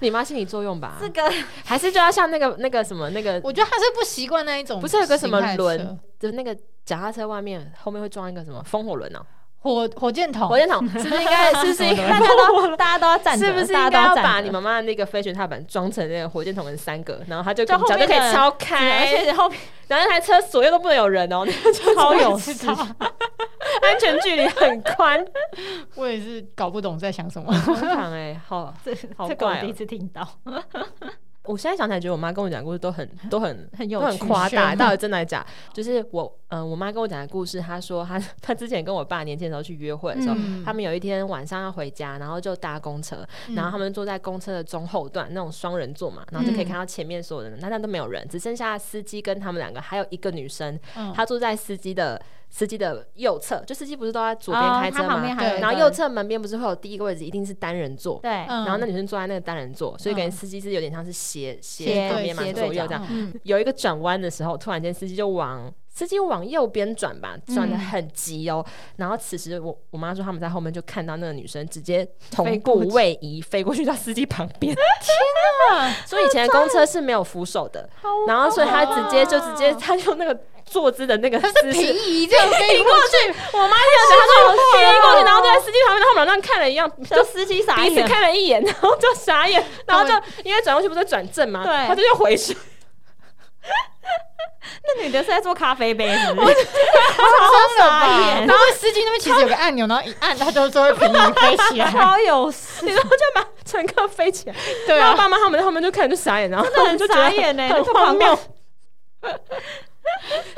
C: 你妈心理作用吧？
B: 这 个
C: 还是就要像那个那个什么那个，
A: 我觉得他是不习惯那一种，
C: 不是有个什么轮，就是那个脚踏车外面后面会装一个什么风火轮哦、
A: 火火箭筒
B: 哦
C: 火，箭筒，是不是应 该是不是应该
B: 大 家都大家都要站着，
C: 是不是
B: 大家都
C: 应该要
B: 站
C: 把
B: 着
C: 你妈妈的那个飞旋踏板装成那个火箭筒跟三个，然后它就
B: 就
C: 脚
B: 后
C: 就
B: 面
C: 可
B: 的
C: 以
B: 人
C: 超
B: 对
C: 开，
B: 而且后面
C: 然后那台车左右都不能有人哦，那个就
B: 超有
A: 事
B: 事。
C: 安全距离很宽。
A: 我也是搞不懂在想什么。
C: 荒唐哎，好，
B: 这
C: 好
B: 这个我
C: 怪哦
B: 第一次听到，
C: 我现在想起来，觉得我妈跟我讲的故事都很都很
B: 很
C: 都
B: 有
C: 很
B: 趣。
C: 夸
A: 炫
C: 大，
A: 吗
C: 到底真的还是假？就是我，嗯，我妈跟我讲的故事，她说她 她之前跟我爸年轻的时候去约会的时候，
A: 嗯
C: 他们有一天晚上要回家，然后就搭公车，
B: 嗯
C: 然后他们坐在公车的中后段那种双人座嘛，然后就可以
A: 嗯
C: 看到前面所有的人，但那都没有人，只剩下司机跟他们两个，还有一个女生，
A: 嗯
C: 她坐在司机的司机的右侧，就司机不是都在左
B: 哦
C: 边开车
B: 它旁边
C: 吗？
B: 还有
A: 对
B: 一
C: 然后
B: 个
C: 右侧门边不是会有第一个位置，一定是单人座。
B: 对，
A: 嗯
C: 然后那女生坐在那个单人座，所以感觉
A: 嗯
C: 司机是有点像是斜
B: 斜
C: 斜旁
B: 对
C: 边嘛，
B: 斜
C: 左
B: 对
C: 右
B: 角
C: 这样。
B: 嗯，
C: 有一个转弯的时候，突然间司机就往司机往右边转吧，转
B: 嗯
C: 的很急哦。然后此时我我妈说他们在后面就看到那个女生直接同
B: 飞过
C: 步
B: 去
C: 位移飞过去到司机旁边。 天
A: 啊！
C: 所以以前的公车是没有扶手的，然后所以他直接就直接
B: 啊
C: 他用那个坐姿的那个
A: 他
C: 姿
A: 是
C: 势
A: 平移这样飞过去，
C: 我妈听了觉得她说飞过去，然后就
B: 哦
C: 在司机旁边，然后我们俩这样看了一样，
B: 就司机傻
C: 彼此
B: 眼，
C: 看哦了一 眼，然后就傻眼，然后就
A: 他
C: 因为转过去不是转正吗？
B: 对
C: 他就又回去，
B: 那女的是在做咖啡杯，是不是
A: 真的
B: 傻
A: 吧？
B: 眼
A: 然后司机那边其实有个按钮，然后一按它就就会平移飞起 来。
B: 超有事，
C: 然后就把乘客飞起来。
A: 对
C: 然后
A: 啊，
C: 爸妈他们他们就看就傻眼，然欸后他
B: 真的
C: 们
B: 很
C: 就觉得
B: 傻眼呢，
C: 很
B: 这
C: 荒
B: 旁观
C: 谬，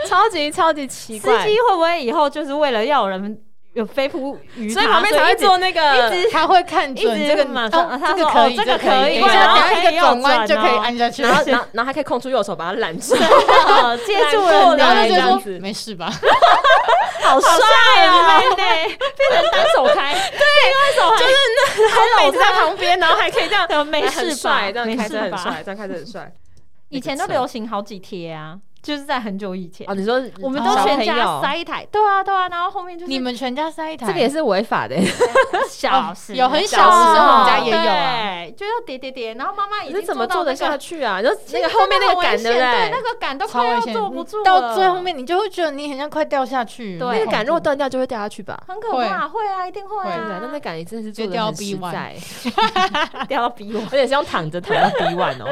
C: 超级超级奇
B: 司机会不会以后就是为了要有人有飞扑鱼
C: 所以
B: 它
C: 旁边才会
B: 一直
C: 做那个
B: 一直
A: 他会看准
B: 一直
A: 这个
B: 马
A: 哦，
B: 上他
A: 这个
B: 说
A: 可
B: 哦
A: 以，
B: 这个
A: 可
B: 可
A: 等一
B: 以
C: 然
A: 下
C: 后
A: 等一下一
B: 可以
A: 个转弯就可以
B: 右转哦
A: 按下去，
C: 然后 然后然后还可以空出右手把它揽 住，
B: 哦 接住
C: 然后
B: 了，
A: 然后就
C: 这样
A: 觉
C: 子
A: 得没事吧？
B: 好帅哦，对，变成单手开， 对，单手就是那
C: 每次在旁边，然后还可以这样，
B: 怎么没
C: 很
B: 事吧？
C: 帅，这样
B: 没
C: 开
B: 事
C: 车很
B: 吧？
C: 帅，这样开车很 帅。
B: 以前都流行好几贴啊，就是在很久以前
C: 哦，，你说
B: 我们都
C: 小
B: 全
C: 朋
B: 家
C: 友
B: 塞一台，对啊对啊，然后后面就是
A: 你们全家塞一台，
C: 这个也是违法 的，
B: 小时
A: 有很
C: 哦小时候我们家也
A: 有啊
B: 对，就要叠叠叠，然后妈妈已
C: 你
B: 经
C: 是怎么
B: 做到
C: 坐得
B: 那
C: 下
B: 个？
C: 去啊？就那个
B: 其实
C: 后面
B: 真的很
C: 那个
B: 危险
C: 杆，对不对
B: 对？？那个杆都
A: 超
B: 快
A: 危
B: 要
A: 险
B: 坐不住，
A: 到最后。面你就会觉得你很像快掉下去，
B: 对
C: 那
A: 那
C: 个
A: 个
C: 杆
A: 感
C: 如果断掉就会掉下去吧？
B: 很可怕，会啊，一定会
A: 会
C: 对啊
B: 啊，，
C: 那那感觉真的是做
A: 就
C: 的
A: 掉
C: 很
A: B
C: 实
A: one
C: 在，
B: 那掉到鼻我。
C: 而且是用躺着躺到 B one 哦，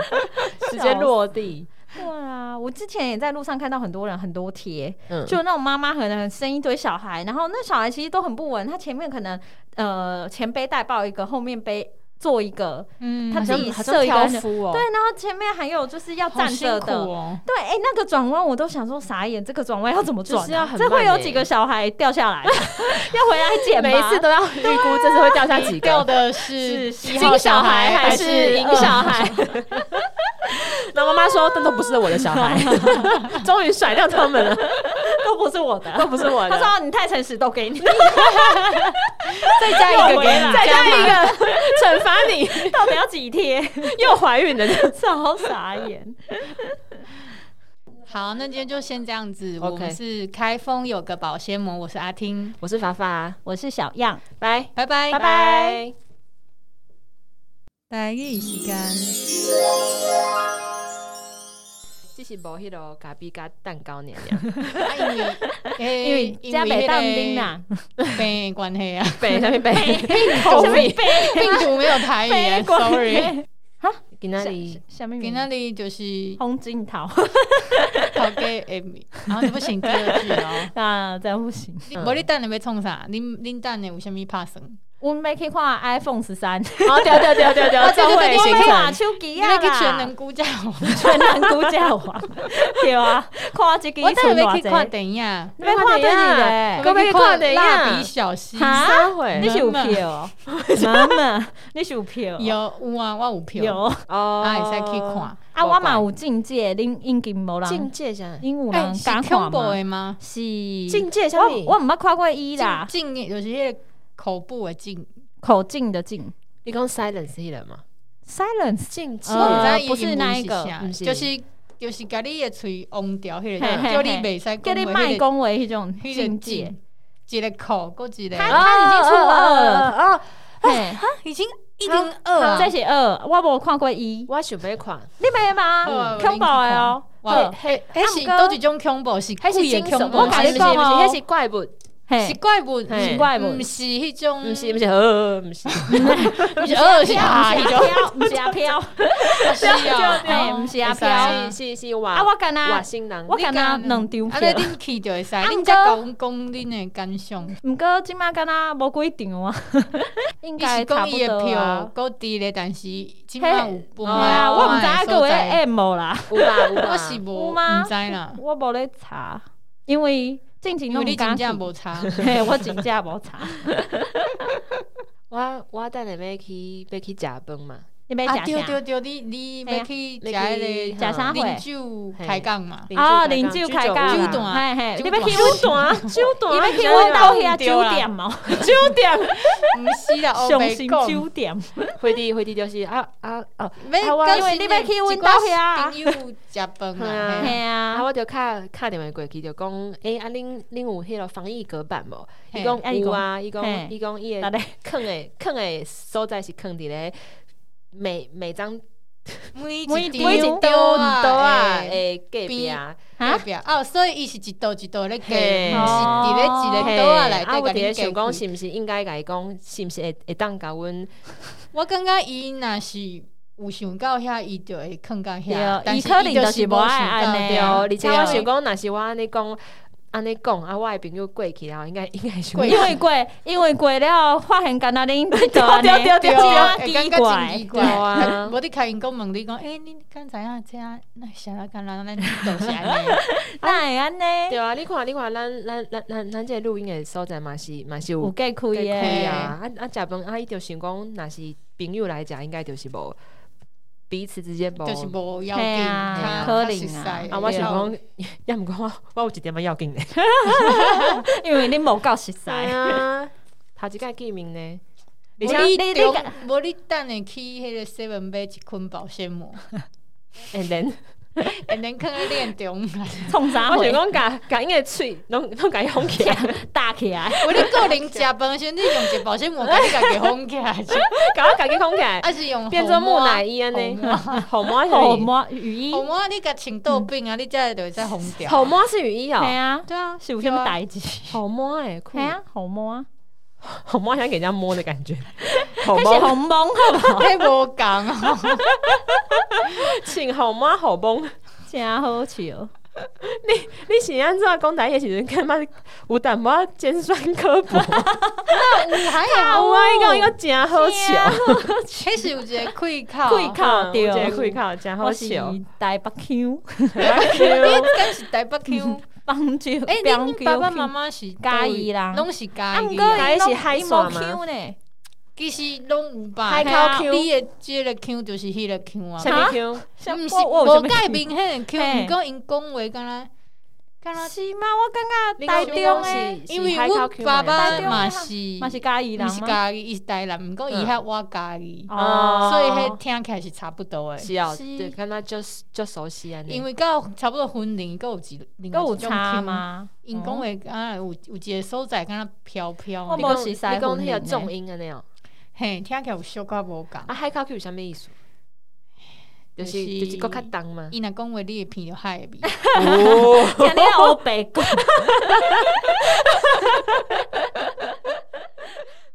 C: 直接落地。
B: 对啊，我之前也在路上看到很多人很多贴，
C: 嗯，
B: 就那种妈妈可能生一堆小孩，然后那小孩其实都很不稳，他前面可能呃前背带抱一个，后面背坐一个，
A: 嗯，
B: 他
C: 好
B: 自
C: 像
B: 己
C: 好
B: 设
C: 像
B: 一个
C: 挑
B: 那
C: 夫哦，
B: 对，然后前面还有就是要
A: 好
B: 站
A: 辛
B: 着
A: 苦
B: 的。
A: 哦，
B: 对，哎、那个转弯我都想说傻眼，这个转弯要怎么转、啊？
C: 就是要很
B: 这会
C: 慢
B: 有
C: 欸
B: 几个小孩掉下来， 要回来捡吧。
C: 每一次都要预估这次会掉下几
A: 啊掉
C: 个，
A: 的是
B: 是金
A: 一号
C: 小
A: 孩
C: 还
B: 呃
C: 是银
A: 银
C: 小？孩？然后妈妈说：“这都不是我的小 孩。”终于甩掉他们了，
B: 都不是我的，
C: 都不是我
B: 他
C: 的。
B: 说哦你太诚实，都 给你，
A: 再加一个给你，
C: 再加一
A: 码，
C: 个，惩罚你，
B: 到底要几贴？
C: 又怀孕了。
B: 超傻眼。
A: 好，那今天就先这样子。
C: OK
A: 我们是开封有个保鲜膜，我是阿听，
C: 我是法法，
B: 我是小样，
C: 拜
A: 拜拜啊
C: 拜拜。
A: 拜，一时间。
C: 只是无迄个咖啡加蛋糕娘娘，
A: 啊因为
B: 因为加北当兵 啦，
A: 因为那个病的关系啊，
C: 背下面背，
A: 口
C: 下面
A: 病病毒没有台语 啊
B: 背过
A: ，sorry。
C: 今仔日
B: 下面
A: 今那里就是
B: 洪金 桃，
A: 头家 Amy，然哎后你不行第二句哦。
B: 那这样不行。
A: 你无你等下要创啥？恁恁等下有啥物拍算？
B: 我们可以看 iPhone 十三，
A: 啊
C: 好掉掉掉掉 掉，
A: 对对
C: 啊这
A: 对
C: 会
A: 对
C: 行
A: 对
C: 程。
B: 手机
A: 你
B: 啊
A: 要
B: 啦，
A: 去全能估价哦，
B: 全能估价王，对啊，看这个
A: 我等下要去
B: 剩
A: 看
B: 偌济，
A: 电影，
B: 你要看电影欸嘞
C: 我要去看电
A: 蜡笔
C: 影。
A: 小新。
B: 哈
C: 三回
B: 你是有票哦，妈妈，你是有票哦，
A: 有有啊，我有票，
B: 有
C: 哦
A: 啊，会使去看。
B: 啊，我嘛有境界，恁应该无
C: 境
B: 人，
C: 界啥？
B: 恁有
A: 哎，
B: 人
A: 是
B: 敢
A: 恐
B: 看
A: 怖
B: 吗？
A: 的吗？
B: 是，
C: 境界啥
B: 我
C: 物？
B: 我毋捌看过伊啦
A: 啦，，禁就是迄个口部的禁，
B: 口径的径
C: 你讲 silence 迄个嘛？
B: ，silence，
C: 境界
A: 我不知
B: 呃
A: 道
B: 不是
A: 英文
B: 那一个
A: 啥
C: 不是
A: 就是就是甲你的喙嗡掉迄个
B: 嘿嘿嘿
A: 叫，叫你袂使
B: 叫你卖
A: 讲
B: 恭维迄种
A: 迄个
B: 境界啊
A: 禁，，一个口，搁一个
B: 他已经初二了
C: 了。哦
B: 嘿，
A: 已经一零二啊，
B: 再写二，我无看过一，
C: 我想要看，
B: 你没
A: 啊
B: 吗？恐怖的哦，
A: 哇，
C: 嘿，
A: 迄是
B: 啊
A: 都是种恐怖，是
C: 迄
A: 故
C: 是
A: 意
C: 惊
A: 的恐
C: 悚，
A: 怖，
C: 我
B: 跟
C: 感
B: 你
C: 觉
A: 是
C: 不是
B: 讲
C: 不
B: 哦
C: 是，迄是怪物，
A: 是
B: 嘿，
A: 怪物，
C: 嘿
A: 是
B: 怪物
A: 不是迄种，
C: 毋是毋是，呃，毋是，
A: 不是二是
B: 阿
A: 啊，伊就
B: 飘，不是 阿飘，
A: 是啊，
B: 哎，不是阿
A: 对
B: 飘，
A: 啊
C: 是是是，我
B: 啊，我干
C: 我
B: 呐，
C: 新郎
B: 我干呐，
A: 你敢
B: 两张
A: 啊，
B: 票
A: 那。恁去就会使，
B: 啊
A: 恁
B: 不过
A: 才讲讲恁的感想，
B: 毋过即摆敢若无几张啊， 应
A: 伊
B: 该
A: 是
B: 差
A: 讲
B: 不
A: 伊的
B: 多
A: 票
B: 啊。
A: 够低咧，但是今晚有
B: 嘿
A: 分啊
C: 哦
B: 哎呀，我毋知影各
A: 的所
B: 位
A: 在
B: M 无啦，
C: 有吧有吧，
A: 我是无
B: 有吗
A: 毋知啦，
B: 我无咧查，因为进前
A: 因为
B: 拢
A: 你
B: 敢
A: 真正
B: 去，
A: 无 差。
B: 嘿，我真正无查。
C: 我我等下要去要去食饭嘛，
B: 你要
A: 啊，
B: 食
A: 对
B: 啥？
A: 对对，你你
B: 嘿
A: 要
B: 啊
A: 去食
C: 要
A: 迄
C: 去
A: 个
B: 食啥货
A: 啉酒开讲嘛？
B: 哦，啉酒开
C: 酒
B: 讲，
A: 酒
B: 酒
A: 段
B: 嘿嘿，
A: 酒
B: 你要去
A: 段
B: 阮
C: 段酒
B: 你要
C: 段
B: 去阮兜遐
A: 酒
B: 酒
A: 段
B: 店嘛？
C: 酒店，
A: 毋是 啦，我
B: 上
A: 袂
B: 新
A: 哦讲。
B: 酒店，
C: 回地回地就是啊啊哦，
A: 要
C: 啊
A: 跟
B: 因为你要去阮兜遐啊
A: 一寡朋友食饭
C: 嘿啊
A: 啦。嘿
B: 嘿
C: 啊
B: 啊，
C: 我就敲敲电话过去就讲，诶啊恁恁有迄个防疫隔板无？
A: 嘿
C: 伊讲
B: 啊
C: 有啊，伊
B: 嘿
C: 讲伊讲伊
B: 哪
C: 的
B: 里？
C: 坑诶坑诶所在是坑伫咧每每张
A: 每一
B: 每一
A: 张
B: 每一
A: 张
C: 桌
A: 啊
C: 桌啊
A: 诶，
C: 诶隔壁 啊。
A: 代表哦，所以伊是一道一道咧计，毋是
C: 嘿
A: 伫咧一
C: 嘿
A: 个桌啊内
C: 啊，我伫
A: 底
C: 咧
A: 甲
C: 想
A: 你
C: 讲
A: 计。
C: 是毋是应该甲伊讲，是毋是会会当甲阮
A: 我感觉伊若是有想到遐，伊就会囥到
B: 对
A: 遐。但
B: 伊
A: 是
B: 可能
A: 伊就
B: 就是
A: 是
B: 无
A: 无
B: 爱
A: 想
B: 安
A: 到
B: 尼
C: 对，
B: 啊
C: 而
A: 对
C: 且我想讲，若是我安尼讲，安尼讲啊，我的朋友过去了，应该应该 想
A: 过
B: 因为过，因为过了，发现干那恁
C: 对对
A: 对啊，会感觉真奇
C: 对
A: 怪。
C: 啊，
A: 无伫开因讲问你讲，诶，你敢知影这啊？那啥啦，干啦，咱都是安尼。
B: 那会安
C: 对
B: 尼，
C: 啊，你看你看，咱咱咱咱咱这个录音的所在嘛是嘛是
B: 有
C: 有
B: 计开
C: 对
A: 开
B: 耶，
C: 啊，啊啊，食饭啊，伊就想讲，若是朋友来食，应该就是无彼此之间无。
A: 就是无要
B: 嘿
A: 紧，
B: 啊
A: 较
B: 可
A: 较
B: 能
A: 实
B: 啊
A: 在
C: 啊，我想讲，要毋讲我我有 一点仔要紧的。
B: 因为恁无够实
C: 对
B: 在。
C: 啊，头一摆见面呢，
A: 无
C: 而
B: 且
A: 你
B: 你
A: 你
B: 你
A: 无你等下去迄个 seven 买一捆保鲜膜，
C: 且会连。
A: 会能看咧练中来。
B: 冲啥
C: 我想
B: 会
C: 讲，甲甲因的喙拢拢甲伊封 起来，
B: 打起来？
A: 我你个人食饭时，你用一个保鲜膜，甲你家己封起来，
C: 甲我家己封起 来，
A: 还是用
C: 变做木乃
A: 伊？
C: 伊啊安 尼
A: 红毛。
C: 红毛是
B: 好
C: 雨衣，
B: 摸雨衣，
A: 红毛你甲穿豆饼啊，你才会再红掉。
C: 红毛是雨衣
B: 系
C: 哦。
B: 啊，
A: 对啊，
B: 是有什么代志？系
C: 红毛哎，酷，
B: 啊，好摸啊，
C: 红毛想给人家摸的感 觉。红
B: 那是
C: 毛
B: 红蒙好不好？
A: 太无共哦。
C: 请红毛好崩，
B: 真好笑。
C: 你是安怎讲台语的时阵，干嘛有淡薄仔尖酸刻 薄？
A: 有还
C: 啊，
A: 好
C: 我伊讲伊个真好
B: 啊
C: 笑，
A: 迄是有一个开口，啊
B: 开口
C: 嗯
B: 对
C: 有一个开口真好
B: 我是
C: 笑。
B: 台北 腔，
A: 你敢是台北腔？
B: 帮助
A: 诶，恁爸爸妈妈是
B: 嘉义人
A: 拢是嘉
B: 啊，毋
A: 义
B: 过
A: 啊。
C: 台
B: 伊
C: 语
B: 拢
C: 是海
B: 伊
C: 线
B: 无
C: 吗
B: Q 呢，
A: 其实拢有吧。
C: 海
B: 口
A: 嘿啊
C: Q
A: 你的即个 Q 就是迄个 Q 啊
C: 什，么 Q？
A: 毋是
B: 我我有
A: 无
B: 什么
A: 改
B: Q？
A: 变迄个 Q，
B: 嘿
A: 毋过因讲话敢若敢若，
B: 是吗？我感觉
C: 你
B: 台
C: 讲
B: 中
C: 是
B: 诶，
A: 因为
C: 海口
A: 阮
C: Q
A: 爸
C: 嘛
A: 爸
C: 是
A: 嘛是
B: 嘛是嘉义人
A: 毋是
B: 吗？
A: 家己，伊是台南，毋过伊
C: 嗯
A: 遐我家己，
B: 哦
A: 所以迄听起来是差不多诶。
C: 是哦，
B: 是
C: 对，感觉就就熟悉啊安尼。
A: 因为到差不多婚龄，佮有一另外
B: 都有
A: 一种
B: 差
A: Q？
B: 吗？哦
A: 因讲话敢若有有一个所在敢若飘飘
B: 我
A: 呢，
B: 无是
C: 你讲你
B: 西湖面
C: 讲迄个
B: 的
C: 重音安尼哦。
A: 嘿，听起来有小可无共。
C: 啊，海口 Q 有啥物意思？就
A: 就是是
C: 就是搁较重嘛。
A: 伊若讲话，你会闻到海的味。
C: 哦，
B: 今日我白讲，